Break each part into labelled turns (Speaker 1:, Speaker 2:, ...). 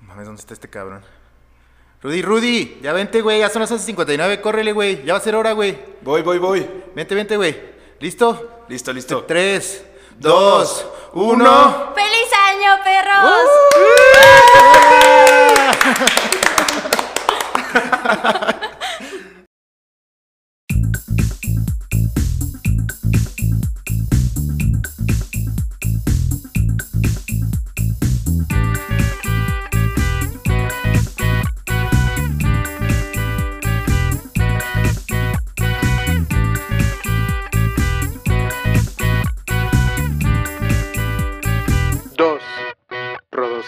Speaker 1: mames, ¿dónde está este cabrón? Rudy, Rudy, ya vente, güey. Ya son las 11.59, córrele, güey. Ya va a ser hora, güey.
Speaker 2: Voy, voy, voy.
Speaker 1: Vente, vente, güey. ¿Listo?
Speaker 2: Listo, listo.
Speaker 1: Tres, dos, uno.
Speaker 3: ¡Feliz año, perros!
Speaker 4: Dos Rodos.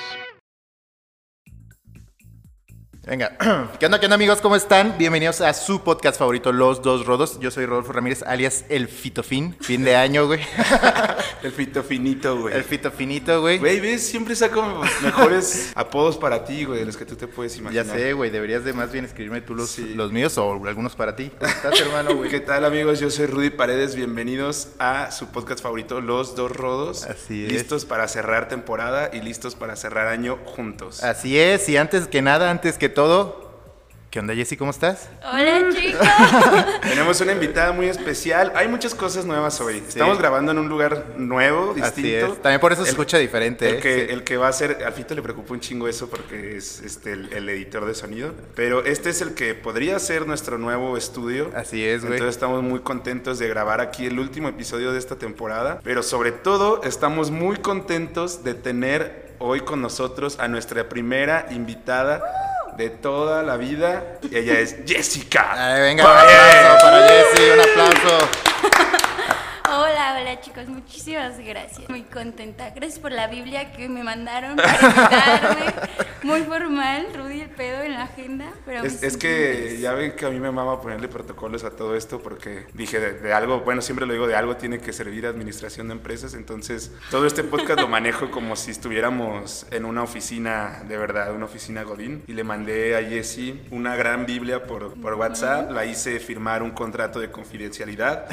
Speaker 1: Venga, ¿qué onda, qué onda, amigos? ¿Cómo están? Bienvenidos a su podcast favorito, Los Dos Rodos. Yo soy Rodolfo Ramírez, alias El Fitofin. Fin de año, güey.
Speaker 2: El fito finito, güey.
Speaker 1: El Fitofinito, güey.
Speaker 2: Güey, ves, siempre saco los mejores apodos para ti, güey, de los que tú te puedes
Speaker 1: Ya
Speaker 2: imaginar.
Speaker 1: sé, güey. Deberías de más bien escribirme tú los,
Speaker 2: Sí.
Speaker 1: los míos o algunos para ti. ¿Cómo estás, hermano, güey?
Speaker 2: ¿Qué tal, amigos? Yo soy Rudy Paredes. Bienvenidos a su podcast favorito, Los Dos Rodos.
Speaker 1: Así es.
Speaker 2: Listos para cerrar temporada y listos para cerrar año juntos.
Speaker 1: Así es, y antes que nada, antes que todo, ¿qué onda, Jessy? ¿Cómo estás?
Speaker 3: Hola, chicos.
Speaker 2: Tenemos una invitada muy especial. Hay muchas cosas nuevas hoy. Estamos grabando en un lugar nuevo,
Speaker 1: Así
Speaker 2: distinto.
Speaker 1: es. También por eso se
Speaker 2: El-
Speaker 1: escucha diferente.
Speaker 2: El
Speaker 1: ¿eh?
Speaker 2: que,
Speaker 1: Sí.
Speaker 2: el que va a ser, al Fito le preocupa un chingo eso porque es este, el, el editor de sonido, pero este es el que podría ser nuestro nuevo estudio.
Speaker 1: Así es, güey.
Speaker 2: Entonces estamos muy contentos de grabar aquí el último episodio de esta temporada, pero sobre todo estamos muy contentos de tener hoy con nosotros a nuestra primera invitada de toda la vida. Ella es Jessica.
Speaker 1: Ay, Ah, venga, un aplauso para Jessy, un aplauso.
Speaker 3: Hola, hola, chicos. Muchísimas gracias. Muy contenta. Gracias por la Biblia que me mandaron para invitarme. Muy formal, Rudy, el pedo en la agenda. Pero me
Speaker 2: Es, es
Speaker 3: siento
Speaker 2: que
Speaker 3: feliz.
Speaker 2: ya ven que a mí me mama ponerle protocolos a todo esto porque dije de, de algo, bueno, siempre lo digo, de algo tiene que servir administración de empresas, entonces todo este podcast lo manejo como si estuviéramos en una oficina, de verdad, una oficina Godín, y le mandé a Jessy una gran Biblia por, por WhatsApp, la hice firmar un contrato de confidencialidad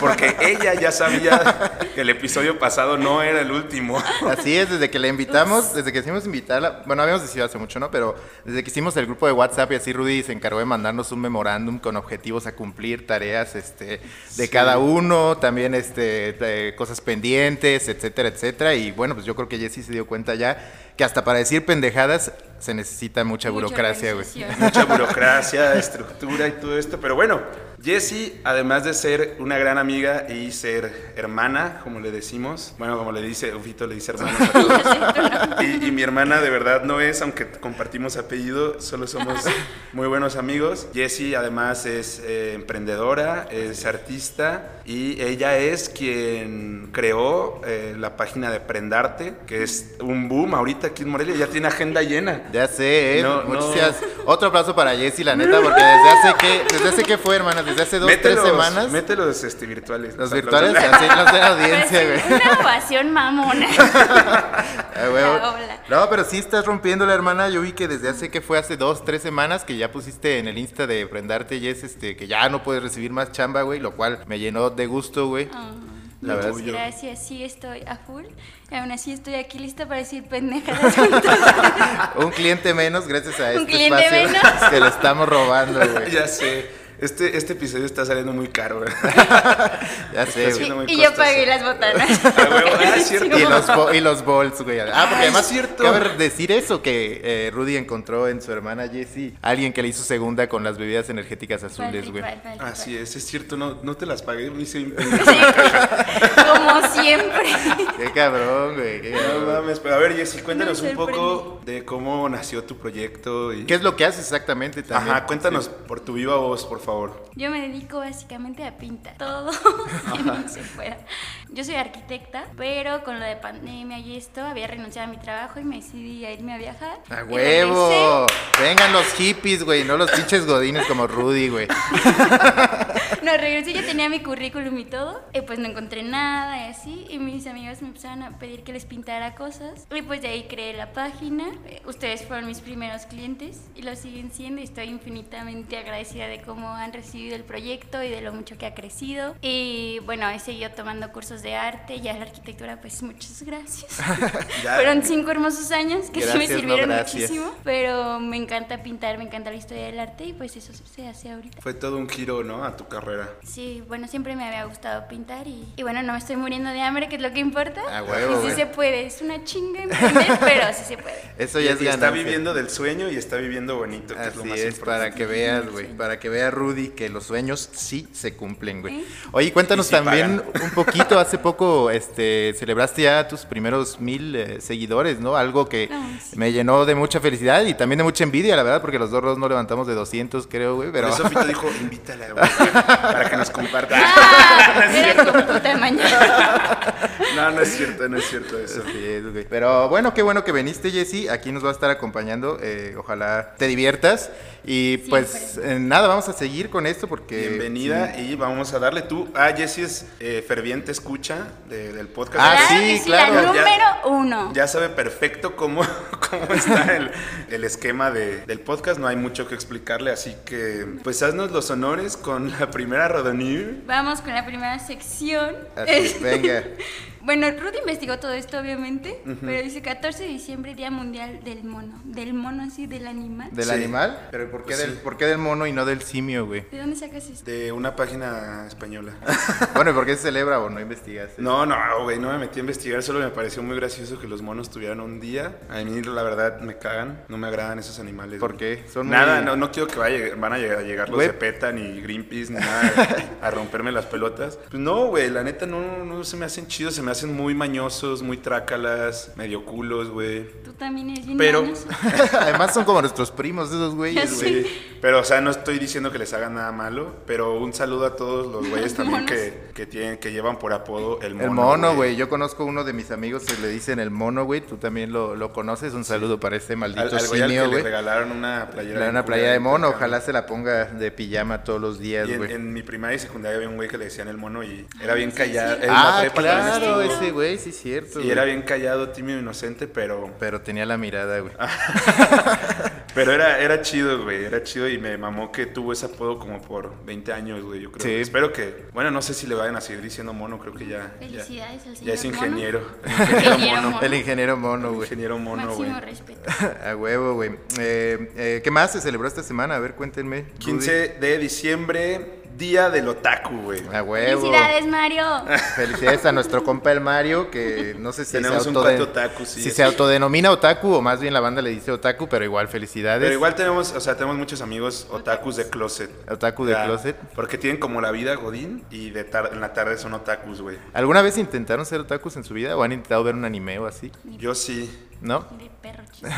Speaker 2: porque ella ya sabía que el episodio pasado no era el último.
Speaker 1: Así es, desde que la invitamos, desde que hicimos invitarla, bueno, habíamos decidido hace mucho, ¿no? Pero desde que hicimos el grupo de WhatsApp y así Rudy se encargó de mandarnos un memorándum con objetivos a cumplir, tareas este, de cada uno, también este, de cosas pendientes, etcétera, etcétera. Y bueno, pues yo creo que Jessy se dio cuenta ya que hasta para decir pendejadas se necesita mucha,
Speaker 3: Mucha
Speaker 1: burocracia, güey.
Speaker 3: organización.
Speaker 2: mucha burocracia, estructura y todo esto. Pero bueno, Jessie, además de ser una gran amiga y ser hermana, como le decimos, bueno, como le dice, Ufito le dice hermana. a todos. y, y mi hermana de verdad no es, aunque compartimos apellido, solo somos muy buenos amigos. Jessie además es eh, emprendedora, es artista y ella es quien creó eh, la página de Prendarte, que es un boom ahorita aquí en Morelia, ya tiene agenda llena.
Speaker 1: Ya sé, ¿eh?
Speaker 2: No, no.
Speaker 1: Muchas- Otro aplauso para Jessy, la neta, porque desde hace que, desde hace que fue, hermanas, desde hace dos,
Speaker 2: Mételos,
Speaker 1: tres semanas.
Speaker 2: Mételos este, virtuales.
Speaker 1: Los
Speaker 2: aplausos.
Speaker 1: virtuales, así los de la
Speaker 3: Pero
Speaker 1: audiencia, güey.
Speaker 3: Pues sí, Una ovación mamona.
Speaker 1: Ah, huevo.
Speaker 3: La ola.
Speaker 1: No, pero sí estás rompiendo la hermana. Yo vi que desde hace que fue hace dos, tres semanas que ya pusiste en el Insta de Prendarte Jess, este, que ya no puedes recibir más chamba, güey, lo cual me llenó de gusto, güey.
Speaker 3: Ah,
Speaker 1: La
Speaker 3: muchas
Speaker 1: verdad.
Speaker 3: gracias, sí estoy a full. Y aún así estoy aquí lista para decir pendejadas.
Speaker 1: Un cliente menos gracias a
Speaker 3: Ah. Un
Speaker 1: este
Speaker 3: cliente
Speaker 1: espacio
Speaker 3: menos.
Speaker 1: que lo estamos robando, güey.
Speaker 2: ya sé. Este, este episodio está saliendo muy caro. güey.
Speaker 1: Ya sé, güey.
Speaker 2: haciendo muy
Speaker 3: y yo
Speaker 2: costoso.
Speaker 3: pagué las botanas.
Speaker 2: Ah, huevo, ah, es cierto.
Speaker 1: Y los, bo- y los bols, güey. Ah, porque
Speaker 2: Ah,
Speaker 1: además
Speaker 2: es cierto.
Speaker 1: cabe decir eso, que eh, Rudy encontró en su hermana Jessie alguien que le hizo segunda con las bebidas energéticas azules, güey.
Speaker 2: Así es, es cierto, no, no te las pagué, me hice un-
Speaker 3: Como siempre.
Speaker 1: Qué cabrón, güey. qué
Speaker 2: No
Speaker 1: cabrón.
Speaker 2: mames, pero a ver, Jessy, cuéntanos
Speaker 3: Me
Speaker 2: un poco de cómo nació tu proyecto y...
Speaker 1: ¿Qué es lo que haces exactamente también?
Speaker 2: Ajá, cuéntanos por tu viva voz, por favor.
Speaker 3: Yo me dedico básicamente a pintar todo que se pueda. Yo soy arquitecta, pero con lo de pandemia y esto había renunciado a mi trabajo y me decidí a irme a viajar.
Speaker 1: ¡A
Speaker 3: Y
Speaker 1: huevo! Vengan los hippies, güey, no los pinches godines como Rudy, güey.
Speaker 3: regresé. No, regresé, yo tenía mi currículum y todo, y pues no encontré nada y así, y mis amigos me empezaron a pedir que les pintara cosas, y pues de ahí creé la página, Eh, ustedes fueron mis primeros clientes, y lo siguen siendo, y estoy infinitamente agradecida de cómo han recibido el proyecto y de lo mucho que ha crecido, y bueno, he seguido tomando cursos cursos de arte, ya la arquitectura, pues muchas gracias.
Speaker 2: Ya.
Speaker 3: Fueron cinco hermosos años que sí me
Speaker 1: Gracias, no
Speaker 3: sirvieron
Speaker 1: gracias.
Speaker 3: muchísimo, pero me encanta pintar, me encanta la historia del arte y pues eso se hace ahorita.
Speaker 2: Fue todo un giro, ¿no? A tu carrera.
Speaker 3: Sí, bueno, siempre me había gustado pintar y, y bueno, no me estoy muriendo de hambre, que es lo que importa.
Speaker 2: Ah,
Speaker 1: A huevo,
Speaker 3: y sí
Speaker 1: güey.
Speaker 3: se puede, es una chinga emprender, pero sí se puede.
Speaker 1: Eso ya es
Speaker 2: Y
Speaker 1: ganancia.
Speaker 2: está viviendo del sueño y está viviendo bonito, que es lo
Speaker 1: Así
Speaker 2: más
Speaker 1: es, para que veas, güey, para que vea Rudy que los sueños sí se cumplen, güey.
Speaker 3: ¿Eh?
Speaker 1: Oye, cuéntanos
Speaker 2: Y sí
Speaker 1: también un poquito, hace poco este, celebraste ya tus primeros mil eh, seguidores, ¿no? Algo que
Speaker 3: Ay, Ah, sí.
Speaker 1: me llenó de mucha felicidad y también de mucha envidia, la verdad, porque los dos no levantamos de 200, creo, güey, pero...
Speaker 2: Pero eso Fito dijo, invítala, güey, para que nos comparta.
Speaker 3: ¡Ah! Era como tu tamaño.
Speaker 2: No, no es cierto, no es cierto eso.
Speaker 1: Así es, güey. Pero bueno, qué bueno que viniste, Jesse. Aquí nos va a estar acompañando. eh, ojalá te diviertas. Y pues eh, nada, vamos a seguir con esto porque...
Speaker 2: Bienvenida y vamos a darle tú. Ah, Jessie es eh, ferviente escucha de- del podcast.
Speaker 1: Ah,
Speaker 3: Claro
Speaker 1: sí,
Speaker 3: que
Speaker 1: claro.
Speaker 3: La
Speaker 2: Ya-
Speaker 3: número uno.
Speaker 2: Ya sabe perfecto cómo, cómo está el, el esquema de- del podcast. No hay mucho que explicarle, así que pues haznos los honores con la primera Rodonier.
Speaker 3: Vamos con la primera sección.
Speaker 1: Así es, venga.
Speaker 3: Bueno, Ruth investigó todo esto, obviamente, pero dice 14 de diciembre, Día Mundial del Mono. Del mono así, del animal.
Speaker 1: ¿Del
Speaker 2: Sí.
Speaker 1: animal? ¿Pero por qué,
Speaker 2: Sí.
Speaker 1: del, por qué del mono y no del simio, güey?
Speaker 3: ¿De dónde sacas esto?
Speaker 2: De una página española.
Speaker 1: Bueno, ¿y por qué se celebra o no investigaste?
Speaker 2: No, no, güey, no me metí a investigar, solo me pareció muy gracioso que los monos tuvieran un día. A mí la verdad me cagan, no me agradan esos animales.
Speaker 1: ¿Por
Speaker 2: güey.
Speaker 1: qué? Son muy-
Speaker 2: nada, no, no quiero que vaya, a llegar- van a llegar, a llegar los
Speaker 1: Güey.
Speaker 2: de PETA ni Greenpeace ni nada a romperme las pelotas. Pues no, güey, la neta no, no se me hacen chidos, se me hacen muy mañosos, muy trácalas, medio culos, güey.
Speaker 3: Tú también eres bien
Speaker 2: Pero-
Speaker 3: mañoso.
Speaker 1: Además son como nuestros primos esos güeyes,
Speaker 3: Sí.
Speaker 1: güey.
Speaker 2: Sí, Pero, o sea, no estoy diciendo que les hagan nada malo, pero un saludo a todos los güeyes también
Speaker 3: Monos.
Speaker 2: que, que, tienen, que llevan por apodo el mono.
Speaker 1: El mono, güey. Yo conozco uno de mis amigos que le dicen el mono, güey. Tú también lo, lo conoces. Un saludo para este
Speaker 2: Al,
Speaker 1: maldito
Speaker 2: al güey al que
Speaker 1: simio,
Speaker 2: le
Speaker 1: güey.
Speaker 2: regalaron una playera.
Speaker 1: La-
Speaker 2: bien
Speaker 1: Una playa
Speaker 2: culera
Speaker 1: de este mono.
Speaker 2: Tecán.
Speaker 1: Ojalá se la ponga de pijama todos los días,
Speaker 2: Y en,
Speaker 1: güey.
Speaker 2: en mi primaria y secundaria había un güey que le decían el mono y
Speaker 3: Ah,
Speaker 2: era bien callado. en la
Speaker 1: Ah,
Speaker 2: prepa también
Speaker 1: claro,
Speaker 2: estuvo.
Speaker 1: ese güey, sí, cierto.
Speaker 2: Y
Speaker 1: güey.
Speaker 2: era bien callado, tímido, inocente, pero,
Speaker 1: Pero tenía la mirada, güey.
Speaker 2: pero era, era chido, güey. Era chido y me mamó que tuvo ese apodo como por 20 años, güey. Yo creo.
Speaker 1: Sí.
Speaker 2: Espero que. Bueno, no sé si le vayan a seguir diciendo mono, creo que ya. ya-
Speaker 3: Felicidades al
Speaker 2: Ya,
Speaker 3: señor
Speaker 2: es
Speaker 3: mono.
Speaker 2: ingeniero.
Speaker 3: Ingeniero mono.
Speaker 1: El ingeniero mono, güey.
Speaker 2: ingeniero mono, güey.
Speaker 3: Máximo respeto.
Speaker 1: A huevo, güey. Eh, eh, ¿Qué más se celebró esta semana? A ver, cuéntenme. Rudy.
Speaker 2: 15 de diciembre, día del otaku, güey.
Speaker 1: A huevo.
Speaker 3: Felicidades, Mario.
Speaker 1: Felicidades a nuestro compa el Mario, que no sé si
Speaker 2: Tenemos
Speaker 1: se,
Speaker 2: un
Speaker 1: autoden-
Speaker 2: cuate otaku, sí,
Speaker 1: si
Speaker 2: es-
Speaker 1: se autodenomina otaku o más bien la banda le dice otaku, pero igual felicidades.
Speaker 2: Pero igual tenemos, o sea, tenemos muchos amigos otakus de closet.
Speaker 1: Otaku de
Speaker 2: Ya,
Speaker 1: closet.
Speaker 2: Porque tienen como la vida godín y de tar- en la tarde son otakus, güey.
Speaker 1: ¿Alguna vez intentaron ser otakus en su vida o han intentado ver un anime o así?
Speaker 2: Yo sí.
Speaker 1: ¿No?
Speaker 3: De perro chido.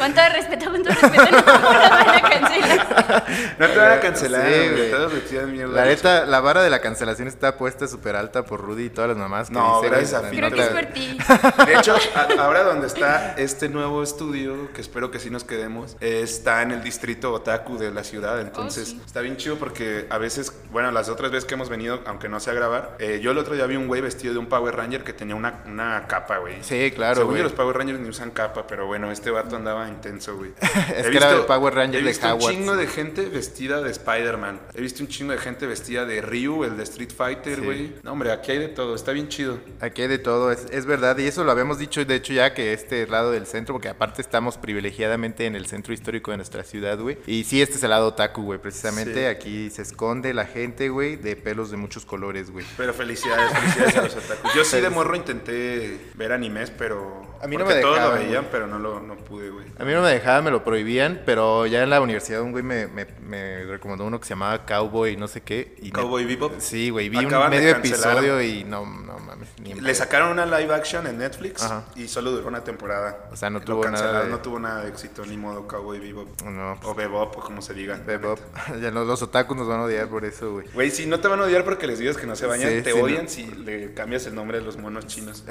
Speaker 3: Con todo respeto, con todo respeto, no la van a cancelar.
Speaker 2: No te van a cancelar,
Speaker 1: Sí,
Speaker 2: Eh, güey.
Speaker 1: güey.
Speaker 2: Todos me tiran mierda.
Speaker 1: La neta, la vara de la cancelación está puesta súper alta por Rudy y todas las mamás. que
Speaker 2: No,
Speaker 1: dice, güey,
Speaker 2: gracias a
Speaker 1: la
Speaker 2: Fito.
Speaker 3: Creo
Speaker 1: neta,
Speaker 3: que es por ti.
Speaker 2: De hecho, a- ahora donde está este nuevo estudio, que espero que sí nos quedemos, eh, está en el distrito otaku de la ciudad. Entonces,
Speaker 3: sí.
Speaker 2: está bien chido porque a veces, bueno, las otras veces que hemos venido, aunque no sea a grabar, eh, yo el otro día vi un güey vestido de un Power Ranger que tenía una, una capa, güey.
Speaker 1: Sí, claro,
Speaker 2: Según
Speaker 1: güey.
Speaker 2: yo, los Power Rangers ni usan capa, pero bueno, este vato andaba intenso, güey.
Speaker 1: Es
Speaker 2: He
Speaker 1: que era
Speaker 2: visto-
Speaker 1: el Power Ranger
Speaker 2: he
Speaker 1: de
Speaker 2: visto
Speaker 1: Hogwarts.
Speaker 2: un chingo de gente vestida de Spider-Man. He visto un chingo de gente vestida de Ryu, el de Street Fighter,
Speaker 1: Sí.
Speaker 2: güey. No, hombre, aquí hay de todo. Está bien chido.
Speaker 1: Aquí hay de todo, es, es verdad, y eso lo habíamos dicho, de hecho, ya que este lado del centro, porque aparte estamos privilegiadamente en el centro histórico de nuestra ciudad, güey. Y sí, este es el lado otaku, güey, precisamente.
Speaker 2: Sí.
Speaker 1: Aquí se esconde la gente, güey, de pelos de muchos colores, güey.
Speaker 2: Pero felicidades, felicidades a los otakus. Yo sí de morro intenté ver animes, pero.
Speaker 1: A mí no
Speaker 2: porque
Speaker 1: me
Speaker 2: todos lo
Speaker 1: dejaban,
Speaker 2: veían,
Speaker 1: güey.
Speaker 2: pero no lo no pude, güey.
Speaker 1: A mí no me dejaban, me lo prohibían, pero ya en la universidad un güey me, me- me recomendó uno que se llamaba Cowboy, no sé qué. y neta-
Speaker 2: Cowboy Bebop.
Speaker 1: Sí, güey, vi
Speaker 2: Acaban
Speaker 1: un
Speaker 2: de
Speaker 1: medio
Speaker 2: cancelar.
Speaker 1: episodio y no, no mames. ni en
Speaker 2: Le
Speaker 1: pedo.
Speaker 2: sacaron una live action en Netflix
Speaker 1: Ajá.
Speaker 2: y solo duró una temporada.
Speaker 1: O sea, no
Speaker 2: Lo
Speaker 1: tuvo nada
Speaker 2: cancelaron,
Speaker 1: de-
Speaker 2: No tuvo nada de éxito, ni modo Cowboy Bebop.
Speaker 1: No, pues,
Speaker 2: O Bebop, o como se diga.
Speaker 1: Bebop. Ya los, los otakus nos van a odiar por eso, güey.
Speaker 2: Güey, si no te van a odiar porque les digas que no se bañan,
Speaker 1: Sí,
Speaker 2: te
Speaker 1: sí,
Speaker 2: odian
Speaker 1: no.
Speaker 2: si le cambias el nombre de los monos chinos.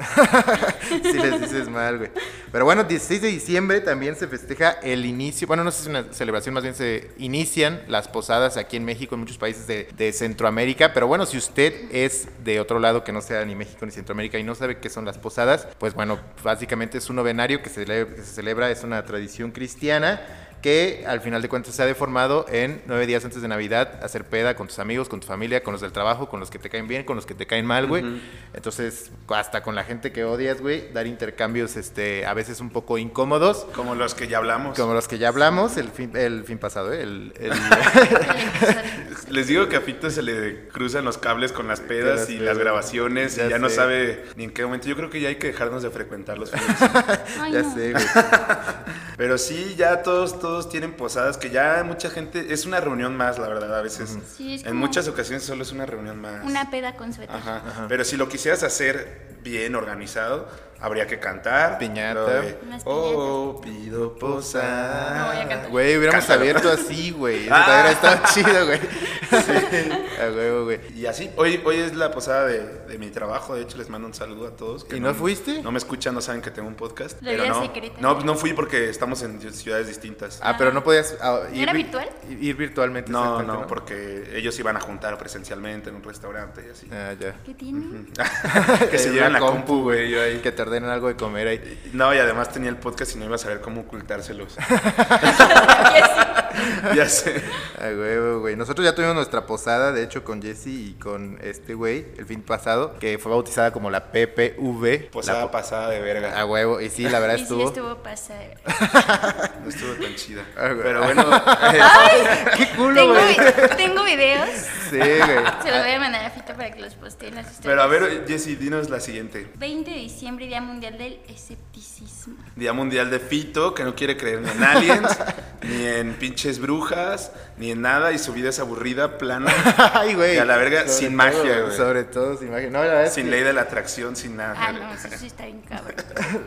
Speaker 1: si les dices mal, güey. Pero bueno, 16 de diciembre también se festeja el inicio, bueno, no sé si es una celebración, más bien se inician las posadas aquí en México, en muchos países de, de Centroamérica, pero bueno, si usted es de otro lado que no sea ni México ni Centroamérica y no sabe qué son las posadas, pues bueno, básicamente es un novenario que se, celebra, que se celebra, es una tradición cristiana que al final de cuentas se ha deformado en nueve días antes de Navidad hacer peda con tus amigos, con tu familia, con los del trabajo, con los que te caen bien, con los que te caen mal, güey. Entonces, hasta con la gente que odias, güey, dar intercambios este, a veces un poco incómodos.
Speaker 2: Como los que ya hablamos.
Speaker 1: Como los que ya hablamos el fin, el fin pasado, ¿eh? El- el-
Speaker 2: Les digo que a Fito se le cruzan los cables con las pedas y
Speaker 1: Pedas,
Speaker 2: las
Speaker 1: pedas.
Speaker 2: grabaciones
Speaker 1: Ya
Speaker 2: y ya no
Speaker 1: sé.
Speaker 2: sabe ni en qué momento. Yo creo que ya hay que dejarnos de frecuentar los fines de
Speaker 3: Ay,
Speaker 1: ya
Speaker 3: no.
Speaker 1: sé, güey.
Speaker 2: Pero sí, ya todos, todos tienen posadas, que ya mucha gente, es una reunión más, la verdad, a veces.
Speaker 3: Sí, es
Speaker 2: en
Speaker 3: como-
Speaker 2: muchas ocasiones solo es una reunión más.
Speaker 3: Una peda con suéter.
Speaker 2: Ajá. Pero si lo quisieras hacer bien organizado, habría que cantar.
Speaker 1: Piñata.
Speaker 2: Lo de,
Speaker 3: Unas
Speaker 2: oh, pido posada.
Speaker 3: No voy a cantar.
Speaker 1: Güey, hubiéramos
Speaker 2: Cántalo.
Speaker 1: abierto así, güey. Eso
Speaker 2: Ah.
Speaker 1: también hubiera estado chido, güey. A huevo, güey.
Speaker 2: Y así, hoy, hoy es la posada de, de mi trabajo, de hecho les mando un saludo a todos. que
Speaker 1: ¿Y no fuiste?
Speaker 2: No me escuchan, no saben que tengo un podcast.
Speaker 3: La
Speaker 2: pero
Speaker 3: vida
Speaker 2: no,
Speaker 3: secreta.
Speaker 2: no, no fui porque estamos en ciudades distintas.
Speaker 1: Ah, pero no podías ah, ir,
Speaker 3: ¿Era
Speaker 1: vi-
Speaker 3: virtual?
Speaker 1: Ir virtualmente.
Speaker 2: no,
Speaker 1: exactamente,
Speaker 2: no, porque ellos iban a juntar presencialmente en un restaurante y así.
Speaker 1: Ah, ya.
Speaker 3: ¿Qué tiene?
Speaker 2: que se
Speaker 1: Eh,
Speaker 2: lleven
Speaker 1: una
Speaker 2: la compu, güey. yo ahí.
Speaker 1: Que te ordenen algo de comer ahí.
Speaker 2: No, y además tenía el podcast y no iba a saber cómo ocultárselos. ya sé.
Speaker 1: A huevo, güey. Nosotros ya tuvimos nuestra posada, de hecho, con Jesse y con este güey, el fin pasado, que fue bautizada como la PPV.
Speaker 2: Posada
Speaker 1: La Ah, po-
Speaker 2: pasada de
Speaker 1: A
Speaker 2: verga.
Speaker 1: huevo, y sí, la verdad
Speaker 3: Y sí
Speaker 1: estuvo.
Speaker 3: estuvo pasada.
Speaker 2: No estuvo tan chida.
Speaker 1: Ah, güey.
Speaker 2: Pero bueno,
Speaker 1: ¡Qué culo,
Speaker 3: Tengo,
Speaker 1: güey!
Speaker 3: vi- tengo videos.
Speaker 1: Sí, güey.
Speaker 3: Se los voy a mandar a Fito para que los posteen las historias.
Speaker 2: pero a ver, Jessy, dinos la siguiente.
Speaker 3: 20 de diciembre, Día Mundial del Escepticismo.
Speaker 2: Día Mundial de Fito, que no quiere creer ni en aliens, ni en pinches brujas, ni en nada, y su vida es aburrida, plana,
Speaker 1: Ay, güey.
Speaker 2: Y a la verga,
Speaker 1: Sobre
Speaker 2: sin
Speaker 1: todo,
Speaker 2: magia, güey.
Speaker 1: Sobre todo sin magia. No, la verdad es que-
Speaker 2: sin ley de la atracción, sin nada.
Speaker 3: Ah, no, eso sí está bien cabrón.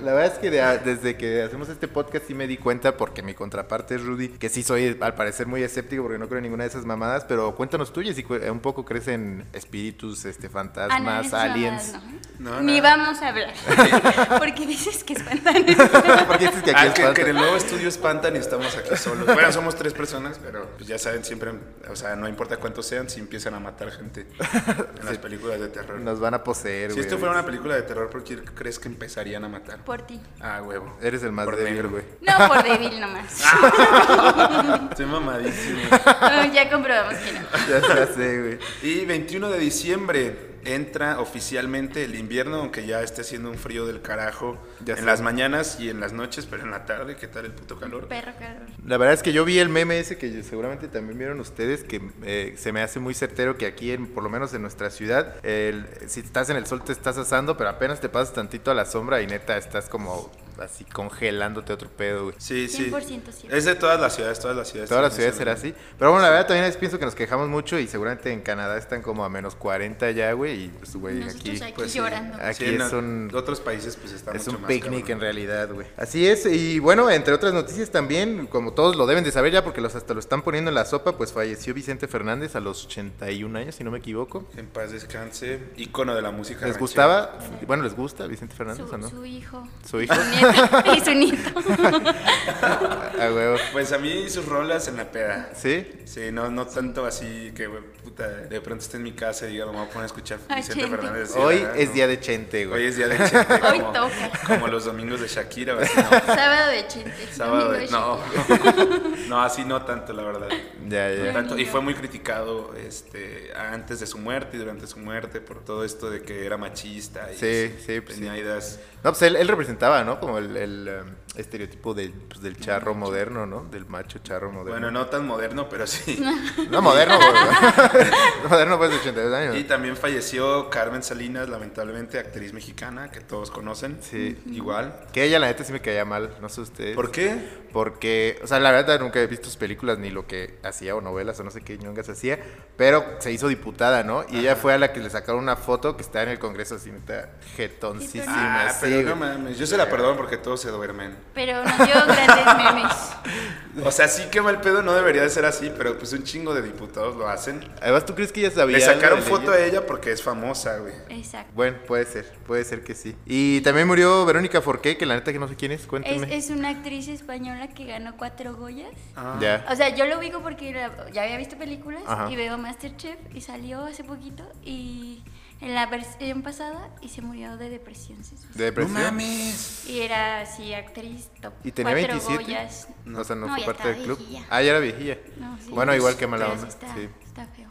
Speaker 1: La verdad es que de- desde que hacemos este podcast sí me di cuenta, porque mi contraparte es Rudy, que sí soy al parecer muy escéptico porque no creo en ninguna de esas mamadas, pero cuéntanos tú, Jessy, cu- un poco crees en espíritus, este,
Speaker 3: Ah, no,
Speaker 1: fantasmas,
Speaker 3: esas
Speaker 1: aliens.
Speaker 3: mamadas no.
Speaker 2: No,
Speaker 3: Ni
Speaker 2: nada.
Speaker 3: vamos a hablar. Porque dices que espantan.
Speaker 1: porque dices que aquí
Speaker 2: Ah,
Speaker 1: es
Speaker 2: que,
Speaker 1: falso?
Speaker 2: que en el nuevo estudio espantan y estamos aquí solos. Bueno, somos tres personas, pero pues ya saben, siempre, o sea, no importa cuántos sean, si empiezan a matar gente en las películas de terror.
Speaker 1: Nos van a poseer,
Speaker 2: si
Speaker 1: güey.
Speaker 2: esto fuera una película de terror, ¿por qué crees que empezarían a matar?
Speaker 3: Por ti.
Speaker 2: Ah, huevo.
Speaker 1: Eres el más
Speaker 2: Por
Speaker 1: débil,
Speaker 2: negro.
Speaker 1: güey.
Speaker 3: No, por débil nomás.
Speaker 1: Ah.
Speaker 2: Estoy mamadísimo.
Speaker 3: Ah, ya comprobamos que no.
Speaker 1: Ya, ya sé, güey.
Speaker 2: Y 21 de diciembre entra oficialmente el invierno, aunque ya esté haciendo un frío del carajo
Speaker 1: Ya
Speaker 2: en
Speaker 1: sé.
Speaker 2: las mañanas y en las noches, pero en la tarde, ¿qué tal el puto calor?
Speaker 3: Perro calor.
Speaker 1: La verdad es que yo vi el meme ese que seguramente también vieron ustedes, que eh, se me hace muy certero que aquí, en, por lo menos en nuestra ciudad, el- si estás en el sol te estás asando, pero apenas te pasas tantito a la sombra y neta estás como así congelándote otro pedo, güey.
Speaker 2: Sí, sí.
Speaker 3: 100% cierto.
Speaker 2: Es de todas las ciudades, todas las ciudades.
Speaker 1: Toda la
Speaker 2: tienen
Speaker 1: ciudad
Speaker 2: ese
Speaker 1: será
Speaker 2: lugar.
Speaker 1: así. Pero bueno, la verdad también es, pienso que nos quejamos mucho y seguramente en Canadá están como a menos 40 ya, güey. Y pues, güey, aquí,
Speaker 3: Nosotros aquí
Speaker 2: pues sí.
Speaker 3: llorando.
Speaker 1: Aquí
Speaker 2: en
Speaker 1: es un-
Speaker 2: otros países pues está
Speaker 1: es
Speaker 2: mucho
Speaker 1: un
Speaker 2: más
Speaker 1: picnic
Speaker 2: cabrón.
Speaker 1: en realidad, güey. Así es. Y bueno, entre otras noticias también, como todos lo deben de saber ya porque los hasta lo están poniendo en la sopa, pues falleció Vicente Fernández a los 81 años, si no me equivoco.
Speaker 2: En paz descanse, ícono de la música.
Speaker 1: ¿Les
Speaker 2: ranchera.
Speaker 1: gustaba? Bueno, ¿les gusta Vicente Fernández o
Speaker 3: Su,
Speaker 1: no?
Speaker 3: su hijo.
Speaker 1: Su hijo.
Speaker 3: Su nieto. Y su nieto.
Speaker 1: A huevo.
Speaker 2: Pues a mí sus rolas en la peda.
Speaker 1: ¿Sí?
Speaker 2: Sí, no, no tanto así que, güey, puta, de pronto esté en mi casa y diga, me voy a poner a escuchar
Speaker 3: Ay,
Speaker 2: Vicente
Speaker 3: Chente.
Speaker 2: Fernández. Sí,
Speaker 1: Hoy
Speaker 2: ¿verdad?
Speaker 1: es
Speaker 2: No.
Speaker 1: día de Chente,
Speaker 2: Hoy
Speaker 1: güey.
Speaker 2: es día de Chente.
Speaker 3: Hoy
Speaker 2: como,
Speaker 3: toca.
Speaker 2: como los domingos de Shakira, o así, ¿no?
Speaker 3: Sábado de chente.
Speaker 2: Sábado de-
Speaker 3: domingo
Speaker 2: No. no, así no tanto, la verdad.
Speaker 1: Ya,
Speaker 2: No
Speaker 1: ya. ya.
Speaker 2: tanto. Y fue muy criticado este, antes de su muerte y durante su muerte por todo esto de que era machista. Y
Speaker 1: Sí, sí, pues
Speaker 2: tenía ideas.
Speaker 1: No, pues él, él representaba, ¿no? Como el, el, em, estereotipo del, pues, del charro moderno, ¿no? Del macho charro moderno.
Speaker 2: Bueno, no tan moderno, pero sí.
Speaker 1: No, moderno, güey. moderno, pues, de 82
Speaker 2: Y
Speaker 1: años.
Speaker 2: también falleció Carmen Salinas, lamentablemente, actriz mexicana que todos conocen.
Speaker 1: Sí.
Speaker 2: Igual.
Speaker 1: Que ella, la neta, sí me caía mal, no sé ustedes.
Speaker 2: ¿Por qué?
Speaker 1: Porque, o sea, la verdad nunca he visto sus películas ni lo que hacía o novelas o no sé qué ñongas hacía, pero se hizo diputada, ¿no? Y ella fue a la que le sacaron una foto que está en el Congreso así, neta, jetoncísima.
Speaker 2: ah,
Speaker 1: así,
Speaker 2: pero no
Speaker 1: güey.
Speaker 2: mames, yo se la perdono porque todos se duermen.
Speaker 3: Pero nos dio grandes memes.
Speaker 2: O sea, sí que mal pedo no debería de ser así, pero pues un chingo de diputados lo hacen.
Speaker 1: Además, ¿tú crees que ella sabía?
Speaker 2: Le sacaron
Speaker 1: algo de
Speaker 2: foto
Speaker 1: leyes?
Speaker 2: a ella porque es famosa, güey.
Speaker 3: Exacto.
Speaker 1: Bueno, puede ser, puede ser que sí. Y también murió Verónica Forqué, que la neta que no sé quién es,
Speaker 3: Es,
Speaker 1: cuéntame.
Speaker 3: es una actriz española que ganó cuatro Goyas.
Speaker 1: Ya.
Speaker 3: O sea, yo lo ubico porque la- ya había visto películas
Speaker 1: Ajá.
Speaker 3: y veo Masterchef y salió hace poquito y en la versión pasada y se murió de depresión. sí, sí, sí.
Speaker 1: De depresión.
Speaker 2: mames.
Speaker 3: Y era así, actriz top.
Speaker 1: Y tenía
Speaker 3: cuatro
Speaker 1: 27.
Speaker 3: Goyas.
Speaker 1: No, o sea, no,
Speaker 3: No,
Speaker 1: fue
Speaker 3: ya
Speaker 1: parte del
Speaker 3: estaba
Speaker 1: club.
Speaker 3: viejilla.
Speaker 1: Ah, ya era viejilla.
Speaker 3: No, sí.
Speaker 1: bueno, igual que mala
Speaker 3: Pero sí
Speaker 1: onda.
Speaker 3: Está,
Speaker 1: Sí.
Speaker 3: está feo.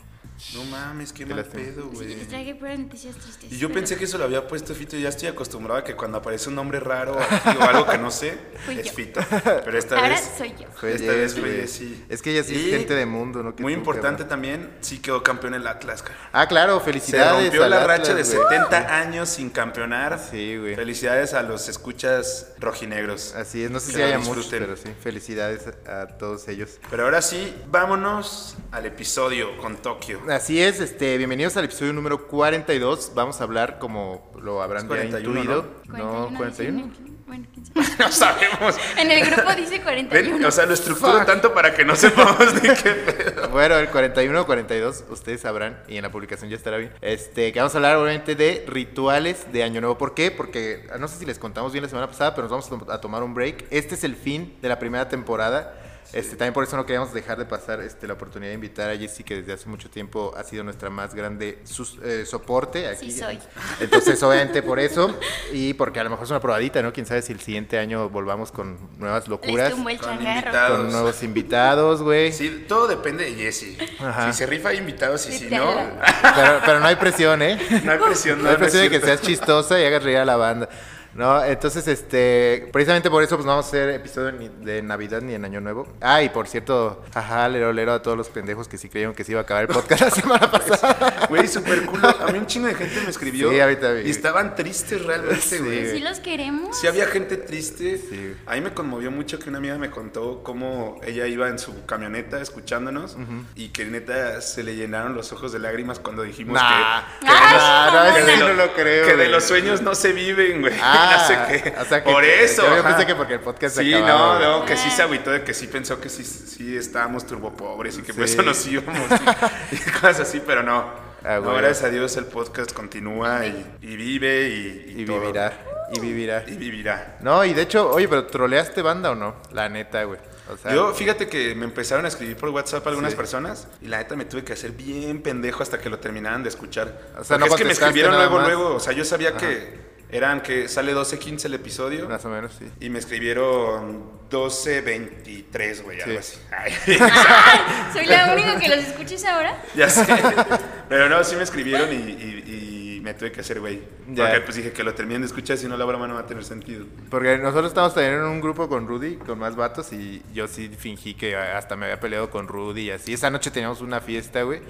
Speaker 2: No mames, qué
Speaker 1: Qué
Speaker 2: mal
Speaker 1: lástima.
Speaker 2: pedo,
Speaker 3: Sí,
Speaker 2: güey.
Speaker 3: les traje puras noticias tristes.
Speaker 2: Y yo
Speaker 3: pero
Speaker 2: pensé que eso lo había puesto Fito y ya estoy acostumbrado a que cuando aparece un nombre raro aquí o algo que no sé,
Speaker 3: Fui
Speaker 2: es
Speaker 3: yo.
Speaker 2: Fito. Pero esta
Speaker 3: Ahora
Speaker 2: vez.
Speaker 3: soy yo.
Speaker 1: Fue
Speaker 2: esta
Speaker 1: Jess,
Speaker 2: vez fue
Speaker 1: güey.
Speaker 2: Jess, sí.
Speaker 1: Es que ella sí
Speaker 2: Y-
Speaker 1: es gente de mundo, ¿no? Que
Speaker 2: Muy
Speaker 1: tú,
Speaker 2: importante
Speaker 1: cabrón.
Speaker 2: también, sí quedó campeón el Atlas, cara.
Speaker 1: Ah, claro,
Speaker 2: Se
Speaker 1: felicidades.
Speaker 2: rompió
Speaker 1: al
Speaker 2: la
Speaker 1: Atlas,
Speaker 2: racha de
Speaker 1: güey.
Speaker 2: 70 años sin campeonar.
Speaker 1: Sí, güey.
Speaker 2: Felicidades a los escuchas rojinegros.
Speaker 1: Así es, no sé
Speaker 2: Que
Speaker 1: si
Speaker 2: lo
Speaker 1: haya muchos,
Speaker 2: disfruten.
Speaker 1: pero sí. Felicidades a todos ellos.
Speaker 2: Pero ahora sí, vámonos al episodio con Tokio.
Speaker 1: Así es, este, bienvenidos al episodio número 42. Vamos a hablar, como lo habrán
Speaker 2: Es
Speaker 1: ya
Speaker 2: 41,
Speaker 1: intuido. No,
Speaker 3: 41.
Speaker 1: 41.
Speaker 3: dicen, Bueno, quién sabe.
Speaker 2: No sabemos.
Speaker 3: En el grupo dice 41.
Speaker 2: Ven, o sea, lo estructuro
Speaker 1: Fuck.
Speaker 2: tanto para que no sepamos de qué pedo.
Speaker 1: Bueno, el 41 o 42, ustedes sabrán, y en la publicación ya estará bien. Este, que vamos a hablar obviamente de rituales de Año Nuevo. ¿Por qué? Porque ah, no sé si les contamos bien la semana pasada, pero nos vamos a tom- a tomar un break. Este es el fin de la primera temporada. Este, también por eso no queríamos dejar de pasar este, la oportunidad de invitar a Jessie, que desde hace mucho tiempo ha sido nuestra más grande sus- eh, soporte. Aquí.
Speaker 3: Sí soy.
Speaker 1: Entonces, obviamente por eso, y porque a lo mejor es una probadita, ¿no? Quién sabe si el siguiente año volvamos con nuevas
Speaker 3: Les
Speaker 1: locuras,
Speaker 3: tumbó el
Speaker 2: Con
Speaker 3: changarro.
Speaker 2: invitado.
Speaker 1: con nuevos invitados, güey.
Speaker 2: Sí, todo depende de Jesse.
Speaker 1: Ajá.
Speaker 2: Si se rifa hay invitados y si no,
Speaker 3: Literal.
Speaker 1: Pero, pero no hay presión, ¿eh?
Speaker 2: no hay presión.
Speaker 1: No hay presión de
Speaker 2: no
Speaker 1: que
Speaker 2: es cierto.
Speaker 1: seas chistosa y hagas reír a la banda. No, entonces, este, precisamente por eso, pues no vamos a hacer episodio ni de Navidad ni en Año Nuevo. Ah, y por cierto, ajá, lero, lero a todos los pendejos que sí creyeron que se iba a acabar el podcast la semana pasada.
Speaker 2: Güey, súper culo. A mí un chingo de gente me escribió.
Speaker 1: Sí, ahorita vi.
Speaker 2: Y estaban tristes realmente,
Speaker 1: Sí,
Speaker 2: güey.
Speaker 1: güey.
Speaker 3: Sí los queremos.
Speaker 2: Sí había gente triste.
Speaker 1: Sí.
Speaker 2: A mí me conmovió mucho que una amiga me contó cómo ella iba en su camioneta escuchándonos y que neta se le llenaron los ojos de lágrimas cuando dijimos
Speaker 1: Nah,
Speaker 2: que, que de
Speaker 3: Ay,
Speaker 2: los-
Speaker 1: nah, no,
Speaker 2: que
Speaker 1: eso
Speaker 2: de
Speaker 1: sí
Speaker 2: lo-
Speaker 1: no lo creo.
Speaker 2: que de
Speaker 1: güey.
Speaker 2: los sueños no se viven, güey.
Speaker 1: Ah,
Speaker 2: no sé qué.
Speaker 1: o sea que-
Speaker 2: Por eso.
Speaker 1: yo
Speaker 2: ajá.
Speaker 1: pensé que porque el podcast se
Speaker 2: Sí,
Speaker 1: acababa,
Speaker 2: no, no,
Speaker 3: güey.
Speaker 2: que sí se agüitó de que sí pensó que sí, sí estábamos turbopobres y que por
Speaker 1: Sí.
Speaker 2: eso nos íbamos y, y cosas así, pero no.
Speaker 1: Ah,
Speaker 2: No,
Speaker 1: güey.
Speaker 2: gracias a Dios el podcast continúa y, y vive y,
Speaker 1: Y
Speaker 2: todo.
Speaker 1: vivirá, y vivirá.
Speaker 2: Y vivirá.
Speaker 1: No, y de hecho, oye, pero ¿troleaste banda o no? La neta, güey. O sea,
Speaker 2: Yo, fíjate que me empezaron a escribir por WhatsApp algunas
Speaker 1: Sí.
Speaker 2: personas y la neta me tuve que hacer bien pendejo hasta que lo terminaban de escuchar.
Speaker 1: O sea, no
Speaker 2: Porque es que me
Speaker 1: contestaste
Speaker 2: escribieron
Speaker 1: nada
Speaker 2: luego,
Speaker 1: más.
Speaker 2: luego. O sea, yo sabía que eran que sale 12.15 el episodio
Speaker 1: más o menos, sí.
Speaker 2: y me escribieron 12.23, güey, algo
Speaker 1: Sí.
Speaker 2: así. Ay,
Speaker 3: Soy la única que los escuches ahora.
Speaker 2: ya sé. Pero no, sí me escribieron y, y- y me tuve que hacer, güey.
Speaker 1: Ya.
Speaker 2: Porque pues dije que lo terminen de escuchar, si no la broma no va a tener sentido.
Speaker 1: Porque nosotros estábamos también en un grupo con Rudy, con más vatos, y yo sí fingí que hasta me había peleado con Rudy y así. Esa noche teníamos una fiesta, güey.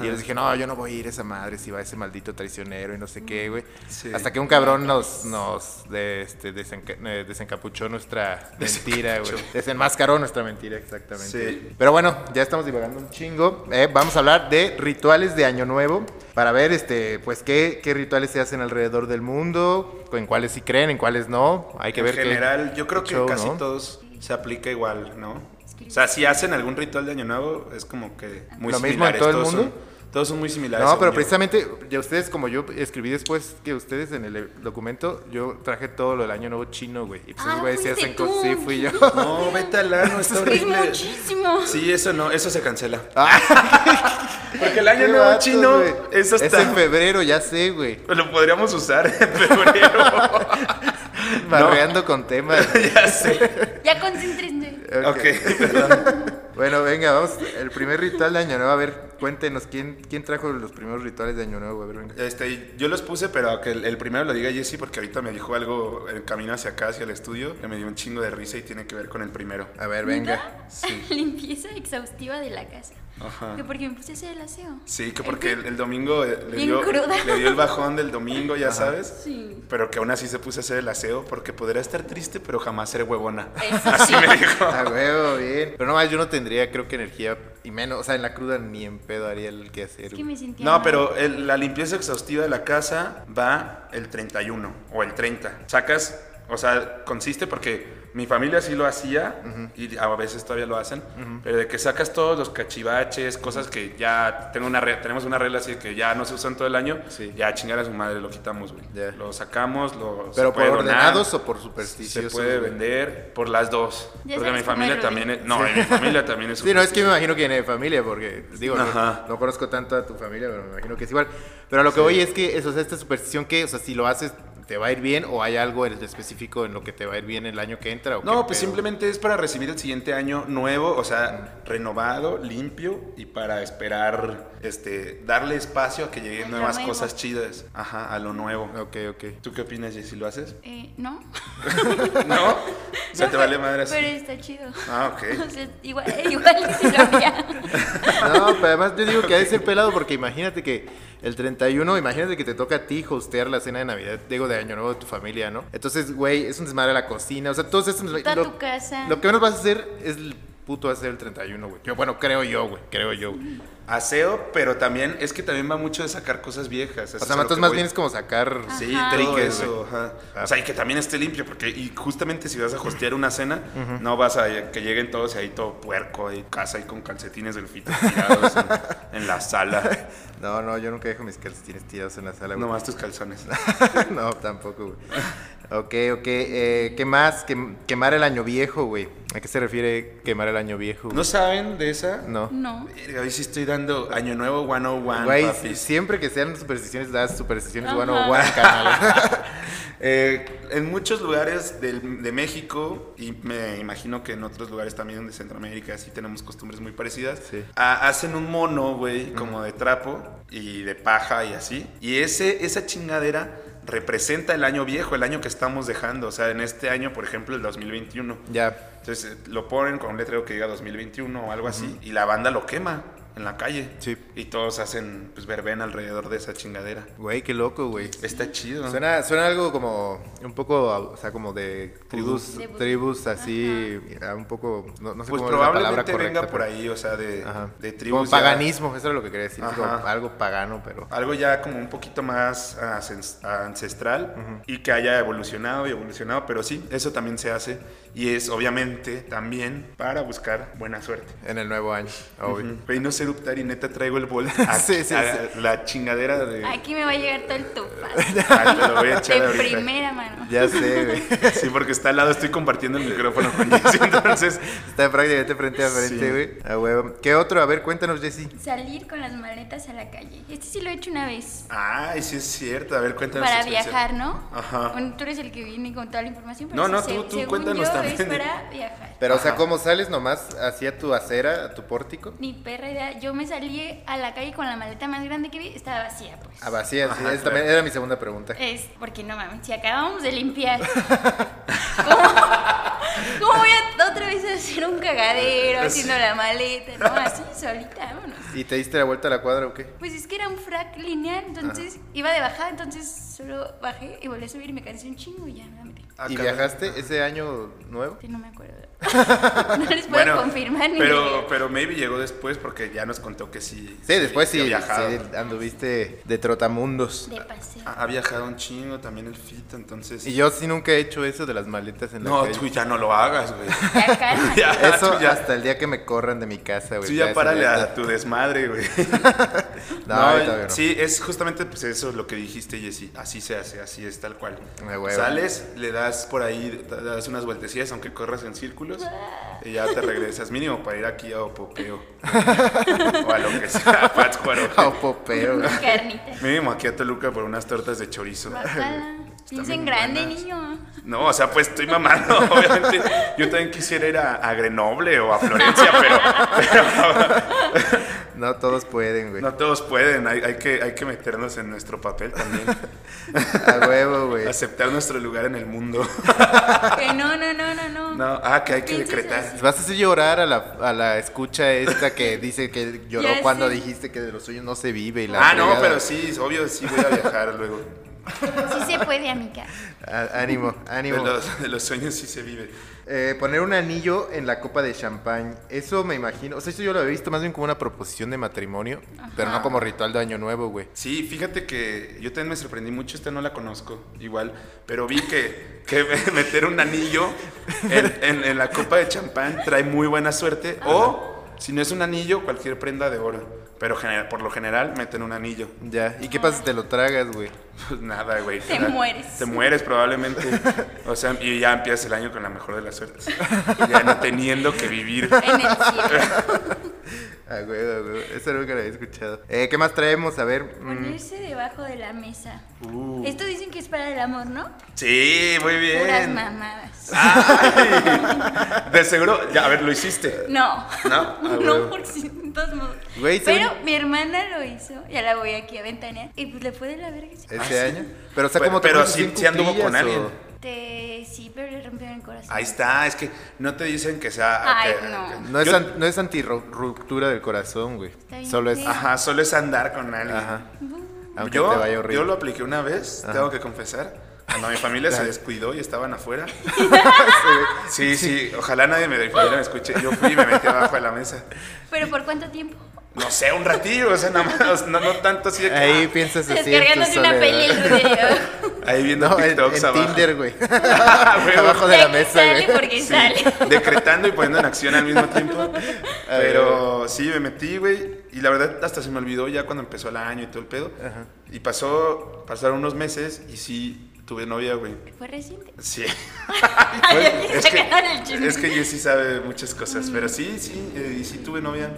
Speaker 1: Y yo les dije, no, yo no voy a ir a esa madre si va ese maldito traicionero y no sé qué, güey.
Speaker 2: Sí.
Speaker 1: Hasta que un cabrón nos, nos de- este, desenca- eh, desencapuchó nuestra mentira, güey. Desenmascaró nuestra mentira, exactamente.
Speaker 2: Sí.
Speaker 1: Pero bueno, ya estamos divagando un chingo. Eh, vamos a hablar de rituales de Año Nuevo para ver, este, pues, qué, qué rituales se hacen alrededor del mundo, en cuáles sí creen, en cuáles no. Hay que
Speaker 2: en
Speaker 1: ver qué-
Speaker 2: general, yo creo que
Speaker 1: show,
Speaker 2: casi
Speaker 1: ¿no?
Speaker 2: todos se aplica igual, ¿no? O sea, si hacen algún ritual de Año Nuevo, es como que muy
Speaker 1: ¿Lo mismo en
Speaker 2: similares.
Speaker 1: todo el
Speaker 2: todos
Speaker 1: mundo?
Speaker 2: Son, todos son muy similares.
Speaker 1: No, pero
Speaker 2: según yo.
Speaker 1: precisamente ya ustedes, como yo escribí después que ustedes en el documento, yo traje todo lo del año nuevo chino, güey. Y pues
Speaker 3: Ah,
Speaker 1: esos güeyes sí
Speaker 3: fuiste
Speaker 1: hacen
Speaker 3: tú.
Speaker 1: cosas, sí fui yo.
Speaker 2: No, vete al ano, está
Speaker 3: Es
Speaker 2: horrible.
Speaker 3: muchísimo.
Speaker 2: Sí, eso no, eso se cancela. Porque el Año
Speaker 1: Ah. Qué
Speaker 2: Nuevo
Speaker 1: vatos,
Speaker 2: chino,
Speaker 1: güey.
Speaker 2: eso
Speaker 1: Es en
Speaker 2: está.
Speaker 1: febrero, ya sé, güey.
Speaker 2: Lo podríamos usar en febrero.
Speaker 1: Barreando con temas.
Speaker 2: ya sé.
Speaker 3: Ya concéntrense.
Speaker 1: Ok.
Speaker 2: Ok, perdón.
Speaker 1: Bueno, venga, vamos. El primer ritual de Año Nuevo, a ver, cuéntenos, ¿quién, quién trajo los primeros rituales de Año Nuevo? A ver, venga.
Speaker 2: Este, yo los puse, pero a que el, el primero lo diga Jesse porque ahorita me dijo algo el camino hacia acá, hacia el estudio, que me dio un chingo de risa y tiene que ver con el primero.
Speaker 1: A ver, venga.
Speaker 3: Limpieza exhaustiva de la casa.
Speaker 2: Ajá.
Speaker 3: Que porque me puse a hacer el aseo.
Speaker 2: Ah. Sí, que porque el, el domingo eh, le
Speaker 3: Bien
Speaker 2: dio,
Speaker 3: cruda.
Speaker 2: le dio el bajón del domingo, ya sabes.
Speaker 3: Sí.
Speaker 2: Pero que aún así se puso a hacer el aseo porque podría estar triste, pero jamás ser huevona.
Speaker 3: Eso
Speaker 2: Así
Speaker 3: sí.
Speaker 2: me dijo.
Speaker 1: A huevo, bien. Pero no más, yo no tendría, creo que energía, y menos, o sea, en la cruda ni en pedo haría el que hacer.
Speaker 3: Es que
Speaker 1: güey.
Speaker 3: me sentía.
Speaker 2: No,
Speaker 3: mal.
Speaker 2: pero el- la limpieza exhaustiva de la casa va el 31 o el 30. Sacas, o sea, consiste porque mi familia sí lo hacía y a veces todavía lo hacen, pero de que sacas todos los cachivaches, cosas que ya tengo una re- tenemos una regla así de que ya no se usan todo el año,
Speaker 1: Sí.
Speaker 2: ya chingar a su madre, lo quitamos, güey.
Speaker 1: Ya.
Speaker 2: Lo sacamos, lo se
Speaker 1: ¿Pero por
Speaker 2: puede donar,
Speaker 1: ordenados o por
Speaker 2: se
Speaker 1: supersticiosos?
Speaker 2: puede
Speaker 1: güey?
Speaker 2: vender por las dos.
Speaker 3: Ya
Speaker 2: Porque mi
Speaker 3: sabes cómo
Speaker 2: familia
Speaker 3: es,
Speaker 2: también
Speaker 3: Rubén.
Speaker 2: es, no, en mi familia también es
Speaker 1: Sí, no, es que me imagino que en familia, porque pues, digo,
Speaker 2: Ajá.
Speaker 1: no, no conozco tanto a tu familia, pero me imagino que es igual. Pero a lo que voy es que, eso, o sea, esta superstición que, o sea, si lo haces, ¿te va a ir bien o hay algo en específico en lo que te va a ir bien el año que entra? ¿o
Speaker 2: No,
Speaker 1: qué
Speaker 2: pues
Speaker 1: pedo?
Speaker 2: simplemente es para recibir el siguiente año nuevo, o sea, renovado, limpio y para esperar, este, darle espacio a que lleguen
Speaker 3: A lo
Speaker 2: nuevas
Speaker 3: nuevo.
Speaker 2: cosas chidas, ajá, a lo nuevo.
Speaker 1: Ok, ok.
Speaker 2: ¿Tú qué opinas, Jessy? ¿Lo haces?
Speaker 3: Eh, no.
Speaker 2: ¿No? ¿Se te
Speaker 3: No,
Speaker 2: vale madre así?
Speaker 3: Pero está chido.
Speaker 2: Ah, ok.
Speaker 3: O sea, igual, igual sí lo haría.
Speaker 1: No, pero además yo digo que ha de ser pelado porque imagínate que el 31, imagínate que te toca a ti hostear la cena de Navidad, digo, de Año Nuevo de tu familia, ¿no? Entonces, güey, es un desmadre la cocina, o sea, todo esto...
Speaker 3: Toda tu casa.
Speaker 1: Lo que menos vas a hacer es el puto hacer el 31, güey. Yo, bueno, creo yo, güey, creo yo. güey.
Speaker 2: Aseo, pero también, es que también va mucho de sacar cosas viejas.
Speaker 1: O
Speaker 2: eso
Speaker 1: sea,
Speaker 2: es a lo
Speaker 1: entonces
Speaker 2: que
Speaker 1: más
Speaker 2: voy.
Speaker 1: bien es como sacar...
Speaker 2: Sí,
Speaker 3: Ajá.
Speaker 2: todo
Speaker 1: Todo eso,
Speaker 2: eso, ajá. O sea, y que también esté limpio, porque y justamente si vas a hostear una cena, no vas a eh, que lleguen todos y ahí todo puerco, y casa y con calcetines del fito tirados en, en la sala.
Speaker 1: No, no, yo nunca dejo mis calcetines tirados en la sala, güey.
Speaker 2: Nomás tus calzones.
Speaker 1: no, tampoco, güey. Ok, ok. eh, ¿Qué más? Quem- quemar el año viejo, güey. ¿A qué se refiere quemar el año viejo? güey?
Speaker 2: ¿No saben de esa?
Speaker 1: No.
Speaker 3: No.
Speaker 2: Verga, hoy sí estoy dando Año Nuevo 101,
Speaker 1: Güey,
Speaker 2: papis.
Speaker 1: siempre que sean supersticiones, das supersticiones
Speaker 3: Ajá.
Speaker 1: 101, canal.
Speaker 2: Eh, en muchos lugares del- de México, y me imagino que en otros lugares también de Centroamérica, sí tenemos costumbres muy parecidas,
Speaker 1: Sí.
Speaker 2: a- hacen un mono, güey, como de trapo y de paja y así. Y ese, esa chingadera representa el año viejo, el año que estamos dejando. O sea, en este año, por ejemplo, el 2021.
Speaker 1: ya.
Speaker 2: Entonces eh, lo ponen con un letrero que diga 2021 o algo así, y la banda lo quema en la calle.
Speaker 1: Sí.
Speaker 2: Y todos hacen pues, verbena alrededor de esa chingadera.
Speaker 1: Güey, qué loco, güey.
Speaker 2: Está chido.
Speaker 1: Suena, suena algo como un poco, o sea, como de tribus,
Speaker 3: Tribus.
Speaker 1: tribus así, ah, un poco, no, no sé
Speaker 2: Pues
Speaker 1: cómo es la
Speaker 2: probablemente
Speaker 1: palabra correcta.
Speaker 2: venga por
Speaker 1: pero-
Speaker 2: ahí, o sea, de,
Speaker 1: Ajá.
Speaker 2: de tribus.
Speaker 1: Como
Speaker 2: ya-
Speaker 1: paganismo, eso es lo que quería decir, como
Speaker 2: Ajá.
Speaker 1: algo pagano, pero...
Speaker 2: algo ya como un poquito más ancen- ancestral y que haya evolucionado y evolucionado, pero sí, eso también se hace y es obviamente también para buscar buena suerte.
Speaker 1: En el nuevo año, obvio.
Speaker 2: Ujú. Güey, no sé duptar y neta traigo el bol a,
Speaker 1: Sí, sí,
Speaker 2: a
Speaker 1: sí.
Speaker 2: la chingadera de...
Speaker 3: Aquí me va a llegar todo el tupazo.
Speaker 2: Ah, te lo voy a echar
Speaker 3: De
Speaker 2: ahorita.
Speaker 3: primera mano.
Speaker 1: Ya sé, güey.
Speaker 2: Sí, porque está al lado, estoy compartiendo el micrófono con Jessy, entonces...
Speaker 1: Está prácticamente frente a
Speaker 2: Sí.
Speaker 1: frente, güey. A huevo. ¿Qué otro? A ver, cuéntanos, Jessy.
Speaker 3: Salir con las maletas a la calle. Este sí lo he hecho una vez.
Speaker 2: Ay, sí es cierto, a ver, cuéntanos. tu
Speaker 3: Para
Speaker 2: experiencia.
Speaker 3: viajar, ¿no?
Speaker 2: Ajá.
Speaker 3: Bueno, tú eres el que viene con toda la información.
Speaker 2: No,
Speaker 3: Pero
Speaker 2: no,
Speaker 3: sí,
Speaker 2: tú-
Speaker 3: se-
Speaker 2: tú
Speaker 3: según
Speaker 2: cuéntanos
Speaker 3: yo,
Speaker 2: también.
Speaker 3: Es para viajar.
Speaker 1: Pero, o sea,
Speaker 2: Ajá.
Speaker 1: ¿cómo sales nomás hacia tu acera, a tu pórtico?
Speaker 3: Ni perra idea. Yo me salí a la calle con la maleta más grande que vi. Estaba vacía, pues.
Speaker 1: A vacías, Ah, sí,
Speaker 2: Ajá,
Speaker 1: esa también era mi segunda pregunta.
Speaker 3: Es porque no mames, si acabamos de limpiar. ¿Cómo, cómo voy a otra vez a hacer un cagadero haciendo la maleta? No, así solita, vámonos.
Speaker 1: ¿Y te diste la vuelta a la cuadra o qué?
Speaker 3: Pues es que era un frac lineal, entonces iba de bajada, entonces solo bajé y volví a subir y me cansé un chingo y ya me la metí.
Speaker 2: Ah,
Speaker 1: ¿Y
Speaker 2: caray.
Speaker 1: viajaste ese año nuevo?
Speaker 3: Sí, No me acuerdo. no les puedo confirmar ni
Speaker 2: pero,
Speaker 3: negar.
Speaker 2: pero maybe llegó después porque ya nos contó que sí.
Speaker 1: Sí, después sí,
Speaker 2: Ha viajado. Ah,
Speaker 1: sí, anduviste de trotamundos.
Speaker 3: De paseo.
Speaker 2: Ha, ha viajado un chingo también el fit, entonces.
Speaker 1: Y yo sí nunca he hecho eso de las maletas en la
Speaker 2: no,
Speaker 1: calle.
Speaker 2: tú ya no lo hagas, güey.
Speaker 3: Ya cálmate.
Speaker 2: Ya,
Speaker 1: Eso
Speaker 2: tú ya,
Speaker 1: hasta el día que me corran de mi casa, güey.
Speaker 2: tú ya
Speaker 1: eso
Speaker 2: párale
Speaker 1: Pues ya-
Speaker 2: a tu desmadre, güey.
Speaker 1: No, ahorita
Speaker 2: el-
Speaker 1: no.
Speaker 2: Sí, es justamente pues, eso lo que dijiste, Jessy. Así se hace, así es tal cual.
Speaker 1: Me huevo.
Speaker 2: Sales, le das por ahí, te das unas vueltecillas, aunque corras en círculos, y ya te regresas. Mínimo para ir aquí a Opopeo. o a lo que sea, a Pátzcuaro.
Speaker 1: Oh, popero, güey.
Speaker 3: Carnita.
Speaker 2: Mínimo aquí a Toluca por unas tortas de chorizo.
Speaker 3: Bájala. Piensa en
Speaker 2: bien
Speaker 3: grande,
Speaker 2: buenas.
Speaker 3: niño.
Speaker 2: No, o sea, pues estoy mamando, obviamente. Yo también quisiera ir a, a Grenoble o a Florencia, pero,
Speaker 1: No todos pueden, güey.
Speaker 2: no todos pueden. Hay, hay que, hay que meternos en nuestro papel también.
Speaker 1: A huevo, güey.
Speaker 2: Aceptar nuestro lugar en el mundo.
Speaker 3: Que no, no, no, no, no.
Speaker 2: No, ah, que hay que
Speaker 3: Pienses
Speaker 2: decretar.
Speaker 3: así.
Speaker 1: Vas a hacer llorar a la, a la escucha esta que dice que lloró
Speaker 3: Ya
Speaker 1: cuando
Speaker 3: sé.
Speaker 1: dijiste que de los suyos no se vive y la
Speaker 2: Ah, no,
Speaker 1: fregada.
Speaker 2: pero sí, es obvio, sí voy a viajar luego.
Speaker 3: Sí se puede, amiga.
Speaker 1: Á- Ah, Ánimo,
Speaker 2: De
Speaker 1: ánimo.
Speaker 2: los, de los sueños sí se vive.
Speaker 1: Eh, poner un anillo en la copa de champán. Eso me imagino. O sea, eso yo lo había visto más bien como una proposición de matrimonio, pero no como ritual de año nuevo, güey.
Speaker 2: Sí, fíjate que yo también me sorprendí mucho, esta no la conozco igual, pero vi que, que meter un anillo en, en- en la copa de champán trae muy buena suerte, o si no es un anillo, cualquier prenda de oro. Pero genera- por lo general meten un anillo.
Speaker 1: Ya. ¿Y qué pasa si te lo tragas, güey?
Speaker 2: Pues nada, güey.
Speaker 3: Te
Speaker 2: o sea,
Speaker 3: mueres.
Speaker 2: Te mueres probablemente. O sea, y ya empiezas el año con la mejor de las suertes. Ya no teniendo que vivir.
Speaker 3: En el cielo.
Speaker 1: Ah, güey, ah, güey. Eso nunca lo había escuchado. Eh, ¿Qué más traemos? A ver. mm,
Speaker 3: Ponerse debajo de la mesa. Esto dicen que es para el amor, ¿no?
Speaker 2: Sí, muy
Speaker 3: Puras
Speaker 2: bien. Ah.
Speaker 3: mamadas.
Speaker 2: Ay, de seguro, ya, a ver, lo hiciste.
Speaker 3: No.
Speaker 2: ¿No? Ah,
Speaker 3: no,
Speaker 2: huevo.
Speaker 3: por si- de todos modos.
Speaker 1: Güey,
Speaker 3: Pero
Speaker 1: según-
Speaker 3: mi hermana lo hizo. Ya la voy aquí a ventanear. Y pues le fue de la verga. sí.
Speaker 1: ¿Este año? Pero, o sea,
Speaker 2: Pero-
Speaker 1: como te
Speaker 2: Ah, pero
Speaker 1: pones
Speaker 2: sí-
Speaker 1: bien
Speaker 2: sí anduvo con
Speaker 1: cuclillas,
Speaker 2: alguien.
Speaker 3: Te- Este, Sí, pero le rompieron el corazón.
Speaker 2: Ahí está, es que no te dicen que sea.
Speaker 3: Ay,
Speaker 2: que-
Speaker 3: no.
Speaker 1: No es,
Speaker 2: Yo-
Speaker 1: an- no es antirruptura del corazón, güey.
Speaker 3: bien
Speaker 1: Solo es.
Speaker 3: feo.
Speaker 2: Ajá, solo es andar con alguien.
Speaker 1: Ajá. Aunque
Speaker 2: Yo,
Speaker 1: te vaya horrible.
Speaker 2: yo lo apliqué una vez, tengo que confesar. Cuando mi familia se descuidó y estaban afuera. Sí, sí, ojalá nadie me, de mi familia me escuche. Yo fui y me metí abajo de la mesa.
Speaker 3: ¿Pero por cuánto tiempo?
Speaker 2: No sé, un ratillo, o sea, nada más, no, no tanto así de que,
Speaker 1: Ahí piensas así. en tu
Speaker 3: Descargándose una
Speaker 1: soledad.
Speaker 3: peli el Rudy.
Speaker 2: Ahí viendo
Speaker 1: No, en,
Speaker 2: TikToks
Speaker 1: en
Speaker 2: abajo.
Speaker 1: Tinder, güey.
Speaker 2: Ah, güey,
Speaker 1: Abajo de
Speaker 3: Ya
Speaker 1: la
Speaker 3: que
Speaker 1: mesa,
Speaker 3: sale
Speaker 1: güey.
Speaker 3: porque
Speaker 2: sí,
Speaker 3: sale.
Speaker 2: decretando y poniendo en acción al mismo tiempo. Pero sí, me metí, güey. Y la verdad, hasta se me olvidó ya cuando empezó el año y todo el pedo. Y pasó, pasaron unos meses y sí, tuve novia, güey.
Speaker 3: Fue reciente.
Speaker 2: Sí.
Speaker 3: Ay, aquí
Speaker 2: es,
Speaker 3: sacaron el chisme.
Speaker 2: que, es que Jessy sabe muchas cosas. Pero sí, sí, eh, y sí tuve novia.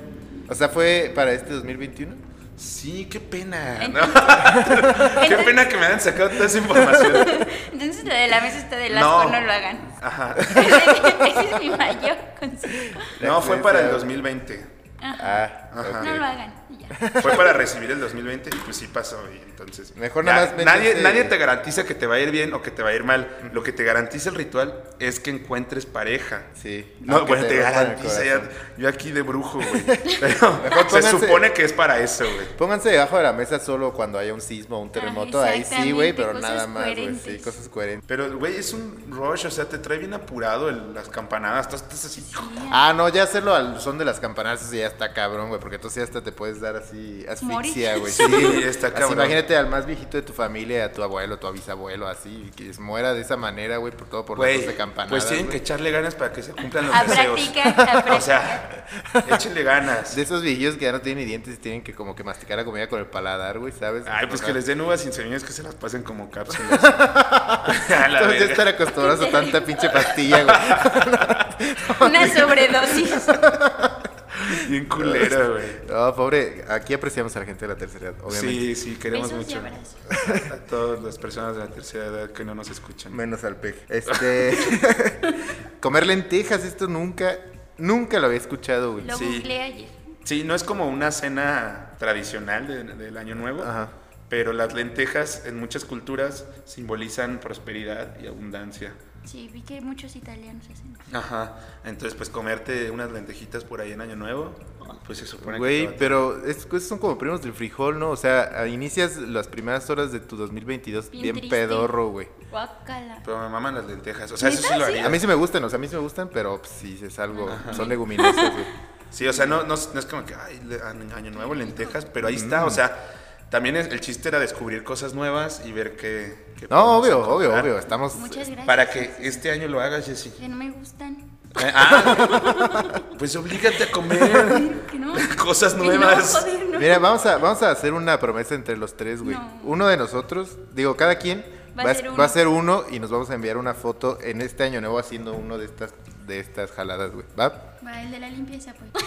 Speaker 1: O sea, fue para este 2021.
Speaker 2: Sí, qué pena. ¿no?
Speaker 3: Entonces-
Speaker 2: qué
Speaker 3: Entonces-
Speaker 2: pena que me hayan sacado toda esa información.
Speaker 3: Entonces la de la mesa está de
Speaker 2: No.
Speaker 3: asco, no, lo hagan.
Speaker 2: Ajá.
Speaker 3: Ese es mi mayor consejo.
Speaker 2: No, fue para el
Speaker 1: Exacto.
Speaker 2: 2020.
Speaker 1: Ah,
Speaker 2: Ajá.
Speaker 1: ok.
Speaker 3: No lo hagan. y ya.
Speaker 2: Fue para recibir el 2020 y pues sí pasó. Y entonces,
Speaker 1: Mejor
Speaker 2: ya,
Speaker 1: nada más este
Speaker 2: Nadie,
Speaker 1: métete-
Speaker 2: nadie te garantiza que te va a ir bien o que te va a ir mal. Lo que te garantiza el ritual es que encuentres pareja.
Speaker 1: Sí.
Speaker 2: No,
Speaker 1: Aunque
Speaker 2: bueno, te,
Speaker 1: rompan el
Speaker 2: garantiza. ya-
Speaker 1: corazón.
Speaker 2: yo aquí de brujo, güey. Pero
Speaker 1: Mejor
Speaker 2: se
Speaker 1: pónganse-
Speaker 2: supone que es para eso, güey.
Speaker 1: Pónganse debajo de la mesa solo cuando haya un sismo o un terremoto.
Speaker 3: Ah,
Speaker 1: Ahí sí, güey,
Speaker 3: exactamente,
Speaker 1: pero
Speaker 3: cosas
Speaker 1: nada más, güey. Sí,
Speaker 3: coherentes.
Speaker 1: cosas coherentes.
Speaker 2: Pero, güey, es un rush, o sea, te trae bien apurado el- las campanadas. Estás, estás así.
Speaker 1: Ah, no, ya hacerlo al son de las campanas, eso ya está cabrón, güey, porque entonces ya hasta te puedes dar así asfixia,
Speaker 3: Morir.
Speaker 1: güey.
Speaker 2: Sí, está
Speaker 1: Así,
Speaker 2: cabrón.
Speaker 1: imagínate al más viejito de tu familia, a tu abuelo, tu bisabuelo, así, que se muera de esa manera, güey, por todo por las
Speaker 2: Güey,
Speaker 1: de campanadas.
Speaker 2: pues tienen que
Speaker 1: güey.
Speaker 2: echarle ganas para que se cumplan los
Speaker 3: A
Speaker 2: deseos.
Speaker 3: practicar, a
Speaker 2: O
Speaker 3: practicar.
Speaker 2: sea, échenle ganas.
Speaker 1: De esos viejillos que ya no tienen ni dientes y tienen que como que masticar la comida con el paladar, güey, ¿sabes?
Speaker 2: Ay, pues
Speaker 1: O
Speaker 2: que
Speaker 1: sea,
Speaker 2: les den uvas sin semillas que se las pasen como cápsulas. A la
Speaker 1: entonces ya
Speaker 2: verga.
Speaker 1: estar acostumbrados a tanta pinche pastilla, güey.
Speaker 3: Una sobredosis.
Speaker 2: Bien culera, güey.
Speaker 1: No, pobre, aquí apreciamos a la gente de la tercera edad, obviamente.
Speaker 2: Sí, sí, queremos
Speaker 3: Besos y
Speaker 2: mucho
Speaker 3: abrazos.
Speaker 2: a todas las personas de la tercera edad que no nos escuchan.
Speaker 1: Menos al peje. Este. comer lentejas, esto nunca, nunca lo había escuchado, güey.
Speaker 3: Lo
Speaker 2: Sí.
Speaker 3: googleé ayer.
Speaker 2: Sí, no es como una cena tradicional de- del Año Nuevo,
Speaker 1: Ajá.
Speaker 2: pero las lentejas en muchas culturas simbolizan prosperidad y abundancia.
Speaker 3: Sí, vi que muchos italianos hacen.
Speaker 2: Ajá, entonces pues comerte unas lentejitas por ahí en Año Nuevo, pues se supone que... te va
Speaker 1: Güey,
Speaker 2: a-
Speaker 1: pero es- estos son como primos del frijol, ¿no? O sea, a- inicias las primeras horas de tu 2022 bien,
Speaker 3: Bien triste.
Speaker 1: pedorro, güey.
Speaker 3: Guácala.
Speaker 2: Pero me maman las lentejas, o sea, eso
Speaker 3: ¿Neta?
Speaker 2: sí lo
Speaker 3: Sí.
Speaker 2: haría.
Speaker 1: A mí sí me gustan, o sea, a mí sí me gustan, pero pues, sí, es algo, son leguminosas, güey.
Speaker 2: Sí, o sea, no, no, no es como que, ay, le- año nuevo, lentejas, pero ahí
Speaker 1: Mm.
Speaker 2: está, o sea, también es- el chiste era descubrir cosas nuevas y ver qué... qué
Speaker 1: No,
Speaker 2: podemos
Speaker 1: obvio, obvio,
Speaker 2: encontrar.
Speaker 1: obvio, estamos...
Speaker 3: Muchas gracias.
Speaker 2: Pues, eh, Para que este año lo hagas, Jessy.
Speaker 3: Que no me gustan.
Speaker 2: Eh, ah, pues oblígate a comer
Speaker 3: Que no.
Speaker 2: cosas
Speaker 3: Que
Speaker 2: nuevas.
Speaker 3: No, joder, no.
Speaker 1: Mira, vamos a, vamos a hacer una promesa entre los tres, güey.
Speaker 3: No.
Speaker 1: Uno de nosotros, digo, cada quien
Speaker 3: Va a
Speaker 1: va, a-
Speaker 3: ser uno.
Speaker 1: va a ser uno y nos vamos a enviar una foto en este año nuevo haciendo uno de estas, de estas jaladas, güey. ¿Va?
Speaker 3: Va, el de la limpieza, pues.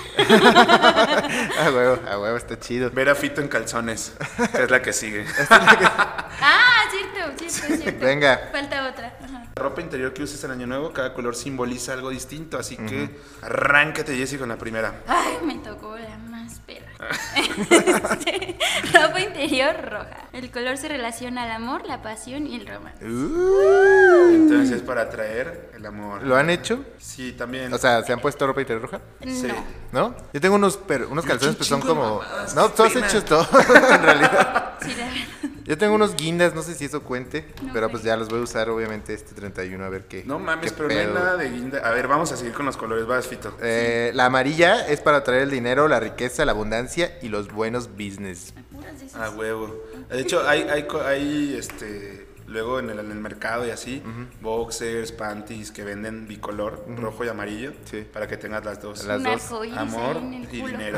Speaker 1: A huevo, a huevo, está chido.
Speaker 2: Ver a Fito en calzones, que es la que sigue.
Speaker 3: Ah, cierto, cierto, cierto.
Speaker 1: Venga.
Speaker 3: Falta otra. Ajá.
Speaker 2: La ropa interior que uses en Año Nuevo, cada color simboliza algo distinto, así que arráncate, Jessy, con la primera.
Speaker 3: Ay, me tocó la más perra.
Speaker 2: Ah.
Speaker 3: Este, ropa interior roja. El color se relaciona al amor, la pasión y el romance.
Speaker 1: Uh.
Speaker 2: Entonces es para atraer el amor.
Speaker 1: ¿Lo han hecho?
Speaker 2: Sí, también.
Speaker 1: O sea, ¿se han puesto ropa interior roja?
Speaker 2: Sí.
Speaker 3: No.
Speaker 1: ¿No? Yo tengo unos, pero, unos
Speaker 2: Pinche
Speaker 1: calzones que son
Speaker 2: chingo de
Speaker 1: como...
Speaker 2: mamadas,
Speaker 1: No,
Speaker 2: qué
Speaker 1: tú has
Speaker 2: pena.
Speaker 1: hecho todo, en realidad.
Speaker 3: Sí, la verdad.
Speaker 1: Yo tengo unos guindas, no sé si eso cuente,
Speaker 3: No,
Speaker 1: pero
Speaker 3: güey.
Speaker 1: pues ya los voy a usar obviamente este 31 a ver qué.
Speaker 2: No mames,
Speaker 1: qué
Speaker 2: pero no hay
Speaker 1: pedo.
Speaker 2: nada de guinda. A ver, vamos a seguir con los colores. Vas, Fito.
Speaker 1: Eh, La amarilla es para traer el dinero, la riqueza, la abundancia y los buenos business.
Speaker 3: Puras de esas.
Speaker 2: A huevo. De hecho, hay, hay, co- hay, este, luego en el, en el mercado y así, boxers, panties que venden bicolor, rojo y amarillo,
Speaker 1: Sí.
Speaker 2: para que tengas las dos.
Speaker 1: Las
Speaker 3: Un
Speaker 1: dos.
Speaker 3: arcoíris ahí
Speaker 2: Amor
Speaker 3: en el
Speaker 2: y
Speaker 3: culo.
Speaker 2: dinero.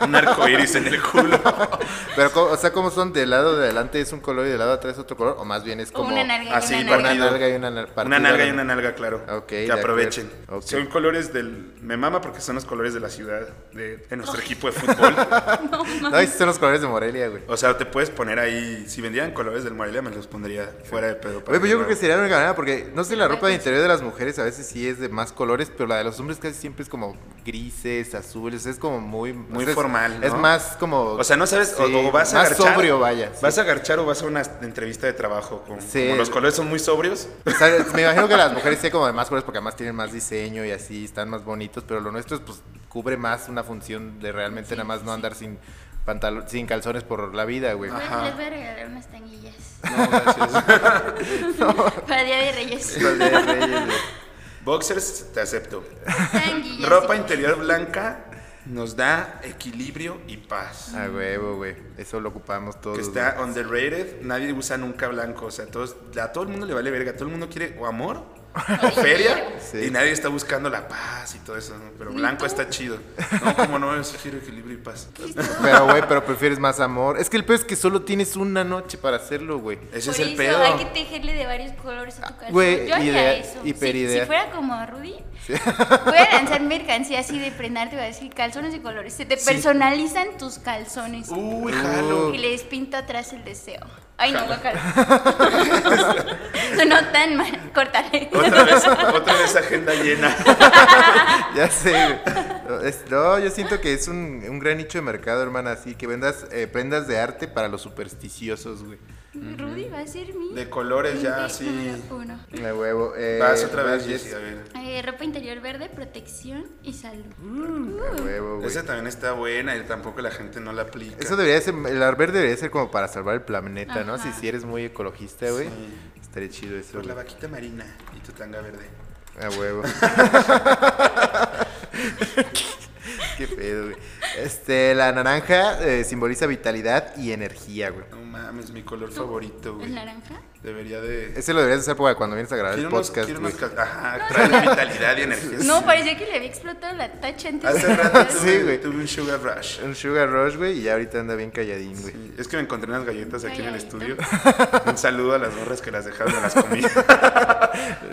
Speaker 2: Un arco iris en el culo.
Speaker 1: Pero, co- o sea, como son del lado de adelante es un color y del lado de atrás otro color, o más bien es
Speaker 3: O
Speaker 1: como.
Speaker 3: una nalga
Speaker 2: así,
Speaker 3: y
Speaker 1: Una
Speaker 3: una nalga.
Speaker 2: partido.
Speaker 1: nalga y una nar- partida,
Speaker 2: Una nalga y
Speaker 1: ¿no?
Speaker 2: una nalga, claro.
Speaker 1: Ok, de
Speaker 2: que
Speaker 1: acuerdo.
Speaker 2: aprovechen.
Speaker 1: Ok.
Speaker 2: Son colores del. Me mama porque son los colores de la ciudad, de, de nuestro equipo de fútbol.
Speaker 3: No, mames.
Speaker 1: No, esos son los colores de Morelia, güey.
Speaker 2: O sea, te puedes poner ahí. Si vendieran colores del Morelia, me los pondría fuera de pedo. para
Speaker 1: Oye, pero yo creo que
Speaker 2: no-
Speaker 1: sería la única manera porque no sé, la ropa de
Speaker 3: pues.
Speaker 1: interior de las mujeres a veces sí es de más colores, pero la de los hombres casi siempre es como grises, azules, es como muy
Speaker 2: Muy
Speaker 1: o sea, es-
Speaker 2: formal, ¿no?
Speaker 1: Es más como
Speaker 2: O sea, no sabes, o-
Speaker 1: Sí,
Speaker 2: o, vas a
Speaker 1: más
Speaker 2: garchar.
Speaker 1: sobrio, vaya.
Speaker 2: Vas a garchar o vas a una entrevista de trabajo. Con,
Speaker 1: Sí.
Speaker 2: como los colores son muy sobrios.
Speaker 1: O sea, me imagino que las mujeres sí como de más colores porque además tienen más diseño y así están más bonitos, pero lo nuestro es, pues cubre más una función de realmente nada más no andar sin pantalo- sin calzones por la vida, güey.
Speaker 3: Bueno,
Speaker 2: Ajá.
Speaker 3: les voy a regalar unas tanguillas
Speaker 2: No, gracias.
Speaker 3: para Día de Reyes.
Speaker 2: Pues,
Speaker 1: Entonces, reyes, güey.
Speaker 2: Boxers, te acepto.
Speaker 3: Tanguillas.
Speaker 2: Ropa interior blanca nos da equilibrio y paz.
Speaker 1: A huevo, güey. Eso lo ocupamos Ah, todos.
Speaker 2: Que
Speaker 1: güey.
Speaker 2: está underrated, nadie usa nunca blanco. O sea, todos, a todo el mundo le vale verga. Todo el mundo quiere o amor o feria.
Speaker 1: Sí.
Speaker 2: Y nadie está buscando la paz y todo eso. ¿no? Pero
Speaker 3: Ni
Speaker 2: blanco
Speaker 3: tú.
Speaker 2: está chido. No, como no, es quiero equilibrio y paz.
Speaker 1: Pero, güey, pero prefieres más amor. Es que el peor es que solo tienes una noche para hacerlo, güey.
Speaker 2: Ese
Speaker 3: Por
Speaker 2: es el
Speaker 3: eso
Speaker 2: pedo.
Speaker 3: hay que tejerle de varios colores a tu calzón.
Speaker 1: güey,
Speaker 3: Yo haría
Speaker 1: idea-
Speaker 3: eso. Si,
Speaker 1: hiperidea.
Speaker 3: si fuera como Rudy, voy a lanzar mercancía así de prendar, te voy a decir calzones de colores. Se te personalizan tus calzones.
Speaker 2: Uy, jalo.
Speaker 3: Y les pinto atrás el deseo. Ay, no, guacala. Sonó tan mal. Cortaré.
Speaker 2: Otra vez, otra vez agenda llena.
Speaker 1: Ya sé, güey. No, es- No, yo siento que es un, un gran nicho de mercado, hermana. Así que vendas eh, prendas de arte para los supersticiosos, güey.
Speaker 3: Rudy va a ser mi.
Speaker 2: De
Speaker 1: Pues
Speaker 2: colores ya,
Speaker 3: cliente
Speaker 2: sí.
Speaker 3: número uno.
Speaker 1: A huevo. eh,
Speaker 2: Vas otra vez,
Speaker 1: Jess.
Speaker 2: Jessy, a ver.
Speaker 3: Eh, ropa interior verde, protección y salud.
Speaker 1: A huevo, güey.
Speaker 2: Esa también está buena y tampoco la gente no la aplica.
Speaker 1: Eso debería ser, el arbel debería ser como para salvar el planeta, ¿no?
Speaker 3: Ajá.
Speaker 1: Si, si eres muy ecologista, güey.
Speaker 2: Sí.
Speaker 1: Estaría chido eso.
Speaker 2: Por la
Speaker 1: güey.
Speaker 2: vaquita marina y tu tanga verde.
Speaker 1: A huevo. Qué pedo, güey. Este, la naranja eh, simboliza vitalidad y energía, güey.
Speaker 2: No mames, mi color
Speaker 3: ¿Tú?
Speaker 2: favorito, güey.
Speaker 3: ¿El naranja?
Speaker 2: Debería de.
Speaker 1: Ese lo deberías usar para cuando vienes a grabar
Speaker 2: Quiero
Speaker 1: el
Speaker 2: unos-
Speaker 1: podcast,
Speaker 2: quiero
Speaker 1: güey.
Speaker 2: unos cal- Ajá, trae vitalidad y energía.
Speaker 3: No, parecía que le había explotado la tacha antes.
Speaker 2: Hace rato
Speaker 1: Sí,
Speaker 2: tuve-
Speaker 1: güey.
Speaker 2: tuve un sugar rush.
Speaker 1: Un sugar rush, güey, y ya ahorita anda bien calladín, güey.
Speaker 2: Sí, Es que me encontré unas galletas aquí en el
Speaker 3: Galletita.
Speaker 2: estudio. Un saludo a las gorras que las dejaron de las comidas.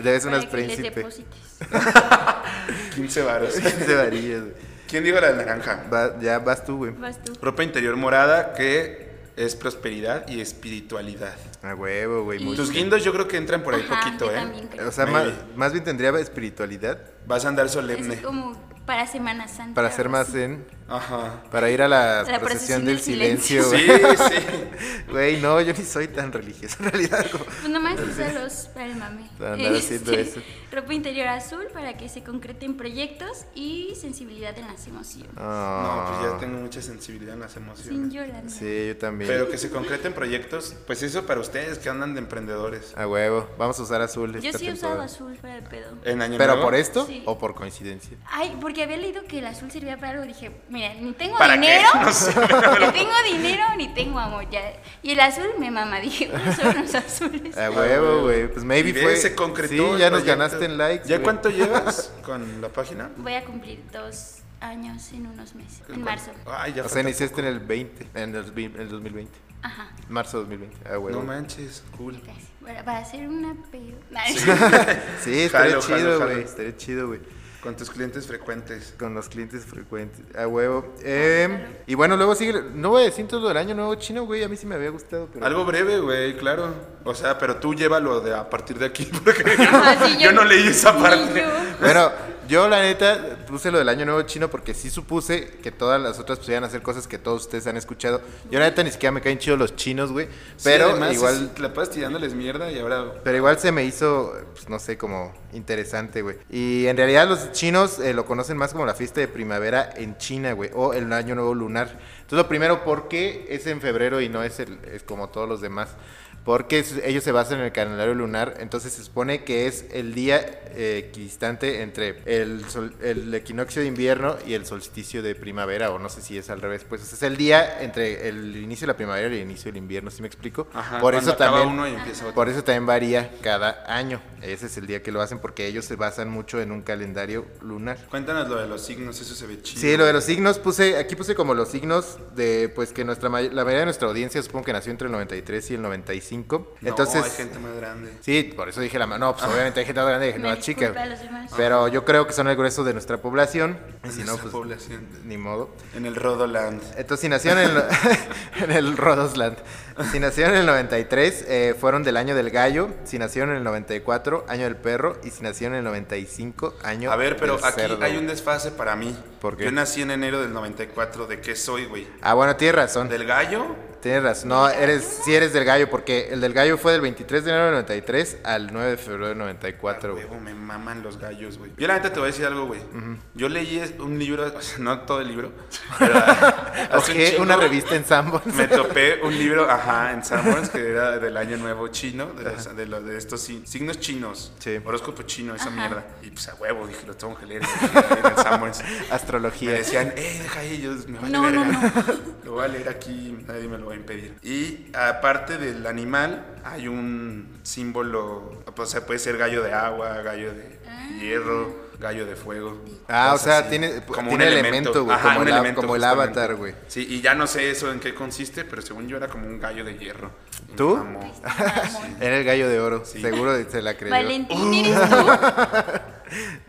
Speaker 1: Debes
Speaker 3: Para
Speaker 1: unas
Speaker 3: que les
Speaker 1: príncipe.
Speaker 3: deposites.
Speaker 2: 15 varos.
Speaker 1: De varillas, güey.
Speaker 2: ¿Quién dijo la naranja?
Speaker 1: Va- ya vas tú, güey.
Speaker 3: Vas tú.
Speaker 2: Ropa interior morada que es prosperidad y espiritualidad.
Speaker 1: A huevo, güey. muy-
Speaker 2: Tus guindos yo creo que entran por ahí
Speaker 3: Ajá,
Speaker 2: poquito,
Speaker 3: yo
Speaker 2: ¿eh?
Speaker 3: también creo.
Speaker 1: O sea,
Speaker 2: Maybe.
Speaker 1: más, más bien tendría espiritualidad
Speaker 2: Vas a andar solemne.
Speaker 3: Es como para Semana Santa.
Speaker 1: para ser
Speaker 3: algo
Speaker 1: más eh,
Speaker 3: así.
Speaker 1: zen,
Speaker 2: Ajá.
Speaker 1: para ir a la,
Speaker 3: La
Speaker 1: procesión del silencio,
Speaker 2: Sí,
Speaker 1: güey.
Speaker 2: sí.
Speaker 1: Güey, no, yo ni soy tan religioso en realidad. como-
Speaker 3: Pues nomás úsalos para el mame. Este,
Speaker 1: Para andar haciendo eso.
Speaker 3: Ropa interior azul para que se concreten proyectos y sensibilidad en las emociones.
Speaker 2: No,
Speaker 1: Ah,
Speaker 2: pues ya tengo mucha sensibilidad en las
Speaker 3: Sin
Speaker 2: emociones.
Speaker 3: llorar.
Speaker 1: Sí, yo también.
Speaker 2: Pero que se concreten proyectos, pues eso para ustedes que andan de emprendedores.
Speaker 1: A huevo, vamos a usar azul.
Speaker 3: Yo
Speaker 1: esta
Speaker 3: sí he usado
Speaker 1: temporada.
Speaker 3: azul para el pedo.
Speaker 2: En año
Speaker 1: ¿Pero
Speaker 2: Nuevo,
Speaker 1: por esto
Speaker 3: Sí.
Speaker 1: o por coincidencia?
Speaker 3: Ay, porque había leído que el azul servía para algo. Dije, mira, ni tengo
Speaker 2: ¿Para qué?
Speaker 3: dinero.
Speaker 2: No sé.
Speaker 3: ni tengo dinero, ni tengo amor. Ya. Y el azul me mama. Dije, "Uy, son los azules.
Speaker 2: Eh,
Speaker 1: A huevo, güey. Pues maybe
Speaker 2: Ah, Y ve,
Speaker 1: fue.
Speaker 2: se concretó.
Speaker 1: Sí,
Speaker 2: el
Speaker 1: ya nos
Speaker 2: proyecto.
Speaker 1: ganaste en likes.
Speaker 2: ¿Ya
Speaker 1: güey.
Speaker 2: cuánto llevas con la página?
Speaker 3: Voy a cumplir dos años en unos meses. En marzo.
Speaker 2: Ay, ya
Speaker 1: O sea,
Speaker 2: falta
Speaker 1: iniciaste en el 20, en el, dos- en el 2020.
Speaker 3: Ajá.
Speaker 1: Marzo 2020. A huevo.
Speaker 2: No manches, cool.
Speaker 3: Gracias. Bueno, para hacer una pedo. Ay,
Speaker 1: sí, estaría
Speaker 2: Jalo, jalo,
Speaker 1: chido,
Speaker 2: jalo.
Speaker 1: güey. Estaría chido, güey.
Speaker 2: Con tus clientes frecuentes.
Speaker 1: Con los clientes frecuentes. A huevo. Em, y bueno, luego sigue. No voy a decir todo el año nuevo chino, güey. A mí sí me había gustado. Pero...
Speaker 2: Algo breve, güey, claro. O sea, pero tú llévalo de a partir de aquí porque yo,
Speaker 3: Ajá, sí,
Speaker 2: yo no leí esa
Speaker 3: ni
Speaker 2: parte.
Speaker 3: yo.
Speaker 1: Bueno, yo la neta puse lo del año nuevo chino porque sí supuse que todas las otras pudieran hacer cosas que todos ustedes han escuchado. Yo la neta ni siquiera me caen chidos los chinos, güey. Pero igual,
Speaker 2: La pasas tirándoles mierda y ahora.
Speaker 1: pero igual se me hizo, pues, no sé, como interesante, güey. Y en realidad los chinos eh, lo conocen más como la fiesta de primavera en China, güey, o el año nuevo lunar. Entonces lo primero, ¿por qué es en febrero y no es, el, es como todos los demás? Porque es- ellos se basan en el calendario lunar, entonces se supone que es el día eh, equidistante entre el, sol- el equinoccio de invierno y el solsticio de primavera, o no sé si es al revés, pues o sea, es el día entre el inicio de la primavera y el inicio del invierno, ¿sí me explico?
Speaker 2: Ajá,
Speaker 1: Por
Speaker 2: cuando
Speaker 1: eso
Speaker 2: acaba
Speaker 1: también...
Speaker 2: uno y empieza otro.
Speaker 1: Por eso también varía cada año. Ese es el día que lo hacen porque ellos se basan mucho en un calendario lunar.
Speaker 2: Cuéntanos lo de los signos, eso se ve chido.
Speaker 1: Sí, lo de los signos puse, aquí puse como los signos de, pues que nuestra may- la mayoría de nuestra audiencia supongo que nació entre el 93 y el 95.
Speaker 2: No,
Speaker 1: Entonces,
Speaker 2: hay gente más grande.
Speaker 1: sí, por eso dije la mano, pues obviamente hay gente más grande y gente
Speaker 3: Una
Speaker 1: más chica.
Speaker 3: disculpa a los demás.
Speaker 1: Pero yo creo que son el grueso de nuestra población. Y
Speaker 2: En
Speaker 1: si no,
Speaker 2: esa
Speaker 1: pues
Speaker 2: población.
Speaker 1: ni modo.
Speaker 2: En el Rodoland.
Speaker 1: Entonces, si nacieron en, el- en el Rodosland, si nacieron en el 93, eh, fueron del año del gallo, si nacieron en el 94, año del perro, y si nacieron en el 95, año
Speaker 2: A ver, pero
Speaker 1: del
Speaker 2: aquí
Speaker 1: cerdo.
Speaker 2: hay un desfase para mí.
Speaker 1: ¿Por qué?
Speaker 2: Yo nací en enero del 94. ¿De qué soy, güey?
Speaker 1: Ah, bueno, tienes razón,
Speaker 2: ¿Del gallo?
Speaker 1: tienes razón. No, eres, sí eres del gallo, porque el del gallo fue del 23 de enero del 93 al 9 de febrero del 94, güey.
Speaker 2: Huevo, me maman los gallos, güey. Yo la neta te voy a decir algo, güey. Yo leí es- un libro, o sea, no todo el libro, pero ah, hace un
Speaker 1: Ojé
Speaker 2: chingo
Speaker 1: una revista en Sambo.
Speaker 2: Me topé un libro, ajá, en Sanborns que era del año nuevo chino, de, los- de, los- de estos si- signos chinos,
Speaker 1: Sí.
Speaker 2: horóscopo chino, esa mierda. Y pues a huevo, dije, lo tengo que leer en el Sanborns. Me
Speaker 1: Astrología.
Speaker 2: decían, eh, deja ahí, yo me vale
Speaker 3: No,
Speaker 2: verga.
Speaker 3: no,
Speaker 2: Lo voy a leer aquí, nadie me lo va a impedir. Y aparte del animal, hay un símbolo, o sea, puede ser gallo de agua, gallo de
Speaker 3: Ah.
Speaker 2: hierro, gallo de fuego.
Speaker 1: Ah, o
Speaker 2: cosas
Speaker 1: sea, tiene- tiene elemento, güey,
Speaker 2: Ajá,
Speaker 1: como
Speaker 2: un
Speaker 1: el av-
Speaker 2: elemento,
Speaker 1: como el
Speaker 2: justamente.
Speaker 1: avatar, güey.
Speaker 2: Sí, y ya no sé eso en qué consiste, pero según yo era como un gallo de hierro.
Speaker 1: ¿Tú?
Speaker 2: Me mamó.
Speaker 1: Era el gallo de oro,
Speaker 2: Sí.
Speaker 1: seguro se la creyó.
Speaker 3: Valentín, ¿eres tú?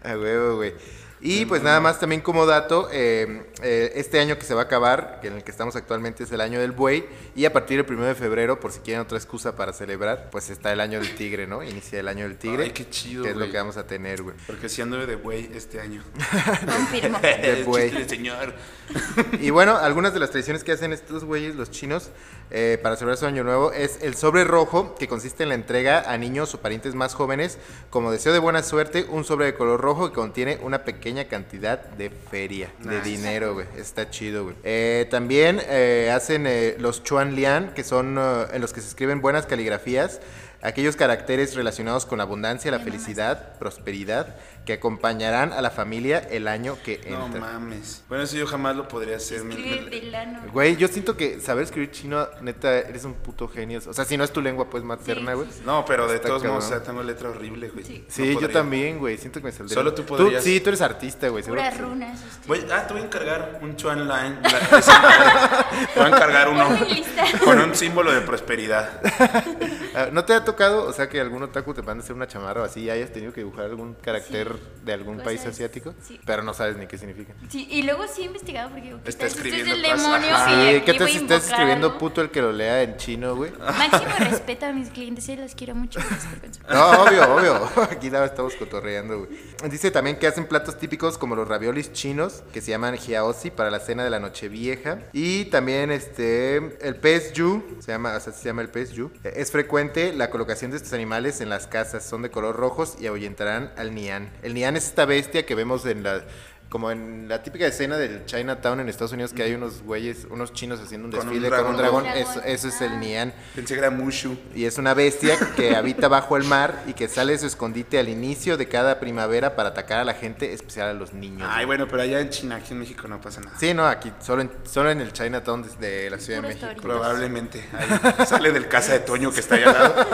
Speaker 1: A huevo, güey. Y pues nada más también como dato, eh, eh, este año que se va a acabar, que en el que estamos actualmente es el año del buey, y a partir del 1 de febrero, por si quieren otra excusa para celebrar, pues está el año del tigre, ¿no? Inicia el año del tigre.
Speaker 2: Ay, qué chido,
Speaker 1: Que es lo
Speaker 2: güey.
Speaker 1: que vamos a tener, güey.
Speaker 2: Porque sí anduve de güey este año.
Speaker 3: Confirmo.
Speaker 2: El
Speaker 1: güey.
Speaker 2: chiste del señor.
Speaker 1: Y bueno, algunas de las tradiciones que hacen estos güeyes, los chinos, eh, para celebrar su año nuevo es el sobre rojo, que consiste en la entrega a niños o parientes más jóvenes, como deseo de buena suerte, un sobre de color rojo que contiene una pequeña cantidad de feria, de
Speaker 2: Nice.
Speaker 1: dinero, güey. Está chido, güey. Eh, también eh, hacen eh, los chuan lian, que son eh, en los que se escriben buenas caligrafías. Aquellos caracteres relacionados con la abundancia, la felicidad, prosperidad, que acompañarán a la familia el año que entra.
Speaker 2: No mames. Bueno, eso yo jamás lo podría hacer. Me- me-
Speaker 3: Escribe pelano.
Speaker 1: Güey, yo siento que saber escribir chino, neta, eres un puto genio. O sea, si no es tu lengua, pues materna,
Speaker 3: Sí,
Speaker 1: güey.
Speaker 3: sí,
Speaker 2: No, pero de
Speaker 1: Está
Speaker 2: todos modos, o
Speaker 1: cabrón.
Speaker 2: sea, tengo letra horrible, güey.
Speaker 3: Sí.
Speaker 2: No
Speaker 1: Sí, yo
Speaker 2: podría.
Speaker 1: también, güey. Siento que me saldría.
Speaker 2: Solo tú podrías.
Speaker 1: sí, tú eres artista, güey. seguro
Speaker 3: Puras
Speaker 1: que sí.
Speaker 3: runas. este. usted.
Speaker 2: Voy, ah, te voy a encargar un chuan line. la- esa madre. Te voy a encargar uno
Speaker 3: Está muy lista.
Speaker 2: con un símbolo de prosperidad.
Speaker 1: Ah, ¿No te ha tocado, o sea, que algún otaku te mande a hacer una chamarra o así y hayas tenido que dibujar algún carácter
Speaker 3: Sí.
Speaker 1: de algún
Speaker 3: Cosas,
Speaker 1: país asiático?
Speaker 3: sí.
Speaker 1: pero no sabes ni qué significa?
Speaker 3: Sí, y luego sí he investigado porque digo, ¿qué
Speaker 2: Está
Speaker 3: tal si esto es
Speaker 2: escribiendo
Speaker 3: el
Speaker 2: cosas.
Speaker 3: demonio
Speaker 2: Ajá.
Speaker 3: que
Speaker 1: sí, ¿qué
Speaker 3: llevo
Speaker 1: te
Speaker 3: a
Speaker 1: si
Speaker 3: invocar
Speaker 1: estás escribiendo
Speaker 3: algo?
Speaker 1: puto el que lo lea en chino, güey?
Speaker 3: Máximo respeto a mis clientes, sí, los quiero mucho. disculpen.
Speaker 1: No, obvio, obvio. Aquí nada, estamos cotorreando, güey. Dice también que hacen platos típicos como los raviolis chinos, que se llaman hiaosi para la cena de la Nochevieja. Y también este, el pez yu, se llama, o sea, se llama el pez yu. Eh, Es frecuente la colocación de estos animales en las casas. Son de color rojos y ahuyentarán al nián. El nián es esta bestia que vemos en la... Como en la típica escena del Chinatown en Estados Unidos que hay unos güeyes, unos chinos haciendo un
Speaker 2: Con un
Speaker 1: desfile con un
Speaker 2: dragón.
Speaker 1: dragón, eso, eso es el nián.
Speaker 2: Pensé que era Mushu.
Speaker 1: Y es una bestia que habita bajo el mar y que sale de su escondite al inicio de cada primavera para atacar a la gente, especial a los niños.
Speaker 2: Ay,
Speaker 1: güey.
Speaker 2: bueno, pero allá en China, aquí en México no pasa nada.
Speaker 1: Sí, no, aquí, solo en, solo en el Chinatown de, de la Ciudad de
Speaker 3: Puros
Speaker 1: México.
Speaker 3: toritos.
Speaker 2: Probablemente. Ahí sale del casa de Toño que está allá al lado.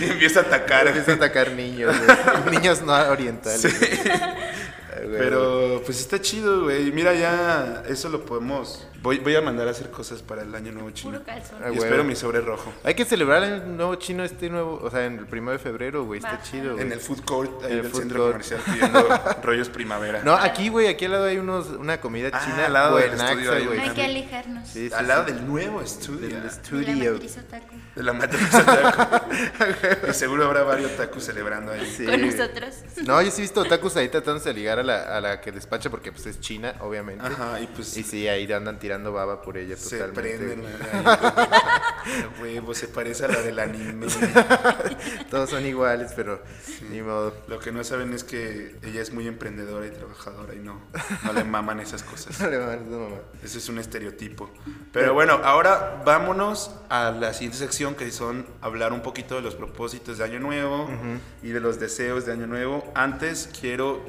Speaker 2: Y empieza a atacar.
Speaker 1: Empieza a atacar niños, güey. niños no orientales.
Speaker 2: Sí.
Speaker 1: güey. Ay, güey.
Speaker 2: Pero pues está chido, güey. Mira, ya eso lo podemos. Voy, voy a mandar a hacer cosas para el año nuevo chino.
Speaker 3: Puro calzón.
Speaker 1: Ah,
Speaker 2: Y
Speaker 1: güey.
Speaker 2: espero mi sobre rojo.
Speaker 1: Hay que celebrar el nuevo chino este nuevo, o sea, en el primero de febrero, güey, está
Speaker 3: Baja.
Speaker 1: chido, güey.
Speaker 2: En el food court ahí
Speaker 1: En el
Speaker 2: del
Speaker 1: food
Speaker 2: centro
Speaker 1: court.
Speaker 2: comercial pidiendo rollos primavera.
Speaker 1: No, aquí, güey, aquí al lado hay unos, una comida
Speaker 2: Ah,
Speaker 1: china
Speaker 2: al lado del
Speaker 1: buenaxa,
Speaker 2: estudio
Speaker 1: güey.
Speaker 2: hay
Speaker 3: No hay
Speaker 2: una-
Speaker 3: que alejarnos
Speaker 1: Sí, sí,
Speaker 2: Al lado
Speaker 1: sí.
Speaker 2: del nuevo estudio.
Speaker 1: Del
Speaker 3: de la
Speaker 1: estudio.
Speaker 3: matriz otaku.
Speaker 2: De la matriz otaku. y seguro habrá varios tacos celebrando ahí.
Speaker 1: Sí,
Speaker 3: Con
Speaker 1: güey.
Speaker 3: nosotros.
Speaker 1: No, yo sí he visto otakus ahí tratándose de ligar a la, a la que despacha porque pues es china, obviamente.
Speaker 2: Ajá, y pues
Speaker 1: Y sí, ahí andan tirando baba por ella
Speaker 2: se
Speaker 1: totalmente.
Speaker 2: prenden.
Speaker 1: güey.
Speaker 2: ahí. A huevo, se parece a la del anime.
Speaker 1: Todos son iguales, pero ni modo.
Speaker 2: Lo que no saben es que ella es muy emprendedora y trabajadora y no, no le maman esas cosas.
Speaker 1: No le van a dar, no, mamá.
Speaker 2: Ese es un estereotipo. Pero bueno, ahora vámonos a la siguiente sección que son hablar un poquito de los propósitos de Año Nuevo y de los deseos de Año Nuevo. Antes quiero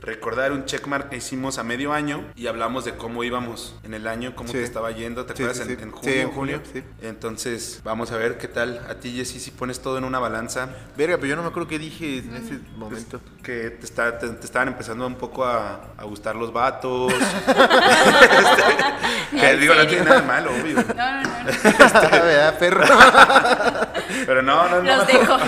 Speaker 2: recordar un checkmark que hicimos a medio año y hablamos de cómo íbamos en el año, cómo
Speaker 1: Sí.
Speaker 2: te estaba yendo. ¿Te
Speaker 1: Sí,
Speaker 2: acuerdas?
Speaker 1: sí,
Speaker 2: en,
Speaker 1: sí.
Speaker 2: en
Speaker 1: Sí,
Speaker 2: junio.
Speaker 1: en junio, sí.
Speaker 2: Entonces, vamos a ver qué tal a ti, Jessy, si pones todo en una balanza.
Speaker 1: Verga, pero yo no me acuerdo qué dije
Speaker 2: Mm.
Speaker 1: en ese momento.
Speaker 2: Que te, está- te- te estaban empezando un poco a, a gustar los vatos. que
Speaker 3: ¿En
Speaker 2: digo, no
Speaker 3: serio?
Speaker 2: tiene nada de malo, obvio.
Speaker 3: No, no, no.
Speaker 1: Este, ¿Verdad, perro?
Speaker 2: Pero no, no,
Speaker 3: no.
Speaker 2: no.
Speaker 3: Los dejo.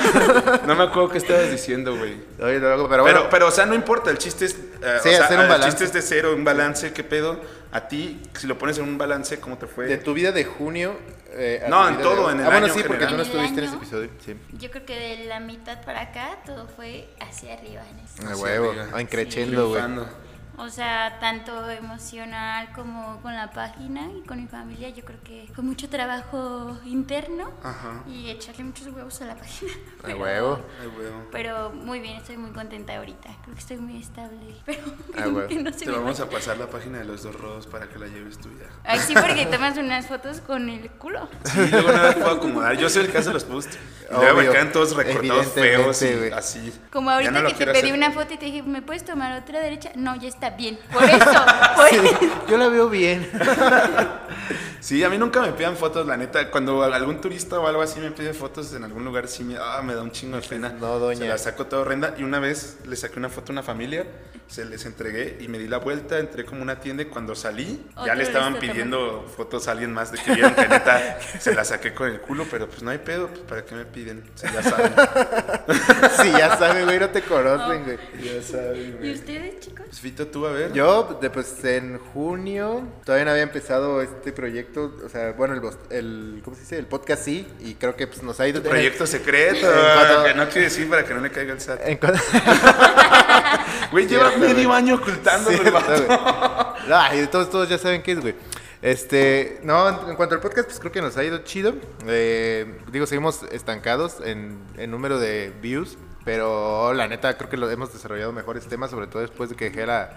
Speaker 2: No me acuerdo qué estabas diciendo, güey.
Speaker 1: Oye, loco, pero bueno.
Speaker 2: Pero, pero, o sea, no importa, el chiste es. eh,
Speaker 1: Sí,
Speaker 2: o sea,
Speaker 1: hacer un
Speaker 2: el
Speaker 1: balance.
Speaker 2: chiste es de cero, un balance, ¿qué pedo? A ti, si lo pones en un balance, ¿cómo te fue?
Speaker 1: de tu vida de junio. eh, a
Speaker 2: No,
Speaker 1: tu
Speaker 2: en
Speaker 1: vida
Speaker 2: todo,
Speaker 1: de-
Speaker 2: en el
Speaker 1: Ah, bueno,
Speaker 2: año
Speaker 1: sí, porque
Speaker 2: general.
Speaker 1: tú no
Speaker 3: ¿En el
Speaker 1: estuviste en ese
Speaker 3: año?
Speaker 1: episodio. Sí.
Speaker 3: Yo creo que de la mitad para acá todo fue hacia arriba. en eso.
Speaker 1: A
Speaker 2: Hacia
Speaker 1: huevo,
Speaker 2: arriba.
Speaker 1: ah, encrechendo, güey.
Speaker 2: Triunfando.
Speaker 3: O sea, tanto emocional como con la página y con mi familia, yo creo que fue mucho trabajo interno
Speaker 2: Ajá.
Speaker 3: y echarle muchos huevos a la página.
Speaker 1: A Ah, huevo.
Speaker 2: Ay, güey.
Speaker 3: Pero muy bien, estoy muy contenta ahorita. Creo que estoy muy estable. Pero
Speaker 1: Ah,
Speaker 3: como
Speaker 1: huevo.
Speaker 3: que no se
Speaker 2: Te
Speaker 3: me
Speaker 2: vamos
Speaker 3: va.
Speaker 2: a pasar la página de los dos rodos para que la lleves tú ya.
Speaker 3: Ay, sí, porque tomas unas fotos con el culo.
Speaker 2: Sí, luego no las puedo acomodar. Yo soy el caso de los posts. Y luego me
Speaker 1: Obvio,
Speaker 2: quedan todos recortados
Speaker 1: evidentemente,
Speaker 2: feos y
Speaker 1: güey.
Speaker 2: así.
Speaker 3: Como
Speaker 2: Ya
Speaker 3: ahorita
Speaker 2: no lo
Speaker 3: que te
Speaker 2: quiero
Speaker 3: pedí
Speaker 2: hacer.
Speaker 3: una foto y te dije, ¿me puedes tomar otra derecha? No, ya está bien. Por eso, por eso.
Speaker 1: Yo la veo bien.
Speaker 2: Sí, a mí nunca me pidan fotos, la neta. Cuando algún turista o algo así me pide fotos en algún lugar, sí me, ah, me da un chingo de pena.
Speaker 1: No, doña.
Speaker 2: Se la saco toda horrenda. Y una vez le saqué una foto a una familia, se les entregué y me di la vuelta, entré como una tienda y cuando salí, ya
Speaker 3: Otro
Speaker 2: le estaban
Speaker 3: turista
Speaker 2: pidiendo fotos a alguien más de que vieron que neta se la saqué con el culo, pero pues no hay pedo, pues para qué me piden, si ya saben.
Speaker 1: Sí, ya saben, güey, no te conocen, güey.
Speaker 2: ya saben,
Speaker 3: ¿Y
Speaker 2: güey.
Speaker 3: ustedes, chicos?
Speaker 2: Pues Fito, tú a ver.
Speaker 1: Yo, de- pues en junio, todavía no había empezado este proyecto, o sea, bueno, el, bos- el ¿cómo se dice? El podcast sí, y creo que pues nos ha ido...
Speaker 2: Proyecto secreto, eh,
Speaker 1: En cuanto-
Speaker 2: que no quiere decir para que no le caiga el SAT.
Speaker 1: En cuanto-
Speaker 2: Güey, lleva
Speaker 1: Cierto, güey.
Speaker 2: medio año ocultándolo el
Speaker 1: Cierto,
Speaker 2: vato.
Speaker 1: güey. No, ay, todos, todos ya saben qué es, güey. Este, no, en en cuanto al podcast, pues creo que nos ha ido chido. Eh, digo, seguimos estancados en, en número de views, pero la neta creo que lo, hemos desarrollado mejores temas, sobre todo después de que dejé la,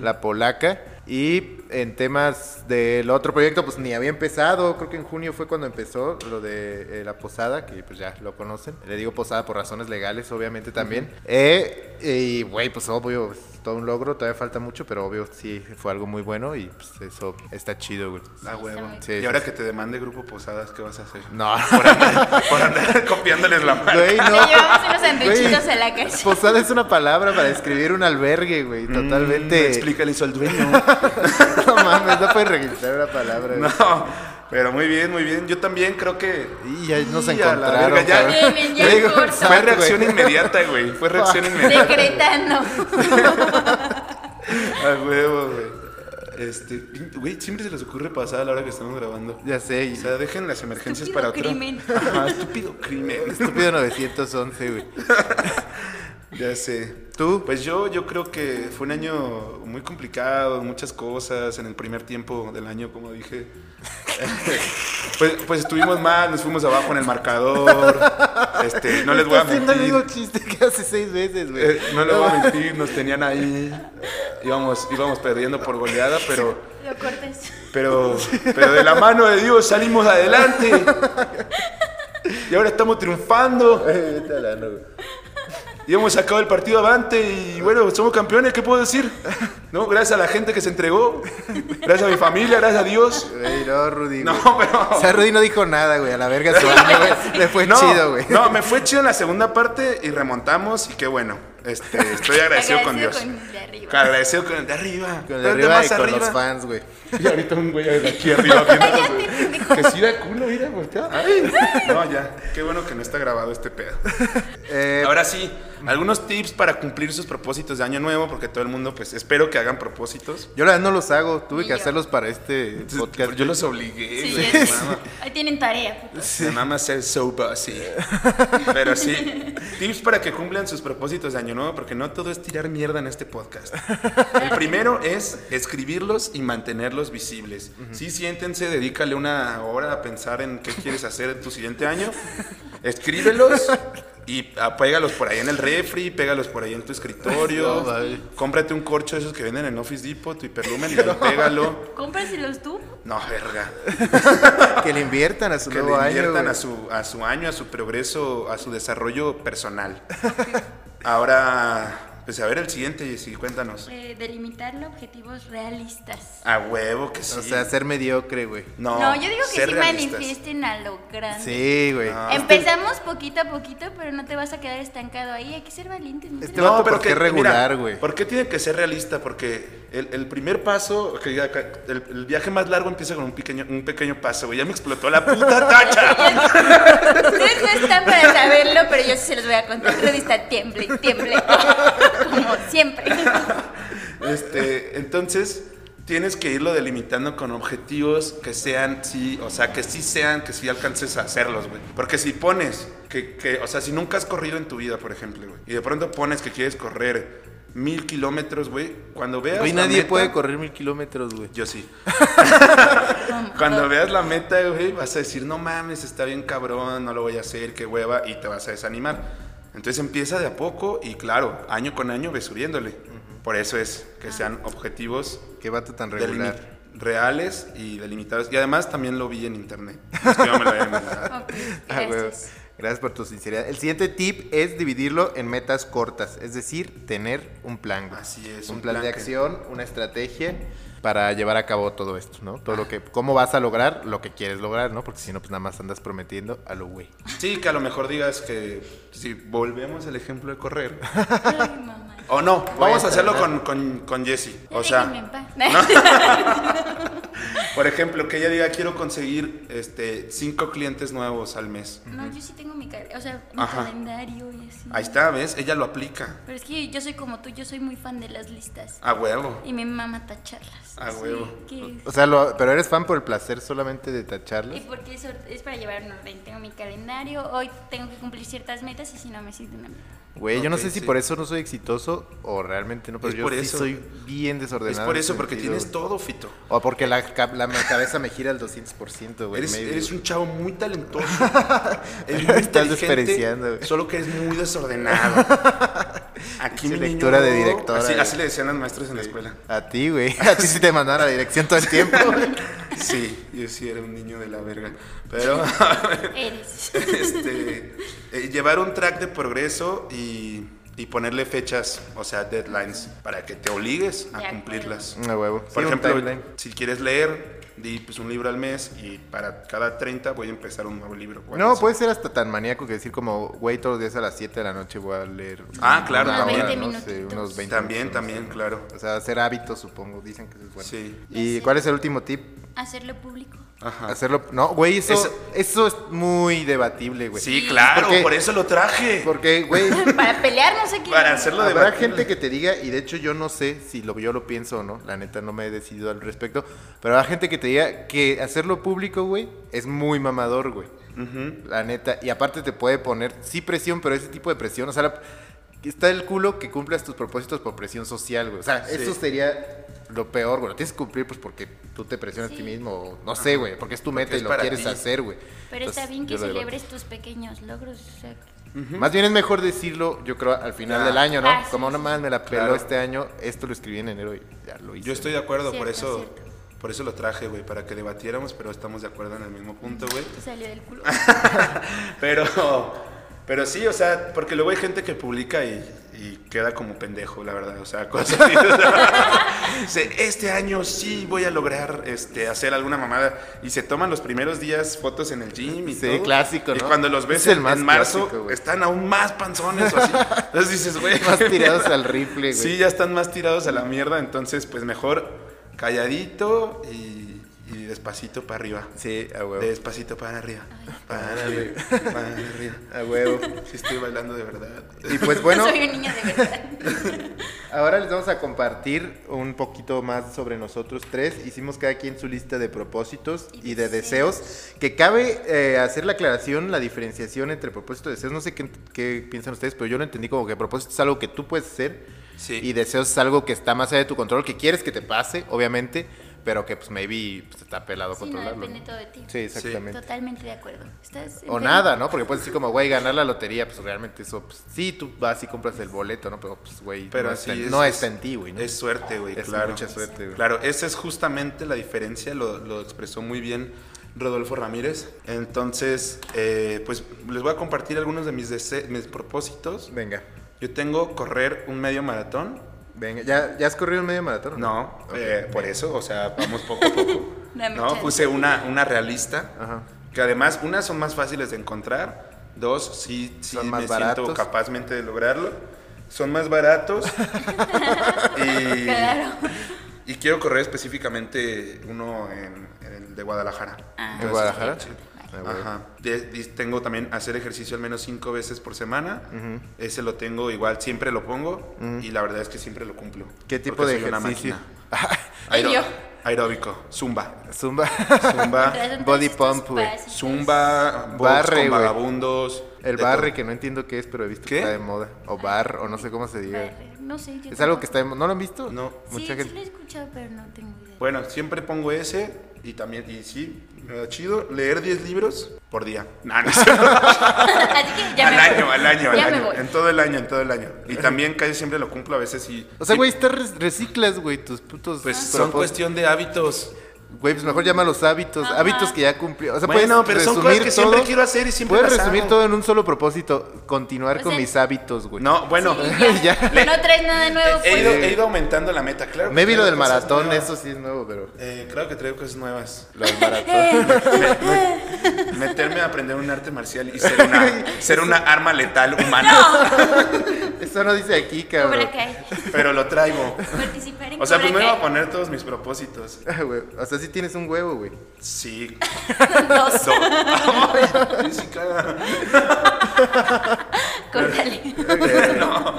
Speaker 1: la polaca. Y en temas del otro proyecto, pues ni había empezado. Creo que en junio fue cuando empezó lo de eh, la posada, que pues ya lo conocen. Le digo posada por razones legales, obviamente también. Eh, y güey, pues obvio, es todo un logro, todavía falta mucho, pero obvio sí fue algo muy bueno y pues eso está chido, güey.
Speaker 2: Ah,
Speaker 3: está
Speaker 2: huevo.
Speaker 3: muy
Speaker 1: Sí,
Speaker 2: y
Speaker 1: sí,
Speaker 2: ahora
Speaker 1: sí.
Speaker 2: que te demande Grupo Posadas, ¿qué vas a hacer?
Speaker 1: No,
Speaker 2: Por andar copiándoles la mano.
Speaker 1: güey, no.
Speaker 3: Le llevamos unos sanduichitos
Speaker 1: Güey,
Speaker 3: a la casa.
Speaker 1: Posada es una palabra para describir un albergue, güey.
Speaker 2: Mm,
Speaker 1: Totalmente.
Speaker 2: explícale eso al dueño.
Speaker 1: No mames, no puedes registrar una palabra, güey.
Speaker 2: no, pero muy bien, muy bien. Yo también creo que...
Speaker 1: Y ya nos
Speaker 2: Y a la
Speaker 1: encontraron.
Speaker 2: verga, ya.
Speaker 1: cabrón.
Speaker 3: Vienen, ya
Speaker 1: Le
Speaker 3: en
Speaker 1: digo,
Speaker 3: corto.
Speaker 1: "Sat,
Speaker 2: Fue
Speaker 1: güey".
Speaker 2: reacción inmediata, güey. Fue reacción inmediata.
Speaker 3: Decretando.
Speaker 2: Ah, huevo, güey. Este, güey, siempre se les ocurre pasar a la hora que estamos grabando.
Speaker 1: Ya sé, y-
Speaker 2: O sea, dejen las emergencias
Speaker 3: Estúpido
Speaker 2: para otro.
Speaker 3: crimen.
Speaker 2: Ajá, estúpido crimen.
Speaker 1: Estúpido 911, güey.
Speaker 2: Ya sé.
Speaker 1: ¿Tú?
Speaker 2: Pues yo, yo creo que fue un año muy complicado, muchas cosas, en el primer tiempo del año, como dije. pues, pues estuvimos mal, nos fuimos abajo en el marcador. Este, no les voy a
Speaker 1: Estás haciendo el mismo
Speaker 2: mentir.
Speaker 1: chiste que hace seis veces, güey.
Speaker 2: eh, no les voy a mentir, nos tenían ahí. Íbamos, íbamos perdiendo por goleada, pero,
Speaker 3: Lo cortes.
Speaker 2: pero, pero de la mano de Dios salimos adelante. Y ahora estamos triunfando.
Speaker 1: Eh, Vete a la nube.
Speaker 2: Y hemos sacado el partido avante y bueno, somos campeones, ¿qué puedo decir? ¿No? Gracias a la gente que se entregó, gracias a mi familia, gracias a Dios.
Speaker 1: Güey, no, Rudy.
Speaker 2: No,
Speaker 1: güey.
Speaker 2: pero-
Speaker 1: O sea, Rudy no dijo nada, güey. A la verga se va, güey. Le fue
Speaker 2: no,
Speaker 1: chido, güey.
Speaker 2: No, me fue chido en la segunda parte y remontamos y qué bueno. Este, estoy agradecido con Dios.
Speaker 3: Agradecido con de arriba.
Speaker 2: Agradecido con el de arriba.
Speaker 1: Con el de
Speaker 2: Pero el de
Speaker 1: arriba y
Speaker 2: más
Speaker 1: con
Speaker 2: arriba.
Speaker 1: los fans, güey.
Speaker 2: Y ahorita un güey de aquí arriba viéndonos, güey.
Speaker 3: pendejo.
Speaker 2: Que sí da culo, mira, voltea. Ay. No, ya. Qué bueno que no está grabado este pedo.
Speaker 1: Eh,
Speaker 2: Ahora sí, algunos tips para cumplir sus propósitos de año nuevo, porque todo el mundo, pues, espero que hagan propósitos.
Speaker 1: yo la verdad no los hago, tuve
Speaker 3: Y
Speaker 1: que
Speaker 3: yo.
Speaker 1: hacerlos para este podcast.
Speaker 2: Yo los obligué,
Speaker 3: Sí,
Speaker 2: güey.
Speaker 3: ya sé.
Speaker 2: Me mama.
Speaker 3: Ahí tienen tarea. puto.
Speaker 2: Me mama ser so bossy. Pero sí, tips para que cumplan sus propósitos de año nuevo, porque no todo es tirar mierda en este podcast. El primero es escribirlos y mantenerlos visibles. Sí, siéntense, dedícale una hora a pensar en qué quieres hacer en tu siguiente año. Escríbelos y ah, pégalos por ahí en el refri, pégalos por ahí en tu escritorio.
Speaker 1: No, vale.
Speaker 2: cómprate un corcho de esos que venden en Office Depot, tu hiperlumen, y ahí pégalo.
Speaker 3: Cómpraselos tú.
Speaker 2: No, verga
Speaker 1: Que le inviertan a su
Speaker 2: que le
Speaker 1: nuevo año.
Speaker 2: inviertan
Speaker 1: güey.
Speaker 2: a su, a su año, a su progreso, a su desarrollo personal. Ahora, pues a ver el siguiente, Jessy, cuéntanos.
Speaker 3: Eh, delimitarle objetivos realistas.
Speaker 2: A huevo que sí.
Speaker 1: O sea, ser mediocre, güey.
Speaker 2: no,
Speaker 3: No, yo digo que
Speaker 2: ser
Speaker 3: sí
Speaker 2: realistas.
Speaker 3: manifiesten a lo grande.
Speaker 1: Sí, güey.
Speaker 2: Ah.
Speaker 3: Empezamos poquito a poquito, pero no te vas a quedar estancado ahí. Hay que ser valientes. ¿no?
Speaker 1: Este- vato, ¿por qué regular,
Speaker 2: mira,
Speaker 1: güey?
Speaker 2: ¿Por qué tiene que ser realista? Porque el, el primer paso, que ya acá- el, el viaje más largo empieza con un pequeño, un pequeño paso, güey. Ya me explotó la puta tacha.
Speaker 3: Ustedes no están para saberlo, pero yo sí se los voy a contar. Revista tiemble, tiemble. Como siempre.
Speaker 2: Este, entonces tienes que irlo delimitando con objetivos que sean sí, o sea, que sí sean, que sí alcances a hacerlos, güey. Porque si pones que, que, o sea, si nunca has corrido en tu vida, por ejemplo, güey, y de pronto pones que quieres correr mil kilómetros, güey, cuando veas
Speaker 1: Güey,
Speaker 2: la
Speaker 1: nadie
Speaker 2: meta-
Speaker 1: puede correr mil kilómetros, güey.
Speaker 2: Yo sí.
Speaker 3: Como-
Speaker 2: Cuando veas la meta, güey, vas a decir, no mames, está bien cabrón, no lo voy a hacer, qué hueva, y te vas a desanimar. Entonces empieza de a poco y claro, año con año ves subiéndole. Por eso es que sean objetivos
Speaker 1: Qué vato tan
Speaker 2: delimi-
Speaker 1: regular.
Speaker 2: reales y delimitados. Y además también lo vi en internet. Es que yo me lo había inventado.
Speaker 3: Ok,
Speaker 1: Ah, güey.
Speaker 3: gracias.
Speaker 1: Gracias por tu sinceridad. El siguiente tip es dividirlo en metas cortas, es decir, tener un plan. güey.
Speaker 2: Así es,
Speaker 1: Un,
Speaker 2: un
Speaker 1: plan,
Speaker 2: plan
Speaker 1: de
Speaker 2: que-
Speaker 1: acción, una estrategia para llevar a cabo todo esto, ¿no? Todo lo que, cómo vas a lograr lo que quieres lograr, ¿no? Porque si no, pues nada más andas prometiendo a lo güey.
Speaker 2: sí, que a lo mejor digas que si volvemos al ejemplo de correr.
Speaker 3: Ay, mamá.
Speaker 2: O no, vamos a
Speaker 1: a
Speaker 2: hacerlo
Speaker 1: entrenar.
Speaker 2: con, con, con Jessie.
Speaker 3: Ya
Speaker 2: O sea,
Speaker 3: déjenme en paz.
Speaker 2: por ejemplo, que ella diga quiero conseguir este cinco clientes nuevos al mes.
Speaker 3: No, yo sí tengo mi, cal- o sea, mi
Speaker 2: Ajá.
Speaker 3: calendario y así.
Speaker 2: Ahí está, ¿ves? Ella lo aplica.
Speaker 3: Pero es que yo soy como tú, yo soy muy fan de las listas.
Speaker 2: A huevo.
Speaker 3: Y me mama tacharlas.
Speaker 2: A
Speaker 3: Sí,
Speaker 2: huevo.
Speaker 3: que-
Speaker 1: O sea, lo- pero eres fan por el placer solamente de tacharlas.
Speaker 3: Y porque eso es para llevar un orden. Tengo mi calendario, hoy tengo que cumplir ciertas metas y si no me siento una mierda.
Speaker 1: Güey, yo no
Speaker 2: Ok,
Speaker 1: sé si
Speaker 2: sí.
Speaker 1: por eso no soy exitoso o realmente no, pero
Speaker 2: Es
Speaker 1: yo
Speaker 2: por
Speaker 1: sí
Speaker 2: eso.
Speaker 1: soy bien desordenado.
Speaker 2: Es
Speaker 1: en
Speaker 2: por
Speaker 1: ese
Speaker 2: eso, porque
Speaker 1: sentido,
Speaker 2: tienes
Speaker 1: güey.
Speaker 2: todo, Fito.
Speaker 1: O porque la, cap- la cabeza me gira al 200%, güey.
Speaker 2: Eres,
Speaker 1: maybe,
Speaker 2: eres
Speaker 1: güey.
Speaker 2: un chavo muy talentoso. eres
Speaker 1: Estás
Speaker 2: inteligente,
Speaker 1: desperdiciando, güey.
Speaker 2: Solo que eres muy desordenado.
Speaker 1: Pinche
Speaker 2: Aquí mi niño-
Speaker 1: lectura de directora, eh.
Speaker 2: Así,
Speaker 1: güey.
Speaker 2: así le decían los maestros en la escuela.
Speaker 1: A ti, güey. A ti sí te mandaron a la dirección todo el tiempo, güey.
Speaker 2: Sí, yo sí era un niño de la verga. Pero
Speaker 3: Eres.
Speaker 2: este, eh, llevar un track de progreso y, y ponerle fechas, o sea, deadlines, para que te obligues
Speaker 3: De
Speaker 2: a
Speaker 3: acuerdo.
Speaker 2: cumplirlas.
Speaker 1: A huevo.
Speaker 2: Por
Speaker 1: Sí, un
Speaker 2: ejemplo,
Speaker 1: timeline.
Speaker 2: si quieres leer, di pues, un libro al mes y para cada 30 voy a empezar un nuevo libro. o algo
Speaker 1: No, pues.
Speaker 2: así.
Speaker 1: puede ser hasta tan maníaco que decir como, güey, todos los días a las 7 de la noche voy a leer.
Speaker 2: Ah, claro,
Speaker 1: una
Speaker 2: también.
Speaker 1: hora,
Speaker 3: 20
Speaker 1: no sé,
Speaker 3: minutitos.
Speaker 1: unos 20
Speaker 2: También,
Speaker 1: minutos, no sé.
Speaker 2: también, claro.
Speaker 1: O sea, hacer hábitos, supongo. Dicen que eso es bueno.
Speaker 2: Sí.
Speaker 1: ¿Y
Speaker 3: Ya sé.
Speaker 1: cuál es el último tip?
Speaker 3: Hacerlo público.
Speaker 2: Ajá.
Speaker 1: Hacerlo. No, güey, eso,
Speaker 2: Eso-
Speaker 1: eso es muy debatible, güey.
Speaker 2: Sí, claro,
Speaker 1: Porque-
Speaker 2: por eso lo traje.
Speaker 1: Porque, güey,
Speaker 3: Para pelearnos aquí.
Speaker 2: Para hacerlo de
Speaker 1: Habrá gente que te diga, y de hecho yo no sé si lo, yo lo pienso o no, la neta no me he decidido al respecto, pero habrá gente que te diga que hacerlo público, güey, es muy mamador, güey. La neta, y aparte te puede poner, sí presión, pero ese tipo de presión, o sea, la- está el culo que cumplas tus propósitos por presión social, güey. O sea,
Speaker 2: Sí.
Speaker 1: eso sería lo peor, güey. Lo tienes que cumplir pues porque tú te presionas a ti
Speaker 3: Sí.
Speaker 1: mismo, o no sé, güey, porque es tu meta
Speaker 2: es
Speaker 1: y lo
Speaker 2: para
Speaker 1: quieres
Speaker 2: ti.
Speaker 1: hacer, güey.
Speaker 3: Pero está
Speaker 1: Entonces, yo
Speaker 3: bien que
Speaker 1: lo debato.
Speaker 3: celebres tus pequeños logros. O sea,
Speaker 1: Más bien es mejor decirlo, yo creo, al final
Speaker 2: Ya.
Speaker 1: del año, ¿no?
Speaker 3: Ah, sí,
Speaker 1: Como
Speaker 3: sí,
Speaker 1: no mames, me la peló
Speaker 2: Claro.
Speaker 1: este año, esto lo escribí en enero y ya lo hice.
Speaker 2: Yo estoy de acuerdo, por
Speaker 3: Cierto,
Speaker 2: eso
Speaker 3: cierto.
Speaker 2: por eso lo traje, güey, para que debatiéramos, pero estamos de acuerdo en el mismo punto, güey.
Speaker 3: te salió del culo.
Speaker 2: Pero pero sí, o sea, porque luego hay gente que publica y, y queda como pendejo, la verdad, o sea, cosas así, o sea, Dice, este año sí voy a lograr este, hacer alguna mamada. Y se toman los primeros días fotos en el gym y
Speaker 1: Sí,
Speaker 2: todo.
Speaker 1: clásico,
Speaker 2: Y
Speaker 1: ¿no?
Speaker 2: cuando los ves
Speaker 1: Es el
Speaker 2: en,
Speaker 1: más
Speaker 2: en marzo,
Speaker 1: clásico, güey.
Speaker 2: están aún más panzones o así. Entonces dices, güey.
Speaker 1: Más tirados al rifle, güey.
Speaker 2: Sí, ya están más tirados a la mierda. Entonces, pues mejor calladito y, y despacito para arriba.
Speaker 1: Sí, a huevo.
Speaker 2: Despacito para arriba. Para arriba. Para arriba.
Speaker 1: A huevo.
Speaker 2: Sí, estoy bailando de verdad.
Speaker 1: Y pues bueno,
Speaker 3: Soy un niño de verdad.
Speaker 1: ahora les vamos a compartir un poquito más sobre nosotros tres. Hicimos cada quien su lista de propósitos
Speaker 3: Y
Speaker 1: y de
Speaker 3: deseos.
Speaker 1: deseos. Que cabe eh, hacer la aclaración, la diferenciación entre propósito y deseos. No sé qué, qué piensan ustedes, pero yo lo entendí como que propósito es algo que tú puedes hacer.
Speaker 2: Sí.
Speaker 1: Y deseos es algo que está más allá de tu control, que quieres que te pase, obviamente, pero que pues maybe pues, está pelado
Speaker 3: Sí, no,
Speaker 1: controlarlo.
Speaker 3: depende
Speaker 1: ¿no?
Speaker 3: todo de ti.
Speaker 1: Sí, exactamente.
Speaker 3: Totalmente de acuerdo. Estás
Speaker 1: O
Speaker 3: enfermo.
Speaker 1: nada, ¿no? Porque puedes decir como, güey, ganar la lotería, pues realmente eso, pues sí, tú vas y compras el boleto, ¿no? Pero pues, güey,
Speaker 2: Pero
Speaker 1: no,
Speaker 2: así
Speaker 1: está, en-
Speaker 2: es,
Speaker 1: no
Speaker 2: es-
Speaker 1: está en ti, güey, ¿no?
Speaker 2: Es suerte, güey,
Speaker 1: Es
Speaker 2: claro.
Speaker 1: mucha suerte, güey.
Speaker 2: Claro, esa es justamente la diferencia, lo, lo expresó muy bien Rodolfo Ramírez. Entonces, eh, pues les voy a compartir algunos de mis, dese- mis propósitos.
Speaker 1: Venga,
Speaker 2: Yo tengo correr un medio maratón.
Speaker 1: venga. ¿Ya, ya has corrido un medio maratón? o
Speaker 2: No,
Speaker 1: Ok.
Speaker 2: eh, por eso, o sea, vamos poco a poco.
Speaker 3: Dame
Speaker 2: no,
Speaker 3: chance.
Speaker 2: puse una, una realista.
Speaker 1: Ajá.
Speaker 2: Que además, unas son más fáciles de encontrar. Dos, sí, sí
Speaker 1: Son más
Speaker 2: me siento
Speaker 1: baratos.
Speaker 2: capazmente de lograrlo. Son más baratos. y,
Speaker 3: Claro.
Speaker 2: y quiero correr específicamente uno en, en el de Guadalajara.
Speaker 3: Ah.
Speaker 1: ¿En Guadalajara?
Speaker 2: sí.
Speaker 1: Ah, güey.
Speaker 2: Ajá. De- de- tengo también hacer ejercicio al menos cinco veces por semana. Ese lo tengo igual, siempre lo pongo. Y la verdad es que siempre lo cumplo.
Speaker 1: ¿Qué tipo
Speaker 2: Porque
Speaker 1: de
Speaker 2: soy una
Speaker 1: ejercicio?
Speaker 2: máquina.
Speaker 3: Y yo.
Speaker 2: Aeróbico, zumba.
Speaker 1: Zumba.
Speaker 2: Zumba,
Speaker 3: Traes entonces
Speaker 1: Body
Speaker 3: estos
Speaker 1: pump, güey.
Speaker 3: pasitos.
Speaker 2: zumba, box
Speaker 1: Barre,
Speaker 2: con
Speaker 1: güey.
Speaker 2: vagabundos.
Speaker 1: El
Speaker 2: de
Speaker 1: barre,
Speaker 2: todo.
Speaker 1: que no entiendo qué es, pero he visto
Speaker 2: ¿Qué?
Speaker 1: que está de moda. O bar, o no sé cómo se diga.
Speaker 3: Barrer. No sé. yo
Speaker 1: Es algo
Speaker 3: tampoco.
Speaker 1: que está de moda. ¿No lo han visto?
Speaker 2: No.
Speaker 1: Mucha
Speaker 3: sí, sí lo
Speaker 1: gente.
Speaker 3: he escuchado, pero no tengo idea.
Speaker 2: Bueno, siempre pongo ese y también, y sí, me da chido leer 10 libros por día. Nah, no es cierto.
Speaker 3: Así que ya
Speaker 2: al
Speaker 3: me
Speaker 2: año,
Speaker 3: voy.
Speaker 2: al año, al
Speaker 3: Ya me
Speaker 2: año.
Speaker 3: voy.
Speaker 2: En todo el año, en todo el año. Y también casi siempre lo cumplo a veces y...
Speaker 1: O sea,
Speaker 2: y,
Speaker 1: güey, Ah. te re- reciclas, güey, tus putos.
Speaker 2: Pues
Speaker 1: propós-
Speaker 2: son cuestión de hábitos.
Speaker 1: Güey, pues mejor llama los hábitos.
Speaker 3: Ajá.
Speaker 1: Hábitos que ya cumplió. O sea,
Speaker 2: Bueno,
Speaker 1: puedes
Speaker 2: pero son
Speaker 1: resumir
Speaker 2: cosas que
Speaker 1: todo.
Speaker 2: siempre quiero hacer y siempre
Speaker 1: Puedes
Speaker 2: las hago.
Speaker 1: resumir todo en un solo propósito. Continuar
Speaker 3: O
Speaker 1: con
Speaker 3: sea,
Speaker 1: mis hábitos, güey.
Speaker 2: No, bueno, Eh,
Speaker 3: Sí, ya. No traes nada nuevo.
Speaker 2: he,
Speaker 3: pues.
Speaker 2: ido, he ido aumentando la meta, claro. que
Speaker 1: Maybe lo
Speaker 2: traigo
Speaker 1: del
Speaker 2: cosas
Speaker 1: maratón,
Speaker 2: nuevas.
Speaker 1: eso sí es nuevo, pero.
Speaker 2: Eh, claro que traigo cosas nuevas.
Speaker 1: Lo del maratón.
Speaker 2: Meterme a aprender un arte marcial y ser una, ser una arma letal humana.
Speaker 1: eso no dice aquí, cabrón.
Speaker 3: Cobra Kai.
Speaker 2: Pero lo traigo.
Speaker 3: Participar en
Speaker 2: eh, O sea,
Speaker 3: Cobra
Speaker 2: primero voy a
Speaker 3: Kai.
Speaker 2: poner todos mis propósitos.
Speaker 1: Ah, güey, O sea, sí tienes un huevo, güey.
Speaker 2: Sí.
Speaker 3: Dos.
Speaker 2: Do- Ay, sí, cara.
Speaker 3: Córtale.
Speaker 2: Eh, no.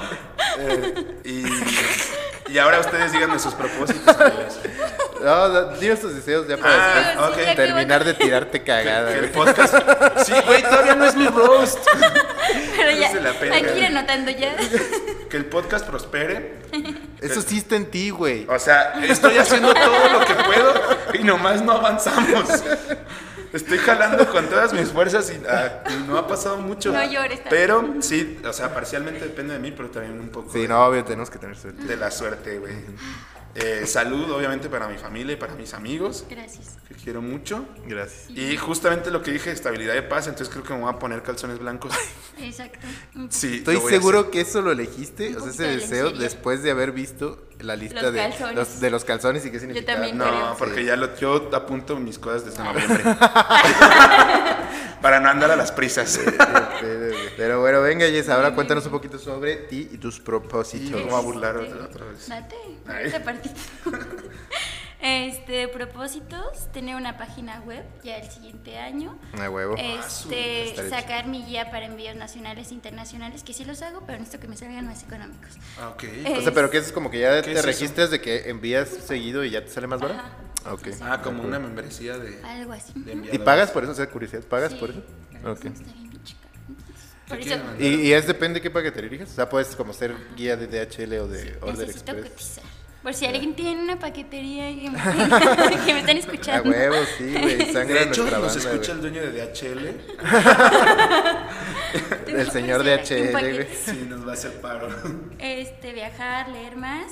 Speaker 2: Eh, y, y ahora ustedes díganme sus propósitos. amigos.
Speaker 1: No, no, dime tus deseos ya para
Speaker 2: Ah,
Speaker 1: después
Speaker 2: ok.
Speaker 3: ya que
Speaker 1: terminar de
Speaker 3: bueno.
Speaker 1: tirarte cagada,
Speaker 2: Que el
Speaker 1: güey.
Speaker 2: podcast. Sí, güey, todavía no es mi roast.
Speaker 3: Pero ya,
Speaker 2: Se la pega.
Speaker 3: hay que ir anotando ya.
Speaker 2: Que el podcast prospere.
Speaker 1: Eso sí está en ti, güey.
Speaker 2: O sea, estoy haciendo todo lo que puedo y nomás no avanzamos. Estoy jalando con todas mis fuerzas y, ah, y no ha pasado mucho.
Speaker 3: No llores tanto.
Speaker 2: Pero sí, o sea, parcialmente depende de mí, pero también un poco
Speaker 1: Sí,
Speaker 2: de,
Speaker 1: no, obvio, tenemos que tener suerte.
Speaker 2: de la suerte, güey. Eh, salud, obviamente, para mi familia y para mis amigos,
Speaker 3: Gracias.
Speaker 2: que quiero mucho.
Speaker 1: Gracias.
Speaker 2: Y justamente lo que dije, estabilidad de paz, entonces creo que me voy a poner calzones blancos.
Speaker 3: Exacto.
Speaker 2: Sí,
Speaker 1: Estoy
Speaker 2: lo voy a hacer.
Speaker 1: seguro que eso lo elegiste,
Speaker 3: Un
Speaker 1: o sea,
Speaker 3: poquito
Speaker 1: ese
Speaker 3: de
Speaker 1: deseo
Speaker 3: lencería.
Speaker 1: después de haber visto la lista
Speaker 3: Los
Speaker 1: de,
Speaker 3: calzones.
Speaker 1: los, de los calzones y qué significa.
Speaker 3: también
Speaker 2: No,
Speaker 3: creo.
Speaker 2: porque ya lo, yo apunto mis cosas desde
Speaker 1: Ah.
Speaker 2: noviembre. para no andar a las prisas.
Speaker 1: Pero bueno, venga, Jess, ahora cuéntanos un poquito sobre ti y tus propósitos.
Speaker 2: Y-
Speaker 3: Este,
Speaker 2: voy a burlar otra- otra vez.
Speaker 5: Ah,
Speaker 3: Date,
Speaker 2: Ay.
Speaker 3: esta partita. Este, propósitos, tener una página web ya el siguiente año.
Speaker 1: A huevo.
Speaker 3: Este,
Speaker 1: está hecho.
Speaker 3: sacar mi guía para envíos nacionales e internacionales, que sí los hago, pero necesito que me salgan más económicos.
Speaker 2: Ah, ok.
Speaker 1: o sea, pero que eso es como que ya
Speaker 2: ¿Qué
Speaker 1: te
Speaker 2: es eso?
Speaker 1: registras de que envías seguido y ya te sale más barato.
Speaker 3: Ajá.
Speaker 1: Ok.
Speaker 2: Ah, como una membresía de,
Speaker 5: Ah.
Speaker 3: Algo así.
Speaker 2: de
Speaker 1: ¿Y
Speaker 2: enviadores.
Speaker 1: pagas por eso? O sea, curiosidad, ¿pagas
Speaker 3: Sí,
Speaker 1: por eso?
Speaker 3: pero
Speaker 1: Ok.
Speaker 3: pues no está bien, muy chica. Entonces, Por
Speaker 2: ¿Qué
Speaker 3: eso
Speaker 2: quieren?
Speaker 1: Y, y es depende de qué paquetería elijas. O sea, puedes como ser guía de DHL o de Order
Speaker 3: necesito
Speaker 1: Express.
Speaker 3: cotizar. Por si alguien tiene una paquetería y- que me están
Speaker 1: A
Speaker 3: escuchando.
Speaker 1: huevo, sí, güey. Sangre
Speaker 2: De
Speaker 1: en
Speaker 2: hecho,
Speaker 1: nuestra
Speaker 2: nos
Speaker 1: banda, güey.
Speaker 2: escucha el dueño de DHL.
Speaker 3: Tengo
Speaker 1: del
Speaker 3: que
Speaker 1: señor
Speaker 3: hacer aquí un
Speaker 1: DHL, güey.
Speaker 3: paquete.
Speaker 2: Sí, nos va a hacer paro.
Speaker 3: Este, viajar, leer más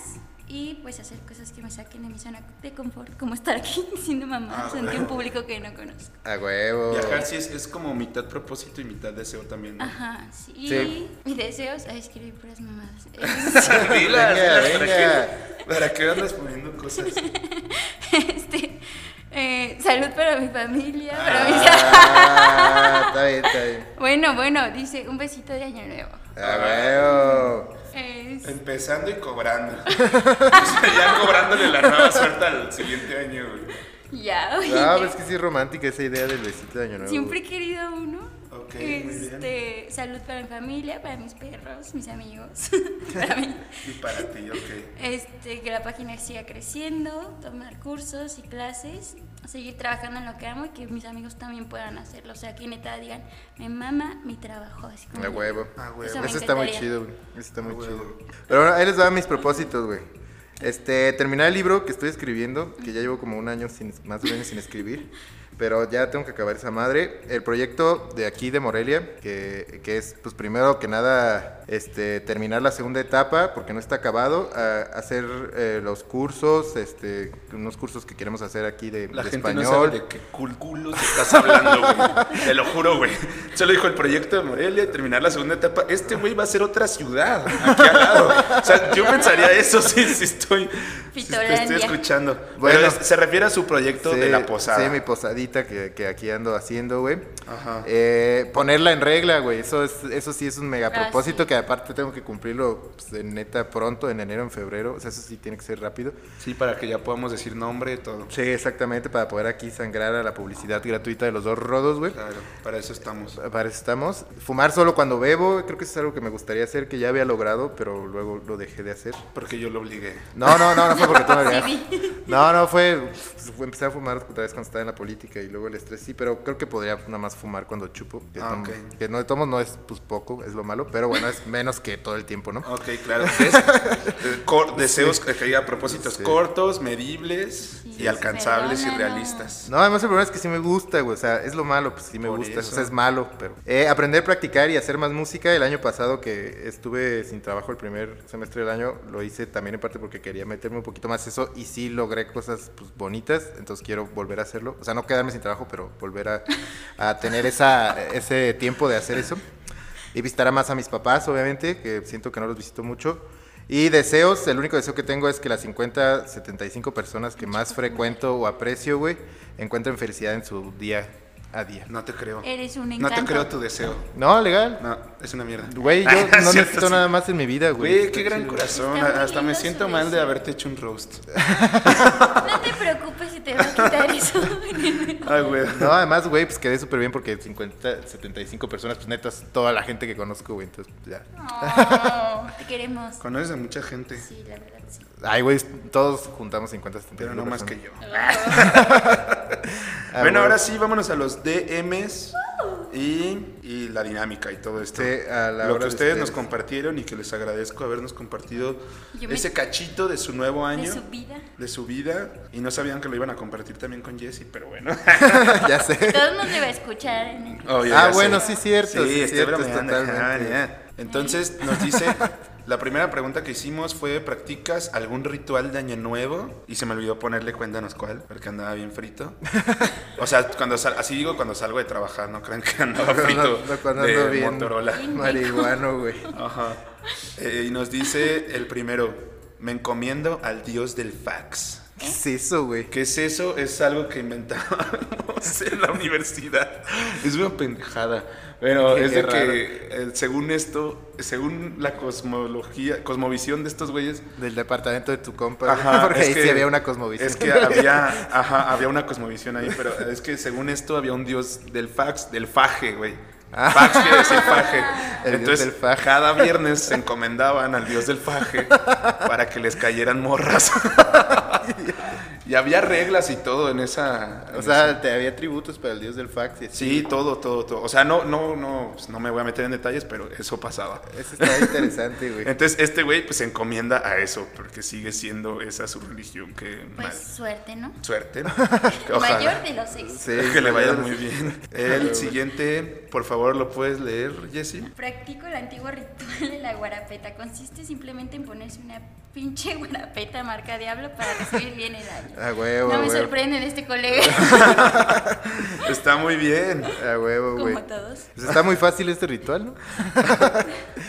Speaker 3: y pues hacer cosas que me saquen de mi zona de confort, como estar aquí siendo mamá
Speaker 2: Ah,
Speaker 3: ante
Speaker 2: bueno.
Speaker 3: un público que no conozco.
Speaker 1: A huevo.
Speaker 2: Viajar sí es, es como mitad propósito y mitad deseo también. ¿no?
Speaker 3: Ajá, sí.
Speaker 1: Sí.
Speaker 3: Mis deseos, ay, escribí puras mamadas.
Speaker 2: Dilas,
Speaker 1: Venga,
Speaker 2: dilas, ¿para
Speaker 1: venga.
Speaker 2: qué- ¿Para qué andas poniendo cosas?
Speaker 3: este, eh, salud para mi familia, para mis...
Speaker 1: Ah, está bien, está bien. Ah,
Speaker 3: Bueno, bueno, dice, un besito de año nuevo. Eh,
Speaker 1: A huevo.
Speaker 3: Es-
Speaker 2: Empezando y cobrando. O sea, ya cobrándole la nueva suerte al siguiente año, güey.
Speaker 3: ya, oye.
Speaker 1: Ah, pues es que sí es romántica esa idea del besito de año nuevo.
Speaker 3: Siempre he querido uno.
Speaker 2: Ok, muy bien.
Speaker 3: este, salud para mi familia, para mis perros, mis amigos, para mí.
Speaker 2: Y para ti, ok.
Speaker 3: Este, que la página siga creciendo, tomar cursos y clases, seguir trabajando en lo que amo y que mis amigos también puedan hacerlo. O sea, que neta digan, me mama mi trabajo. Así como
Speaker 1: A
Speaker 3: de-
Speaker 1: huevo.
Speaker 2: A huevo.
Speaker 1: Eso,
Speaker 3: me
Speaker 1: está muy
Speaker 3: encantaría.
Speaker 1: chido, güey. Eso está muy
Speaker 2: A huevo.
Speaker 1: chido. Pero bueno, ahí les van mis propósitos, güey. Este, terminar el libro que estoy escribiendo, que ya llevo como un año sin, más o menos sin escribir. Pero ya tengo que acabar esa madre. El proyecto de aquí de Morelia, que, que es, pues primero que nada, este, terminar la segunda etapa, porque no está acabado. a- hacer eh, los cursos, este, unos cursos que queremos hacer aquí de,
Speaker 2: La
Speaker 1: de
Speaker 2: gente
Speaker 1: español.
Speaker 2: no sabe de qué cul- culos estás hablando, güey. Te lo juro, güey. Solo dijo el proyecto de Morelia, terminar la segunda etapa. Este güey va a ser otra ciudad aquí al lado. O sea, yo pensaría eso si, si estoy, si te estoy
Speaker 3: Pitolandia.
Speaker 2: escuchando.
Speaker 1: Bueno.
Speaker 2: Bueno, se refiere a su proyecto de la posada.
Speaker 1: Sí, mi posadita que, que aquí ando haciendo, güey.
Speaker 2: Ajá.
Speaker 1: Eh, ponerla en regla, güey. Eso, es, eso sí es un mega
Speaker 3: Ah,
Speaker 1: propósito
Speaker 3: sí.
Speaker 1: que aparte tengo que cumplirlo pues, de neta pronto, en enero, en febrero. O sea, eso sí tiene que ser rápido.
Speaker 2: Sí, para que ya podamos decir nombre y todo.
Speaker 1: Sí, exactamente, para poder aquí sangrar a la publicidad gratuita de los dos rodos, güey.
Speaker 2: Claro, para eso estamos.
Speaker 1: Para eso estamos. Fumar solo cuando bebo, creo que eso es algo que me gustaría hacer, que ya había logrado, pero luego lo dejé de hacer.
Speaker 2: Porque yo lo obligué.
Speaker 1: No, no, no, no fue porque tú me obligaste.
Speaker 3: Sí,
Speaker 1: No, no, fue, fue- Empecé a fumar otra vez cuando estaba en la política y luego el estrés, sí, pero creo que podría nada más fumar cuando chupo. Que,
Speaker 2: Ah,
Speaker 1: tomo-
Speaker 2: ok.
Speaker 1: que no de tomos no es pues poco, es lo malo, pero bueno, es menos que todo el tiempo, ¿no?
Speaker 2: Ok, claro. ¿Ves? Eh, cor- deseos, que diga propósitos
Speaker 1: Sí.
Speaker 2: cortos, medibles
Speaker 3: Sí,
Speaker 2: y alcanzables y
Speaker 3: perdónanos.
Speaker 2: realistas.
Speaker 1: No, además el problema es que sí me gusta, güey. O sea, es lo malo, pues sí me
Speaker 2: Por
Speaker 1: gusta.
Speaker 2: eso.
Speaker 1: O sea, es malo, pero. Eh, aprender, practicar y hacer más música. El año pasado que estuve sin trabajo el primer semestre del año, lo hice también en parte porque quería meterme un poquito más eso y sí logré cosas pues, bonitas. Entonces quiero volver a hacerlo. O sea, no quedarme sin trabajo, pero volver a, a tener esa, ese tiempo de hacer eso. Y visitar a más a mis papás, obviamente, que siento que no los visito mucho. Y deseos, el único deseo que tengo es que las 50, 75 personas que más frecuento o aprecio, güey, encuentren felicidad en su día a día.
Speaker 2: No te creo.
Speaker 3: Eres un
Speaker 2: No te
Speaker 3: encanto.
Speaker 2: creo tu deseo.
Speaker 1: No, legal.
Speaker 2: No, es una mierda.
Speaker 1: Güey, yo
Speaker 2: Ah,
Speaker 1: no
Speaker 2: cierto,
Speaker 1: necesito
Speaker 2: sí.
Speaker 1: nada más en mi vida, güey.
Speaker 2: Güey,
Speaker 1: Está
Speaker 2: qué gran
Speaker 1: chido.
Speaker 2: corazón.
Speaker 3: Está muy
Speaker 2: Hasta me
Speaker 3: lindo
Speaker 2: siento
Speaker 3: su
Speaker 2: mal de
Speaker 3: deseo.
Speaker 2: haberte hecho un roast.
Speaker 3: No te preocupes si te va a quitar eso.
Speaker 2: Ay, güey.
Speaker 1: No, además, Ah, güey, pues quedé súper bien porque 50, 75 personas, pues netas, toda la gente que conozco, güey. Entonces, pues, ya.
Speaker 3: No, te queremos.
Speaker 2: Conoces a mucha gente,
Speaker 3: Sí, la verdad, sí.
Speaker 1: Ay, güey, todos juntamos 50, 75
Speaker 2: pero no más que
Speaker 1: personas.
Speaker 2: yo.
Speaker 1: Ah,
Speaker 2: bueno,
Speaker 1: güey.
Speaker 2: ahora sí, vámonos a los DMs y, y la dinámica y todo esto.
Speaker 1: Sí, a la
Speaker 2: Lo
Speaker 1: hora
Speaker 2: que
Speaker 1: de
Speaker 2: ustedes
Speaker 1: ustedes.
Speaker 2: nos compartieron y que les agradezco habernos compartido
Speaker 3: Yo me-
Speaker 2: ese cachito de su nuevo año.
Speaker 3: De su vida.
Speaker 2: de su vida y no sabían que lo iban a compartir también con Jesse, pero bueno.
Speaker 1: ya sé.
Speaker 3: Todo el mundo va a escuchar en el
Speaker 2: Oh,
Speaker 1: Ah, bueno, sí, cierto, sí,
Speaker 2: Sí, estoy
Speaker 1: cierto, es
Speaker 2: bromeando,
Speaker 1: totalmente.
Speaker 2: ya, ya. Entonces nos dice, la primera pregunta que hicimos fue, ¿practicas algún ritual de año nuevo? Y se me olvidó ponerle cuéntanos cuál, porque andaba bien frito. O sea, cuando sal- así digo cuando salgo de trabajar, no crean que
Speaker 1: No,
Speaker 2: andaba frito
Speaker 1: no, cuando
Speaker 2: de
Speaker 1: ando bien
Speaker 2: Motorola.
Speaker 1: marihuano, güey.
Speaker 2: Ajá. Eh, y nos dice el primero, me encomiendo al dios del fax.
Speaker 1: ¿Qué es eso, güey?
Speaker 2: ¿Qué es eso? Es algo que inventábamos en la universidad. Es una pendejada. Pero
Speaker 1: Qué-
Speaker 2: es
Speaker 1: qué
Speaker 2: de
Speaker 1: raro.
Speaker 2: que, eh, según esto, según la cosmología, cosmovisión de estos güeyes.
Speaker 1: Del departamento de tu compa. güey,
Speaker 2: ajá,
Speaker 1: porque
Speaker 2: es
Speaker 1: ahí
Speaker 2: que-
Speaker 1: sí había una cosmovisión.
Speaker 2: Es que había, ajá, había una cosmovisión ahí, pero es que según esto había un dios del fax, del faje, güey.
Speaker 1: Ah.
Speaker 2: Fax quiere decir faje.
Speaker 1: El dios
Speaker 2: Entonces,
Speaker 1: del faje.
Speaker 2: cada viernes se encomendaban al dios del faje para que les cayeran morras. Y había reglas y todo en esa.
Speaker 1: O
Speaker 2: en
Speaker 1: sea, te había tributos para el dios del fax. Y así.
Speaker 2: Sí, todo, todo, todo. O sea, no, no, no, pues, no me voy a meter en detalles, pero eso pasaba.
Speaker 1: Eso está interesante, güey.
Speaker 2: Entonces, este güey pues se encomienda a eso, porque sigue siendo esa su religión que
Speaker 5: Pues
Speaker 2: mal.
Speaker 5: suerte, ¿no?
Speaker 2: Suerte.
Speaker 5: Mayor de los seis.
Speaker 1: Sí,
Speaker 2: que le vaya
Speaker 1: mayor-
Speaker 2: muy bien. El siguiente, por favor, lo puedes leer, Jesse.
Speaker 5: Practico el antiguo ritual de la guarapeta. Consiste simplemente en ponerse una pinche guarapeta marca diablo para recibir bien el año.
Speaker 1: A huevo, a
Speaker 5: no me
Speaker 1: huevo.
Speaker 5: sorprende de este colega,
Speaker 2: Está muy bien.
Speaker 1: A huevo, güey.
Speaker 5: como todos.
Speaker 1: Pues está muy fácil este ritual, ¿no?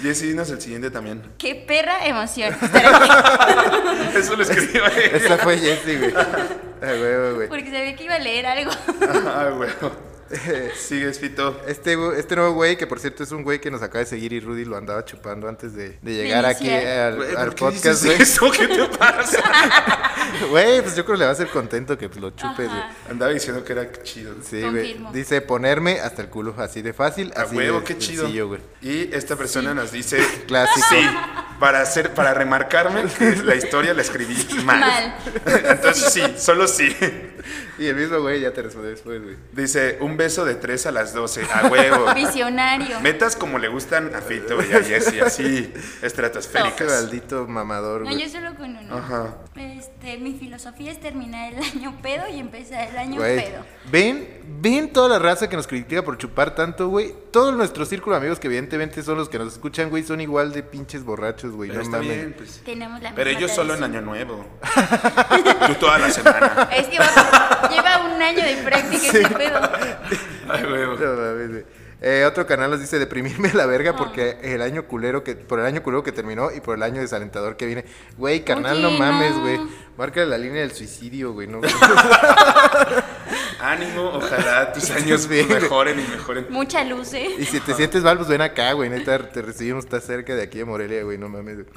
Speaker 2: Jesse, dinos el siguiente también.
Speaker 5: Qué perra emoción estar aquí,
Speaker 2: Eso lo escribió él.
Speaker 1: Esa fue Jessy, güey. A huevo, güey.
Speaker 5: porque sabía que iba a leer algo.
Speaker 2: Ah, bueno. Sigues, Fito.
Speaker 1: Este, güey- este nuevo güey, que por cierto es un güey que nos acaba de seguir y Rudy lo andaba chupando antes de, de llegar aquí
Speaker 5: iniciar.
Speaker 1: al,
Speaker 2: Güey,
Speaker 1: al
Speaker 2: ¿por qué
Speaker 1: podcast,
Speaker 2: dices
Speaker 1: güey.
Speaker 2: eso? ¿Qué te pasa?
Speaker 1: Güey, pues yo creo que le va a ser contento que pues, lo chupes,
Speaker 5: Ajá.
Speaker 1: güey.
Speaker 2: Andaba diciendo que era chido.
Speaker 1: Sí, güey.
Speaker 5: Confirmo.
Speaker 1: Dice ponerme hasta el culo, así de fácil,
Speaker 2: A
Speaker 1: así
Speaker 2: huevo,
Speaker 1: de
Speaker 2: qué chido.
Speaker 1: sencillo, güey.
Speaker 2: Y esta persona nos dice
Speaker 1: Clásico.
Speaker 2: Sí, para hacer, para remarcarme que la historia la escribí mal.
Speaker 5: Mal.
Speaker 2: Entonces sí, solo sí.
Speaker 1: Y el mismo güey ya te respondió después, güey.
Speaker 2: Dice, un beso de 3 a las 12, a huevo.
Speaker 5: Visionario.
Speaker 2: Metas como le gustan a Fito y a Jessy, así
Speaker 1: Qué
Speaker 2: estratosféricas.
Speaker 1: maldito mamador,
Speaker 5: No,
Speaker 1: güey.
Speaker 5: yo solo con uno.
Speaker 2: Ajá.
Speaker 5: Este, mi filosofía es terminar el año pedo y empezar el año
Speaker 1: Güey,
Speaker 5: pedo.
Speaker 1: ven, ven toda la raza que nos critica por chupar tanto, güey. Todo nuestro círculo de amigos, que evidentemente son los que nos escuchan, güey, son igual de pinches borrachos, güey.
Speaker 2: Pero
Speaker 1: No
Speaker 2: está
Speaker 1: mames.
Speaker 2: bien, pues.
Speaker 5: Tenemos la
Speaker 2: Pero
Speaker 5: misma
Speaker 2: yo solo en
Speaker 5: tradición.
Speaker 2: Año Nuevo. Tú toda la semana.
Speaker 5: Es que va- lleva un año de práctica este pedo.
Speaker 2: A huevo.
Speaker 1: No mames, güey. Eh, otro canal nos dice deprimirme a la
Speaker 5: Ah.
Speaker 1: verga porque el año culero que por el año culero que terminó y por el año desalentador que viene. Güey, carnal, no
Speaker 5: Oye,
Speaker 1: mames,
Speaker 5: no.
Speaker 1: güey. Márcale la línea del suicidio, güey. No,
Speaker 2: Ánimo, ojalá tus años
Speaker 1: Sí, güey.
Speaker 2: mejoren y mejoren.
Speaker 5: Mucha luz, ¿eh?
Speaker 1: Y si te sientes mal, pues ven acá, güey. Neta, te recibimos, está cerca de aquí de Morelia, güey. No mames. güey.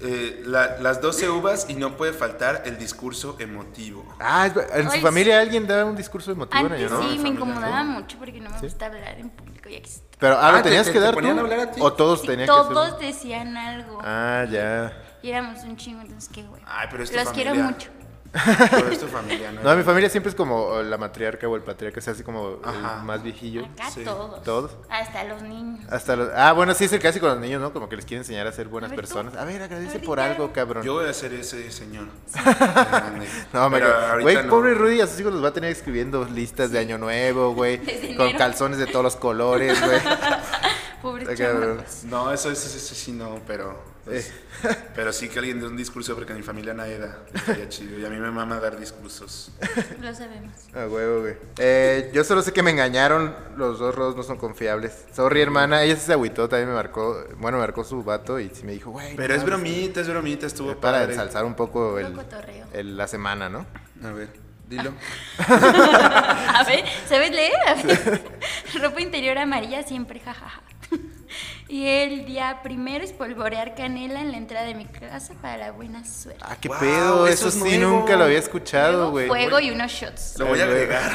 Speaker 2: Eh, la- las 12 uvas y no puede faltar el discurso emotivo.
Speaker 1: Ah, es ver- en su
Speaker 5: Ay,
Speaker 1: familia alguien da un discurso emotivo en Año
Speaker 5: Antes
Speaker 1: Nuevo?
Speaker 5: sí,
Speaker 2: familia,
Speaker 5: me incomodaba mucho porque no me gusta hablar en público. Y aquí sí,
Speaker 1: Pero, ah,
Speaker 2: Ah,
Speaker 1: ¿lo
Speaker 2: ¿te-
Speaker 1: tenías
Speaker 2: te-
Speaker 1: que
Speaker 2: te
Speaker 1: dar
Speaker 2: ponían
Speaker 1: tú?
Speaker 2: a hablar a ti?
Speaker 1: ¿O todos tenían que
Speaker 5: todos
Speaker 1: hacer?
Speaker 5: decían algo.
Speaker 1: Ah, ya.
Speaker 5: Y éramos un chingo, entonces qué güey.
Speaker 2: Ay, pero Ah, es tu
Speaker 5: Los
Speaker 2: familia.
Speaker 5: quiero mucho.
Speaker 2: Pero es tu familia, ¿no?
Speaker 1: No, mi familia siempre es como la matriarca o el patriarca, o sea, así como el
Speaker 2: Ajá.
Speaker 1: más viejillo.
Speaker 5: Acá
Speaker 2: Sí.
Speaker 5: todos.
Speaker 1: Todos.
Speaker 5: Hasta los niños.
Speaker 1: Hasta los- Ah, bueno, sí es el casi con los niños, ¿no? Como que les quiere enseñar a ser buenas
Speaker 5: A ver, tú.
Speaker 1: personas. A ver, agradece
Speaker 5: A ver,
Speaker 1: por
Speaker 5: ya.
Speaker 1: algo, cabrón.
Speaker 2: Yo voy a ser ese señor. Grande.
Speaker 1: No, me
Speaker 2: Pero
Speaker 1: quedo-
Speaker 2: ahorita
Speaker 1: Güey,
Speaker 2: no.
Speaker 1: pobre Rudy, a sus hijos los va a tener escribiendo listas de Año Nuevo, güey.
Speaker 5: Desde
Speaker 1: Con
Speaker 5: enero.
Speaker 1: calzones de todos los colores, güey.
Speaker 2: Ah,
Speaker 5: Pobres
Speaker 1: Está cabrón.
Speaker 5: chamacos.
Speaker 2: No, eso, eso, eso sí no, pero... pues,
Speaker 1: Eh.
Speaker 2: Pero sí que alguien dé un discurso porque mi familia nadie da. Estaría chido. Y a mí me mama dar discursos.
Speaker 5: Lo sabemos.
Speaker 1: A huevo, güey. Eh, yo solo sé que me engañaron. Los dos rodos no son confiables. Sorry, hermana. Ella sí se agüitó, también me marcó. Bueno, me marcó su vato y sí me dijo, güey.
Speaker 2: Pero
Speaker 1: no
Speaker 2: es
Speaker 1: mames".
Speaker 2: bromita, es bromita, estuvo
Speaker 1: Eh, Para
Speaker 2: padre.
Speaker 1: ensalzar un poco el,
Speaker 5: cotorreo.
Speaker 1: el- la semana, ¿no?
Speaker 2: A ver, dilo.
Speaker 5: A ver, ¿sabes leer? A ver. Ropa interior amarilla siempre, jajaja. Y el día primero es polvorear canela en la entrada de mi casa para la buena suerte.
Speaker 1: Ah, qué
Speaker 2: Wow,
Speaker 1: pedo.
Speaker 2: eso
Speaker 1: Eso,
Speaker 2: es
Speaker 1: sí,
Speaker 2: nuevo.
Speaker 1: nunca lo había
Speaker 5: Luego
Speaker 1: escuchado, güey.
Speaker 5: fuego y unos shots.
Speaker 2: Lo voy a
Speaker 1: Ay, güey.
Speaker 2: agregar.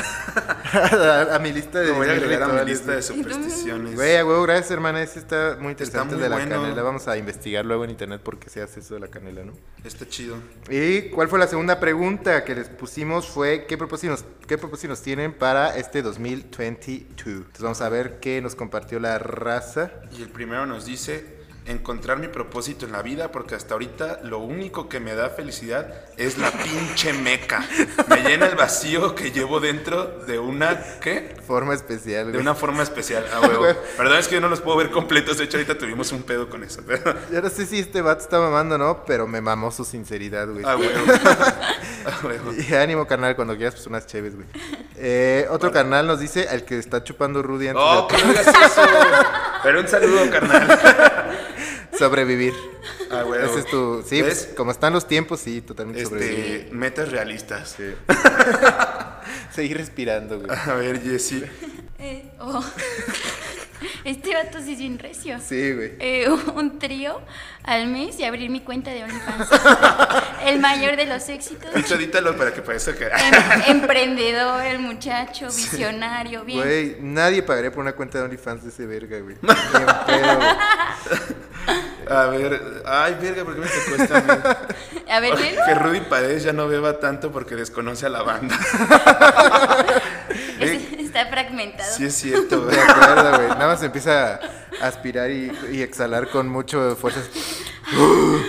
Speaker 1: a, a mi lista de.
Speaker 2: Lo voy a agregar a mi
Speaker 1: rituales,
Speaker 2: lista
Speaker 1: güey.
Speaker 2: de supersticiones.
Speaker 1: Güey, a huevo, gracias, hermana. Ese está muy interesante
Speaker 2: muy
Speaker 1: de la
Speaker 2: bueno.
Speaker 1: canela. Vamos a investigar luego en internet por qué se hace eso de la canela, ¿no?
Speaker 2: Está chido.
Speaker 1: ¿Y cuál fue la segunda pregunta que les pusimos? Fue ¿qué propósitos, qué propósitos tienen para este 2022? Entonces vamos a ver qué nos compartió la raza.
Speaker 2: Y el primero nos dice encontrar mi propósito en la vida porque hasta ahorita lo único que me da felicidad es la pinche meca. Me llena el vacío que llevo dentro de una ¿qué?
Speaker 1: Forma especial.
Speaker 2: De
Speaker 1: güey.
Speaker 2: una forma especial. Ah, huevo.
Speaker 1: Huevo.
Speaker 2: Perdón, es que yo no los puedo ver completos. De hecho, ahorita tuvimos un pedo con eso. pero-
Speaker 1: Yo no sé si este vato está mamando o no, pero me mamó su sinceridad, güey.
Speaker 2: Ah, huevo. Ah, huevo.
Speaker 1: Y ánimo, carnal, cuando quieras, pues unas chéves, güey. Eh, otro carnal nos dice, al que está chupando Rudy antes
Speaker 2: No,
Speaker 1: de
Speaker 2: Oh, pero no digas eso. Pero un saludo, carnal.
Speaker 1: sobrevivir.
Speaker 2: Ah, huevo.
Speaker 1: Ese es tu... Sí,
Speaker 2: pues. ¿Ves?
Speaker 1: pues, como están los tiempos, sí, totalmente sobrevivir.
Speaker 2: Este, metas realistas.
Speaker 1: Seguir respirando, güey.
Speaker 2: A ver, Jessy.
Speaker 5: Eh, oh. Este vato sí es bien recio.
Speaker 1: Sí, güey.
Speaker 5: Eh, un trío al mes y abrir mi cuenta de OnlyFans. el mayor de los éxitos.
Speaker 2: De hecho, edítalo para que parezca que...
Speaker 5: Em- emprendedor, el muchacho, visionario, bien.
Speaker 1: Güey, nadie pagaría por una cuenta de OnlyFans de ese verga, güey. Ni en pedo, güey.
Speaker 2: A ver, ay, verga, ¿por qué me tocó esta? mierda?
Speaker 5: A ver, léelo.
Speaker 2: Que Rudy Paredes ya no beba tanto porque desconoce a la banda.
Speaker 5: Es- Está fragmentado.
Speaker 2: Sí es cierto,
Speaker 1: De
Speaker 2: güey.
Speaker 1: acuerdo, güey. Nada más empieza a aspirar y, y exhalar con mucho fuerza. Uy.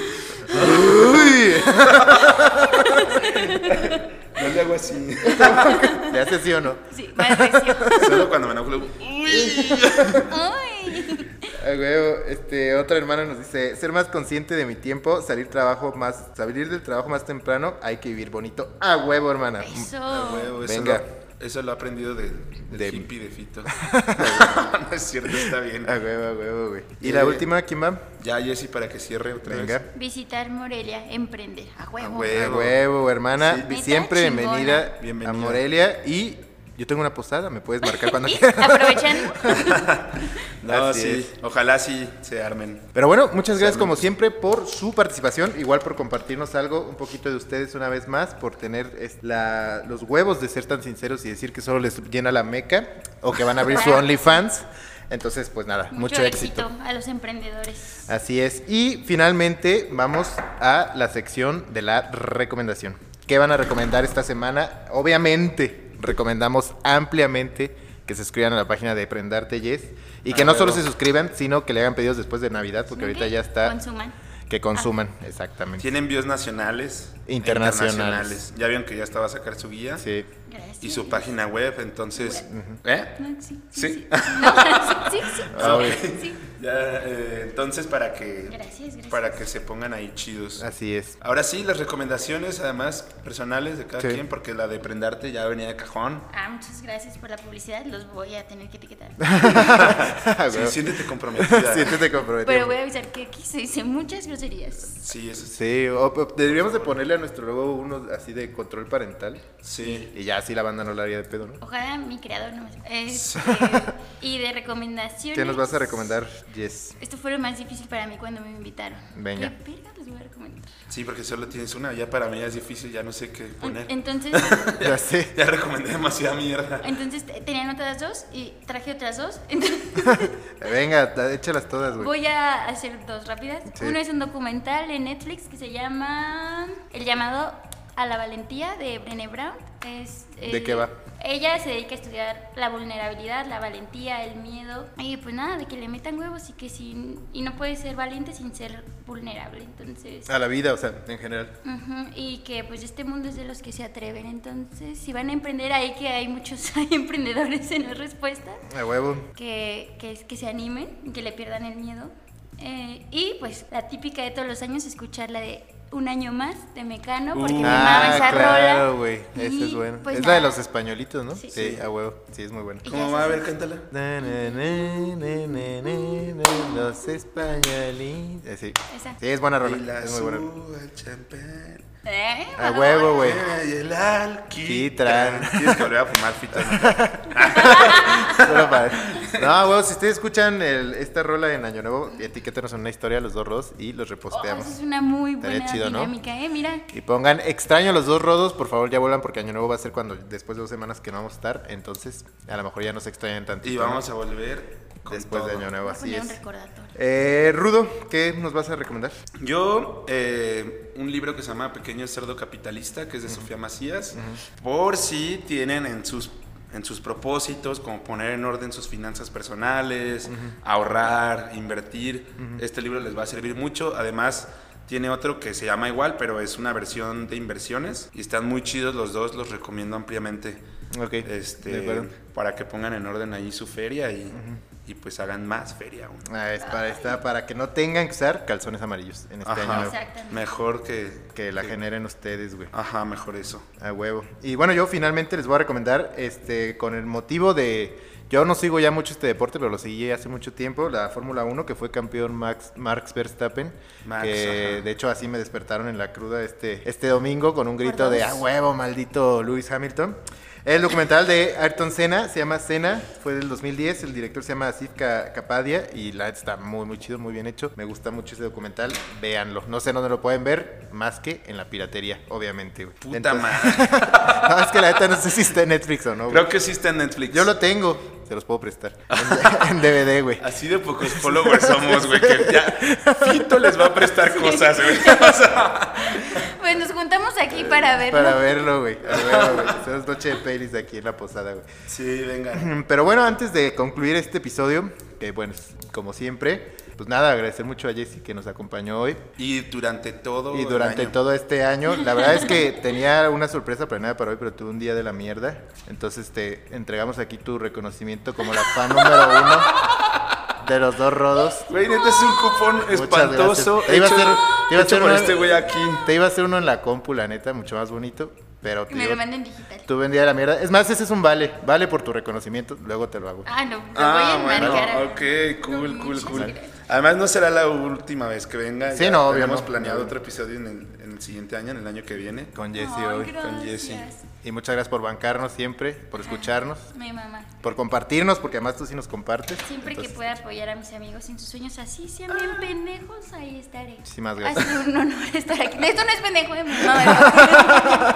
Speaker 2: No le hago así.
Speaker 1: ¿Le hace sí o no?
Speaker 5: Sí, más recio.
Speaker 2: Solo cuando me enojo. le digo,
Speaker 5: Ay.
Speaker 1: A huevo, Ah, este, otra hermana nos dice, ser más consciente de mi tiempo, salir trabajo más, salir del trabajo más temprano, hay que vivir bonito. A huevo, hermana.
Speaker 2: "Ah,
Speaker 5: Eso.
Speaker 2: huevo, eso
Speaker 1: Venga.
Speaker 2: lo- Eso lo he aprendido de, del
Speaker 1: De-
Speaker 2: hippie de Fito. no es cierto, está bien.
Speaker 1: A huevo, a huevo, güey. ¿Y la
Speaker 2: Eh,
Speaker 1: última, quién va?
Speaker 2: Ya, Jessy, para que cierre otra vez.
Speaker 1: Venga.
Speaker 5: Visitar Morelia, emprender. A huevo.
Speaker 2: A huevo.
Speaker 1: A huevo, hermana.
Speaker 5: Sí.
Speaker 1: Siempre
Speaker 5: Neta chingona.
Speaker 1: bienvenida,
Speaker 2: Bienvenida.
Speaker 1: a Morelia. Y yo tengo una posada, me puedes marcar cuando
Speaker 5: Y
Speaker 1: quieras.
Speaker 5: aprovechando.
Speaker 2: No,
Speaker 1: Así
Speaker 2: sí. Ojalá sí se armen.
Speaker 1: Pero bueno, muchas gracias como siempre por su participación, igual por compartirnos algo, un poquito de ustedes una vez más, por tener es, la- los huevos de ser tan sinceros y decir que solo les llena la meca o que van a abrir su OnlyFans. Entonces, pues nada, mucho, éxito.
Speaker 5: a los emprendedores.
Speaker 1: Así es. Y finalmente vamos a la sección de la recomendación. ¿Qué van a recomendar esta semana? Obviamente, recomendamos ampliamente que se suscriban a la página de Prendarte Yes y que
Speaker 2: Ah,
Speaker 1: no solo
Speaker 2: huevo.
Speaker 1: se suscriban, sino que le hagan pedidos después de Navidad, porque ahorita
Speaker 5: Ok,
Speaker 1: ya está
Speaker 5: Consuman.
Speaker 1: que consuman, exactamente.
Speaker 2: Tiene envíos nacionales. e
Speaker 1: Internacionales.
Speaker 2: internacionales. Ya vieron que ya estaba a sacar su guía.
Speaker 1: Sí.
Speaker 5: Gracias.
Speaker 2: Y su página web, entonces... ¿Eh?
Speaker 5: No, sí,
Speaker 2: Sí.
Speaker 5: sí, sí. No, sí, sí,
Speaker 1: Ah,
Speaker 5: sí,
Speaker 1: ok.
Speaker 5: sí.
Speaker 2: Ya, eh, entonces para que...
Speaker 5: Gracias, gracias.
Speaker 2: Para que se pongan ahí chidos.
Speaker 1: Así es.
Speaker 2: Ahora sí, las recomendaciones además personales de cada
Speaker 1: Sí.
Speaker 2: quien, porque la de prendarte ya venía de cajón.
Speaker 5: Ah, muchas gracias por la publicidad. Los voy a tener que etiquetar.
Speaker 2: Sí,
Speaker 1: Huevo.
Speaker 2: siéntete comprometida.
Speaker 1: Siéntete comprometido.
Speaker 5: Pero voy a avisar que aquí se dice muchas groserías.
Speaker 2: Sí, eso sí.
Speaker 1: Sí, o- o deberíamos de ponerle a nuestro logo uno así de control parental
Speaker 2: Sí.
Speaker 1: y ya así la banda no la haría de pedo, ¿no?
Speaker 5: Ojalá mi creador no me... Este, y de recomendaciones...
Speaker 1: ¿Qué nos vas a recomendar, Jess?
Speaker 5: Esto fue lo más difícil para mí cuando me invitaron.
Speaker 1: Venga.
Speaker 5: ¿Qué verga les voy a recomendar?
Speaker 2: Sí, porque solo tienes una. Ya para mí ya es difícil, ya no sé qué poner.
Speaker 5: Entonces,
Speaker 1: Ya sé.
Speaker 2: Ya recomendé demasiada mierda.
Speaker 5: entonces te- tenían otras dos y traje otras dos. Entonces,
Speaker 1: Venga, ta- échalas todas, güey.
Speaker 5: voy a hacer dos rápidas.
Speaker 1: Sí.
Speaker 5: Uno es un documental en Netflix que se llama El llamado a la valentía de Brené Brown. Es, eh,
Speaker 1: ¿De qué va?
Speaker 5: Ella se dedica a estudiar la vulnerabilidad, la valentía, el miedo. Y pues nada, de que le metan huevos y que sin, y no puedes ser valiente sin ser vulnerable. Entonces,
Speaker 1: A la vida, o sea, en general.
Speaker 5: Ujú, Y que pues este mundo es de los que se atreven, entonces si van a emprender ahí que hay muchos hay emprendedores en la respuesta,
Speaker 1: A huevo.
Speaker 5: que, que, es- que se animen, que le pierdan el miedo. Eh, y pues la típica de todos los años, escuchar la de un año más de Mecano, porque
Speaker 2: Uh,
Speaker 5: me amaba
Speaker 1: ah,
Speaker 5: esa
Speaker 1: claro,
Speaker 5: rola.
Speaker 1: güey. Esa
Speaker 5: Y,
Speaker 1: es buena.
Speaker 5: pues,
Speaker 1: es la de
Speaker 5: nada.
Speaker 1: los españolitos, ¿no? Sí,
Speaker 5: Sí.
Speaker 1: a huevo. Sí, es muy buena.
Speaker 5: Y-
Speaker 2: ¿Cómo va? A ver, cántala.
Speaker 1: Na, na, na, na, na, na, na, los españolitos. Eh, Sí.
Speaker 5: Esa.
Speaker 1: sí, es buena
Speaker 2: Y
Speaker 1: rola.
Speaker 2: la
Speaker 1: Es muy buena.
Speaker 2: suba al champán.
Speaker 5: Eh,
Speaker 1: A
Speaker 5: bajaba.
Speaker 1: huevo, güey.
Speaker 2: Y el alquitrán.
Speaker 1: Quitran.
Speaker 2: Tienes que volver a fumar fito.
Speaker 1: Solo para- No, huevo, si ustedes escuchan el- esta rola en Año Nuevo, etiquétenos en una historia los dos rodos y los
Speaker 5: Oh, esa
Speaker 1: reposteamos.
Speaker 5: es una muy
Speaker 1: Estaría
Speaker 5: buena
Speaker 1: chido, ¿no?
Speaker 5: dinámica, ¿eh? Mira.
Speaker 1: Y pongan extraño los dos rodos, por favor ya vuelan porque Año Nuevo va a ser cuando después de dos semanas que no vamos a estar, entonces a lo mejor ya no se extrañan tanto.
Speaker 2: Y vamos a volver con
Speaker 1: después de
Speaker 2: todo.
Speaker 1: Año Nuevo,
Speaker 5: Voy a
Speaker 1: así
Speaker 5: poner un
Speaker 1: es.
Speaker 5: recordatorio.
Speaker 1: Eh, Rudo, ¿qué nos vas a recomendar?
Speaker 2: Yo, eh, un libro que se llama Pequeño Cerdo Capitalista, que es de Sofía Macías, por si tienen en sus, en sus propósitos, como poner en orden sus finanzas personales, ahorrar, invertir, este libro les va a servir mucho. Además, tiene otro que se llama igual, pero es una versión de inversiones y están muy chidos los dos, los recomiendo ampliamente.
Speaker 1: Ok,
Speaker 2: Este,
Speaker 1: de acuerdo.
Speaker 2: para que pongan en orden ahí su feria y, y pues hagan más feria aún.
Speaker 1: Ah, es para, está para que no tengan que usar calzones amarillos en este Año
Speaker 2: Ajá.
Speaker 1: Nuevo.
Speaker 5: Exactamente.
Speaker 2: Mejor que...
Speaker 1: Que la generen ustedes, güey.
Speaker 2: Ajá, mejor eso.
Speaker 1: A huevo. Y bueno, yo finalmente les voy a recomendar, este, con el motivo de. Yo no sigo ya mucho este deporte, pero lo seguí hace mucho tiempo, la Fórmula 1, que fue campeón Max, Marx Verstappen.
Speaker 2: Max,
Speaker 1: que
Speaker 2: ajá.
Speaker 1: de hecho así me despertaron en la cruda este, este domingo con un grito
Speaker 5: Por
Speaker 1: de a
Speaker 5: dos.
Speaker 1: huevo, maldito Lewis Hamilton. El documental de Ayrton Senna se llama Senna, fue del 2010, el director se llama Asif Ka- Kapadia y la neta está muy muy chido, muy bien hecho. Me gusta mucho ese documental, véanlo. No sé dónde lo pueden ver, más que en la piratería, obviamente. güey.
Speaker 2: Puta
Speaker 1: Entonces-
Speaker 2: madre.
Speaker 1: Ah, no, es que la neta no sé si está en Netflix o no. güey.
Speaker 2: Creo que sí está en Netflix.
Speaker 1: Yo lo tengo. te los puedo prestar. En, en DVD, güey.
Speaker 2: Así de pocos followers somos, güey, que ya Fito les va a prestar cosas, güey. O sea,
Speaker 3: Pues nos juntamos aquí para verlo.
Speaker 1: Para verlo, güey. A huevo, güey. Esa es noche de pelis aquí en la posada, güey. Mm,
Speaker 2: sí, venga.
Speaker 1: Pero bueno, antes de concluir este episodio, que bueno, es como siempre, pues nada, agradecer mucho a Jesse que nos acompañó hoy.
Speaker 2: Y durante todo
Speaker 1: Y
Speaker 2: el
Speaker 1: durante
Speaker 2: año.
Speaker 1: todo este año, la verdad es que tenía una sorpresa planeada para hoy, pero tuve un día de la mierda. Entonces te entregamos aquí tu reconocimiento como la fan número uno de los dos rodos.
Speaker 2: Güey, neta es un cupón espantoso.
Speaker 1: gracias. Te iba a
Speaker 2: hecho-
Speaker 1: hacer- te iba a
Speaker 2: hecho
Speaker 1: hacer
Speaker 2: por
Speaker 1: una-
Speaker 2: este güey aquí.
Speaker 1: Te iba a hacer uno en la compu, la neta, mucho más bonito, pero
Speaker 3: Que
Speaker 1: te
Speaker 3: me
Speaker 1: digo,
Speaker 3: lo manden digital.
Speaker 1: tuve un día de la mierda. Es más, ese es un vale, vale por tu reconocimiento, luego te lo hago.
Speaker 3: Ah, no, lo
Speaker 2: Ah,
Speaker 3: voy a
Speaker 2: bueno,
Speaker 3: enmarcar.
Speaker 2: ok, cool,
Speaker 3: No,
Speaker 2: cool,
Speaker 3: muchas
Speaker 2: cool.
Speaker 3: gracias.
Speaker 2: Además no será la última vez que venga.
Speaker 1: Sí, no, obvio,
Speaker 2: Hemos
Speaker 1: no.
Speaker 2: planeado
Speaker 1: No.
Speaker 2: otro episodio en el, en el siguiente año, en el año que viene.
Speaker 1: Con Jesse
Speaker 3: Ay,
Speaker 1: hoy.
Speaker 3: gracias.
Speaker 2: con Jessy.
Speaker 1: Y muchas gracias por bancarnos siempre, por escucharnos,
Speaker 3: Mi mamá.
Speaker 1: por compartirnos, porque además tú sí nos compartes.
Speaker 3: Siempre que
Speaker 1: Entonces,
Speaker 3: pueda apoyar a mis amigos en sus sueños, así sean bien pendejos, ahí estaré.
Speaker 1: Muchísimas
Speaker 5: Ah,
Speaker 3: Ha
Speaker 1: gracias.
Speaker 3: sido un honor estar aquí. Esto no es pendejo
Speaker 5: eh,
Speaker 3: de mi mamá.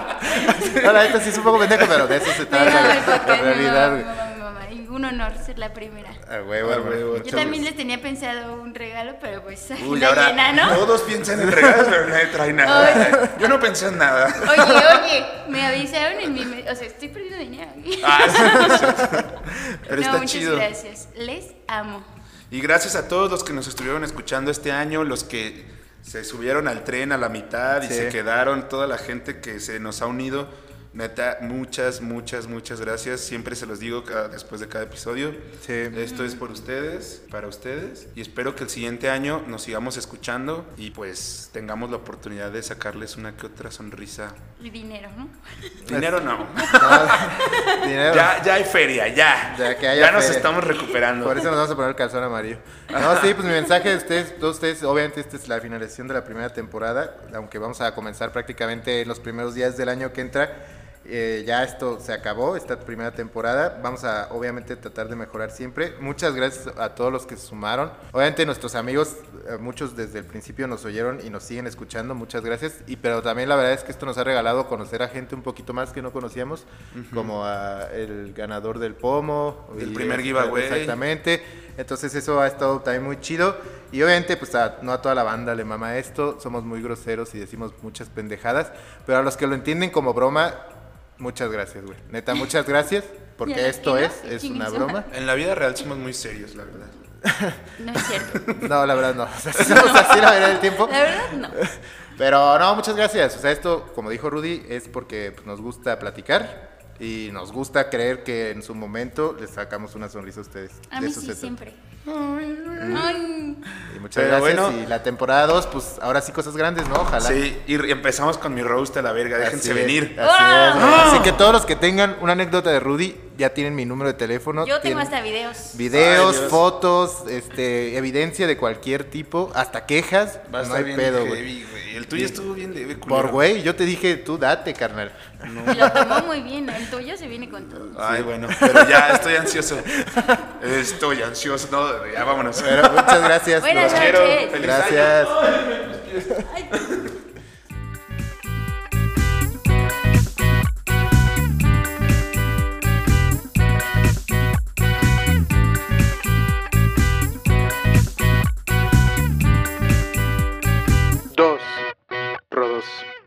Speaker 1: No, la neta este sí es un poco pendejo, pero de eso se
Speaker 3: Me
Speaker 1: trata.
Speaker 3: mama
Speaker 1: güey.
Speaker 3: el podcast,
Speaker 1: en
Speaker 3: me
Speaker 1: realidad,
Speaker 3: mama, me
Speaker 1: güey.
Speaker 3: mama, me mama. Y un honor ser la primera.
Speaker 1: A huevo,
Speaker 2: A
Speaker 1: hermano.
Speaker 2: huevo,
Speaker 1: Muchas
Speaker 3: Yo
Speaker 2: Muchas
Speaker 3: también les tenía pensado un regalo, pero pues
Speaker 2: Uy,
Speaker 3: agenda
Speaker 2: ahora
Speaker 3: llena, ¿no?
Speaker 2: todos piensan en regalos, pero nadie trae nada. Yo no pensé en nada.
Speaker 3: Oye, oye, me avisaron en mi... me- O sea, estoy perdiendo dinero.
Speaker 2: Ah, sí, sí, sí. Pero
Speaker 3: no,
Speaker 2: está
Speaker 3: muchas
Speaker 2: chido.
Speaker 3: gracias. Les amo.
Speaker 2: Y gracias a todos los que nos estuvieron escuchando este año, los que se subieron al tren a la mitad y
Speaker 1: Sí.
Speaker 2: se quedaron, toda la gente que se nos ha unido. Neta, muchas, muchas, muchas gracias. Siempre se los digo cada- después de cada episodio.
Speaker 1: Sí.
Speaker 2: Esto es por ustedes, para ustedes. Y espero que el siguiente año nos sigamos escuchando y pues tengamos la oportunidad de sacarles una que otra sonrisa.
Speaker 3: Y dinero, ¿no?
Speaker 2: Dinero no.
Speaker 1: No, dinero.
Speaker 2: Ya, ya hay feria, ya.
Speaker 1: Ya que haya
Speaker 2: nos
Speaker 1: feria.
Speaker 2: estamos recuperando.
Speaker 1: Por eso nos vamos a poner el calzón amarillo. No, sí, pues mi mensaje de ustedes, todos ustedes, obviamente esta es la finalización de la primera temporada, aunque vamos a comenzar prácticamente en los primeros días del año que entra. Eh, ya esto se acabó, esta primera temporada. Vamos a obviamente tratar de mejorar siempre. Muchas gracias a todos los que se sumaron. Obviamente nuestros amigos, eh, muchos desde el principio nos oyeron y nos siguen escuchando. Muchas gracias. Y pero también la verdad es que esto nos ha regalado conocer a gente un poquito más que no conocíamos, como a el ganador del pomo,
Speaker 2: Del
Speaker 1: y,
Speaker 2: primer
Speaker 1: eh,
Speaker 2: giveaway.
Speaker 1: Exactamente. Entonces eso ha estado también muy chido. Y obviamente, pues a- no a toda la banda le mama esto. Somos muy groseros y decimos muchas pendejadas. Pero a los que lo entienden como broma, muchas gracias, güey. Neta, muchas gracias.
Speaker 3: Y a
Speaker 1: Porque
Speaker 3: los
Speaker 1: esto
Speaker 3: que no,
Speaker 1: es,
Speaker 3: que
Speaker 1: es
Speaker 3: chinguen
Speaker 1: una
Speaker 3: su
Speaker 1: broma.
Speaker 3: madre.
Speaker 2: En la vida real somos muy serios, la verdad.
Speaker 3: No es cierto.
Speaker 1: No, la verdad no. O sea, sí somos así la verdad del tiempo.
Speaker 3: La verdad, no.
Speaker 1: Pero no, muchas gracias. O sea, esto, como dijo Rudy, es porque pues, nos gusta platicar. Y nos gusta creer que en su momento les sacamos una sonrisa a ustedes.
Speaker 3: A
Speaker 1: De
Speaker 3: mí
Speaker 1: eso se
Speaker 3: sí,
Speaker 1: trata.
Speaker 3: siempre. Ay.
Speaker 1: Y muchas
Speaker 2: Pero
Speaker 1: gracias.
Speaker 2: bueno.
Speaker 1: Y la temporada 2, pues ahora sí cosas grandes, ¿no? Ojalá.
Speaker 2: Sí, y re- empezamos con mi roast a la verga, déjense
Speaker 1: Así es,
Speaker 2: venir.
Speaker 1: así es, güey.
Speaker 2: ¡Ah!
Speaker 1: Así que todos los que tengan una anécdota de Rudy, ya tienen mi número de teléfono.
Speaker 3: Yo tengo
Speaker 1: tienen
Speaker 3: hasta videos.
Speaker 1: Videos,
Speaker 2: Ay, Dios.
Speaker 1: fotos, este, evidencia de cualquier tipo, hasta quejas.
Speaker 2: Va a
Speaker 1: no
Speaker 2: estar
Speaker 1: hay
Speaker 2: bien
Speaker 1: pedo, güey.
Speaker 2: heavy, güey. El tuyo estuvo bien leve, culero.
Speaker 1: Por güey, yo te dije, tú date, carnal.
Speaker 3: Y lo tomó muy bien. El tuyo se viene con todo.
Speaker 2: Ay, bueno, pero ya estoy ansioso. Estoy ansioso. No, ya vámonos.
Speaker 1: Pero muchas gracias.
Speaker 3: Buenas
Speaker 1: los
Speaker 2: Los
Speaker 1: quiero.
Speaker 2: quiero.
Speaker 3: noches.
Speaker 2: Feliz año.
Speaker 1: Gracias.
Speaker 3: Ay.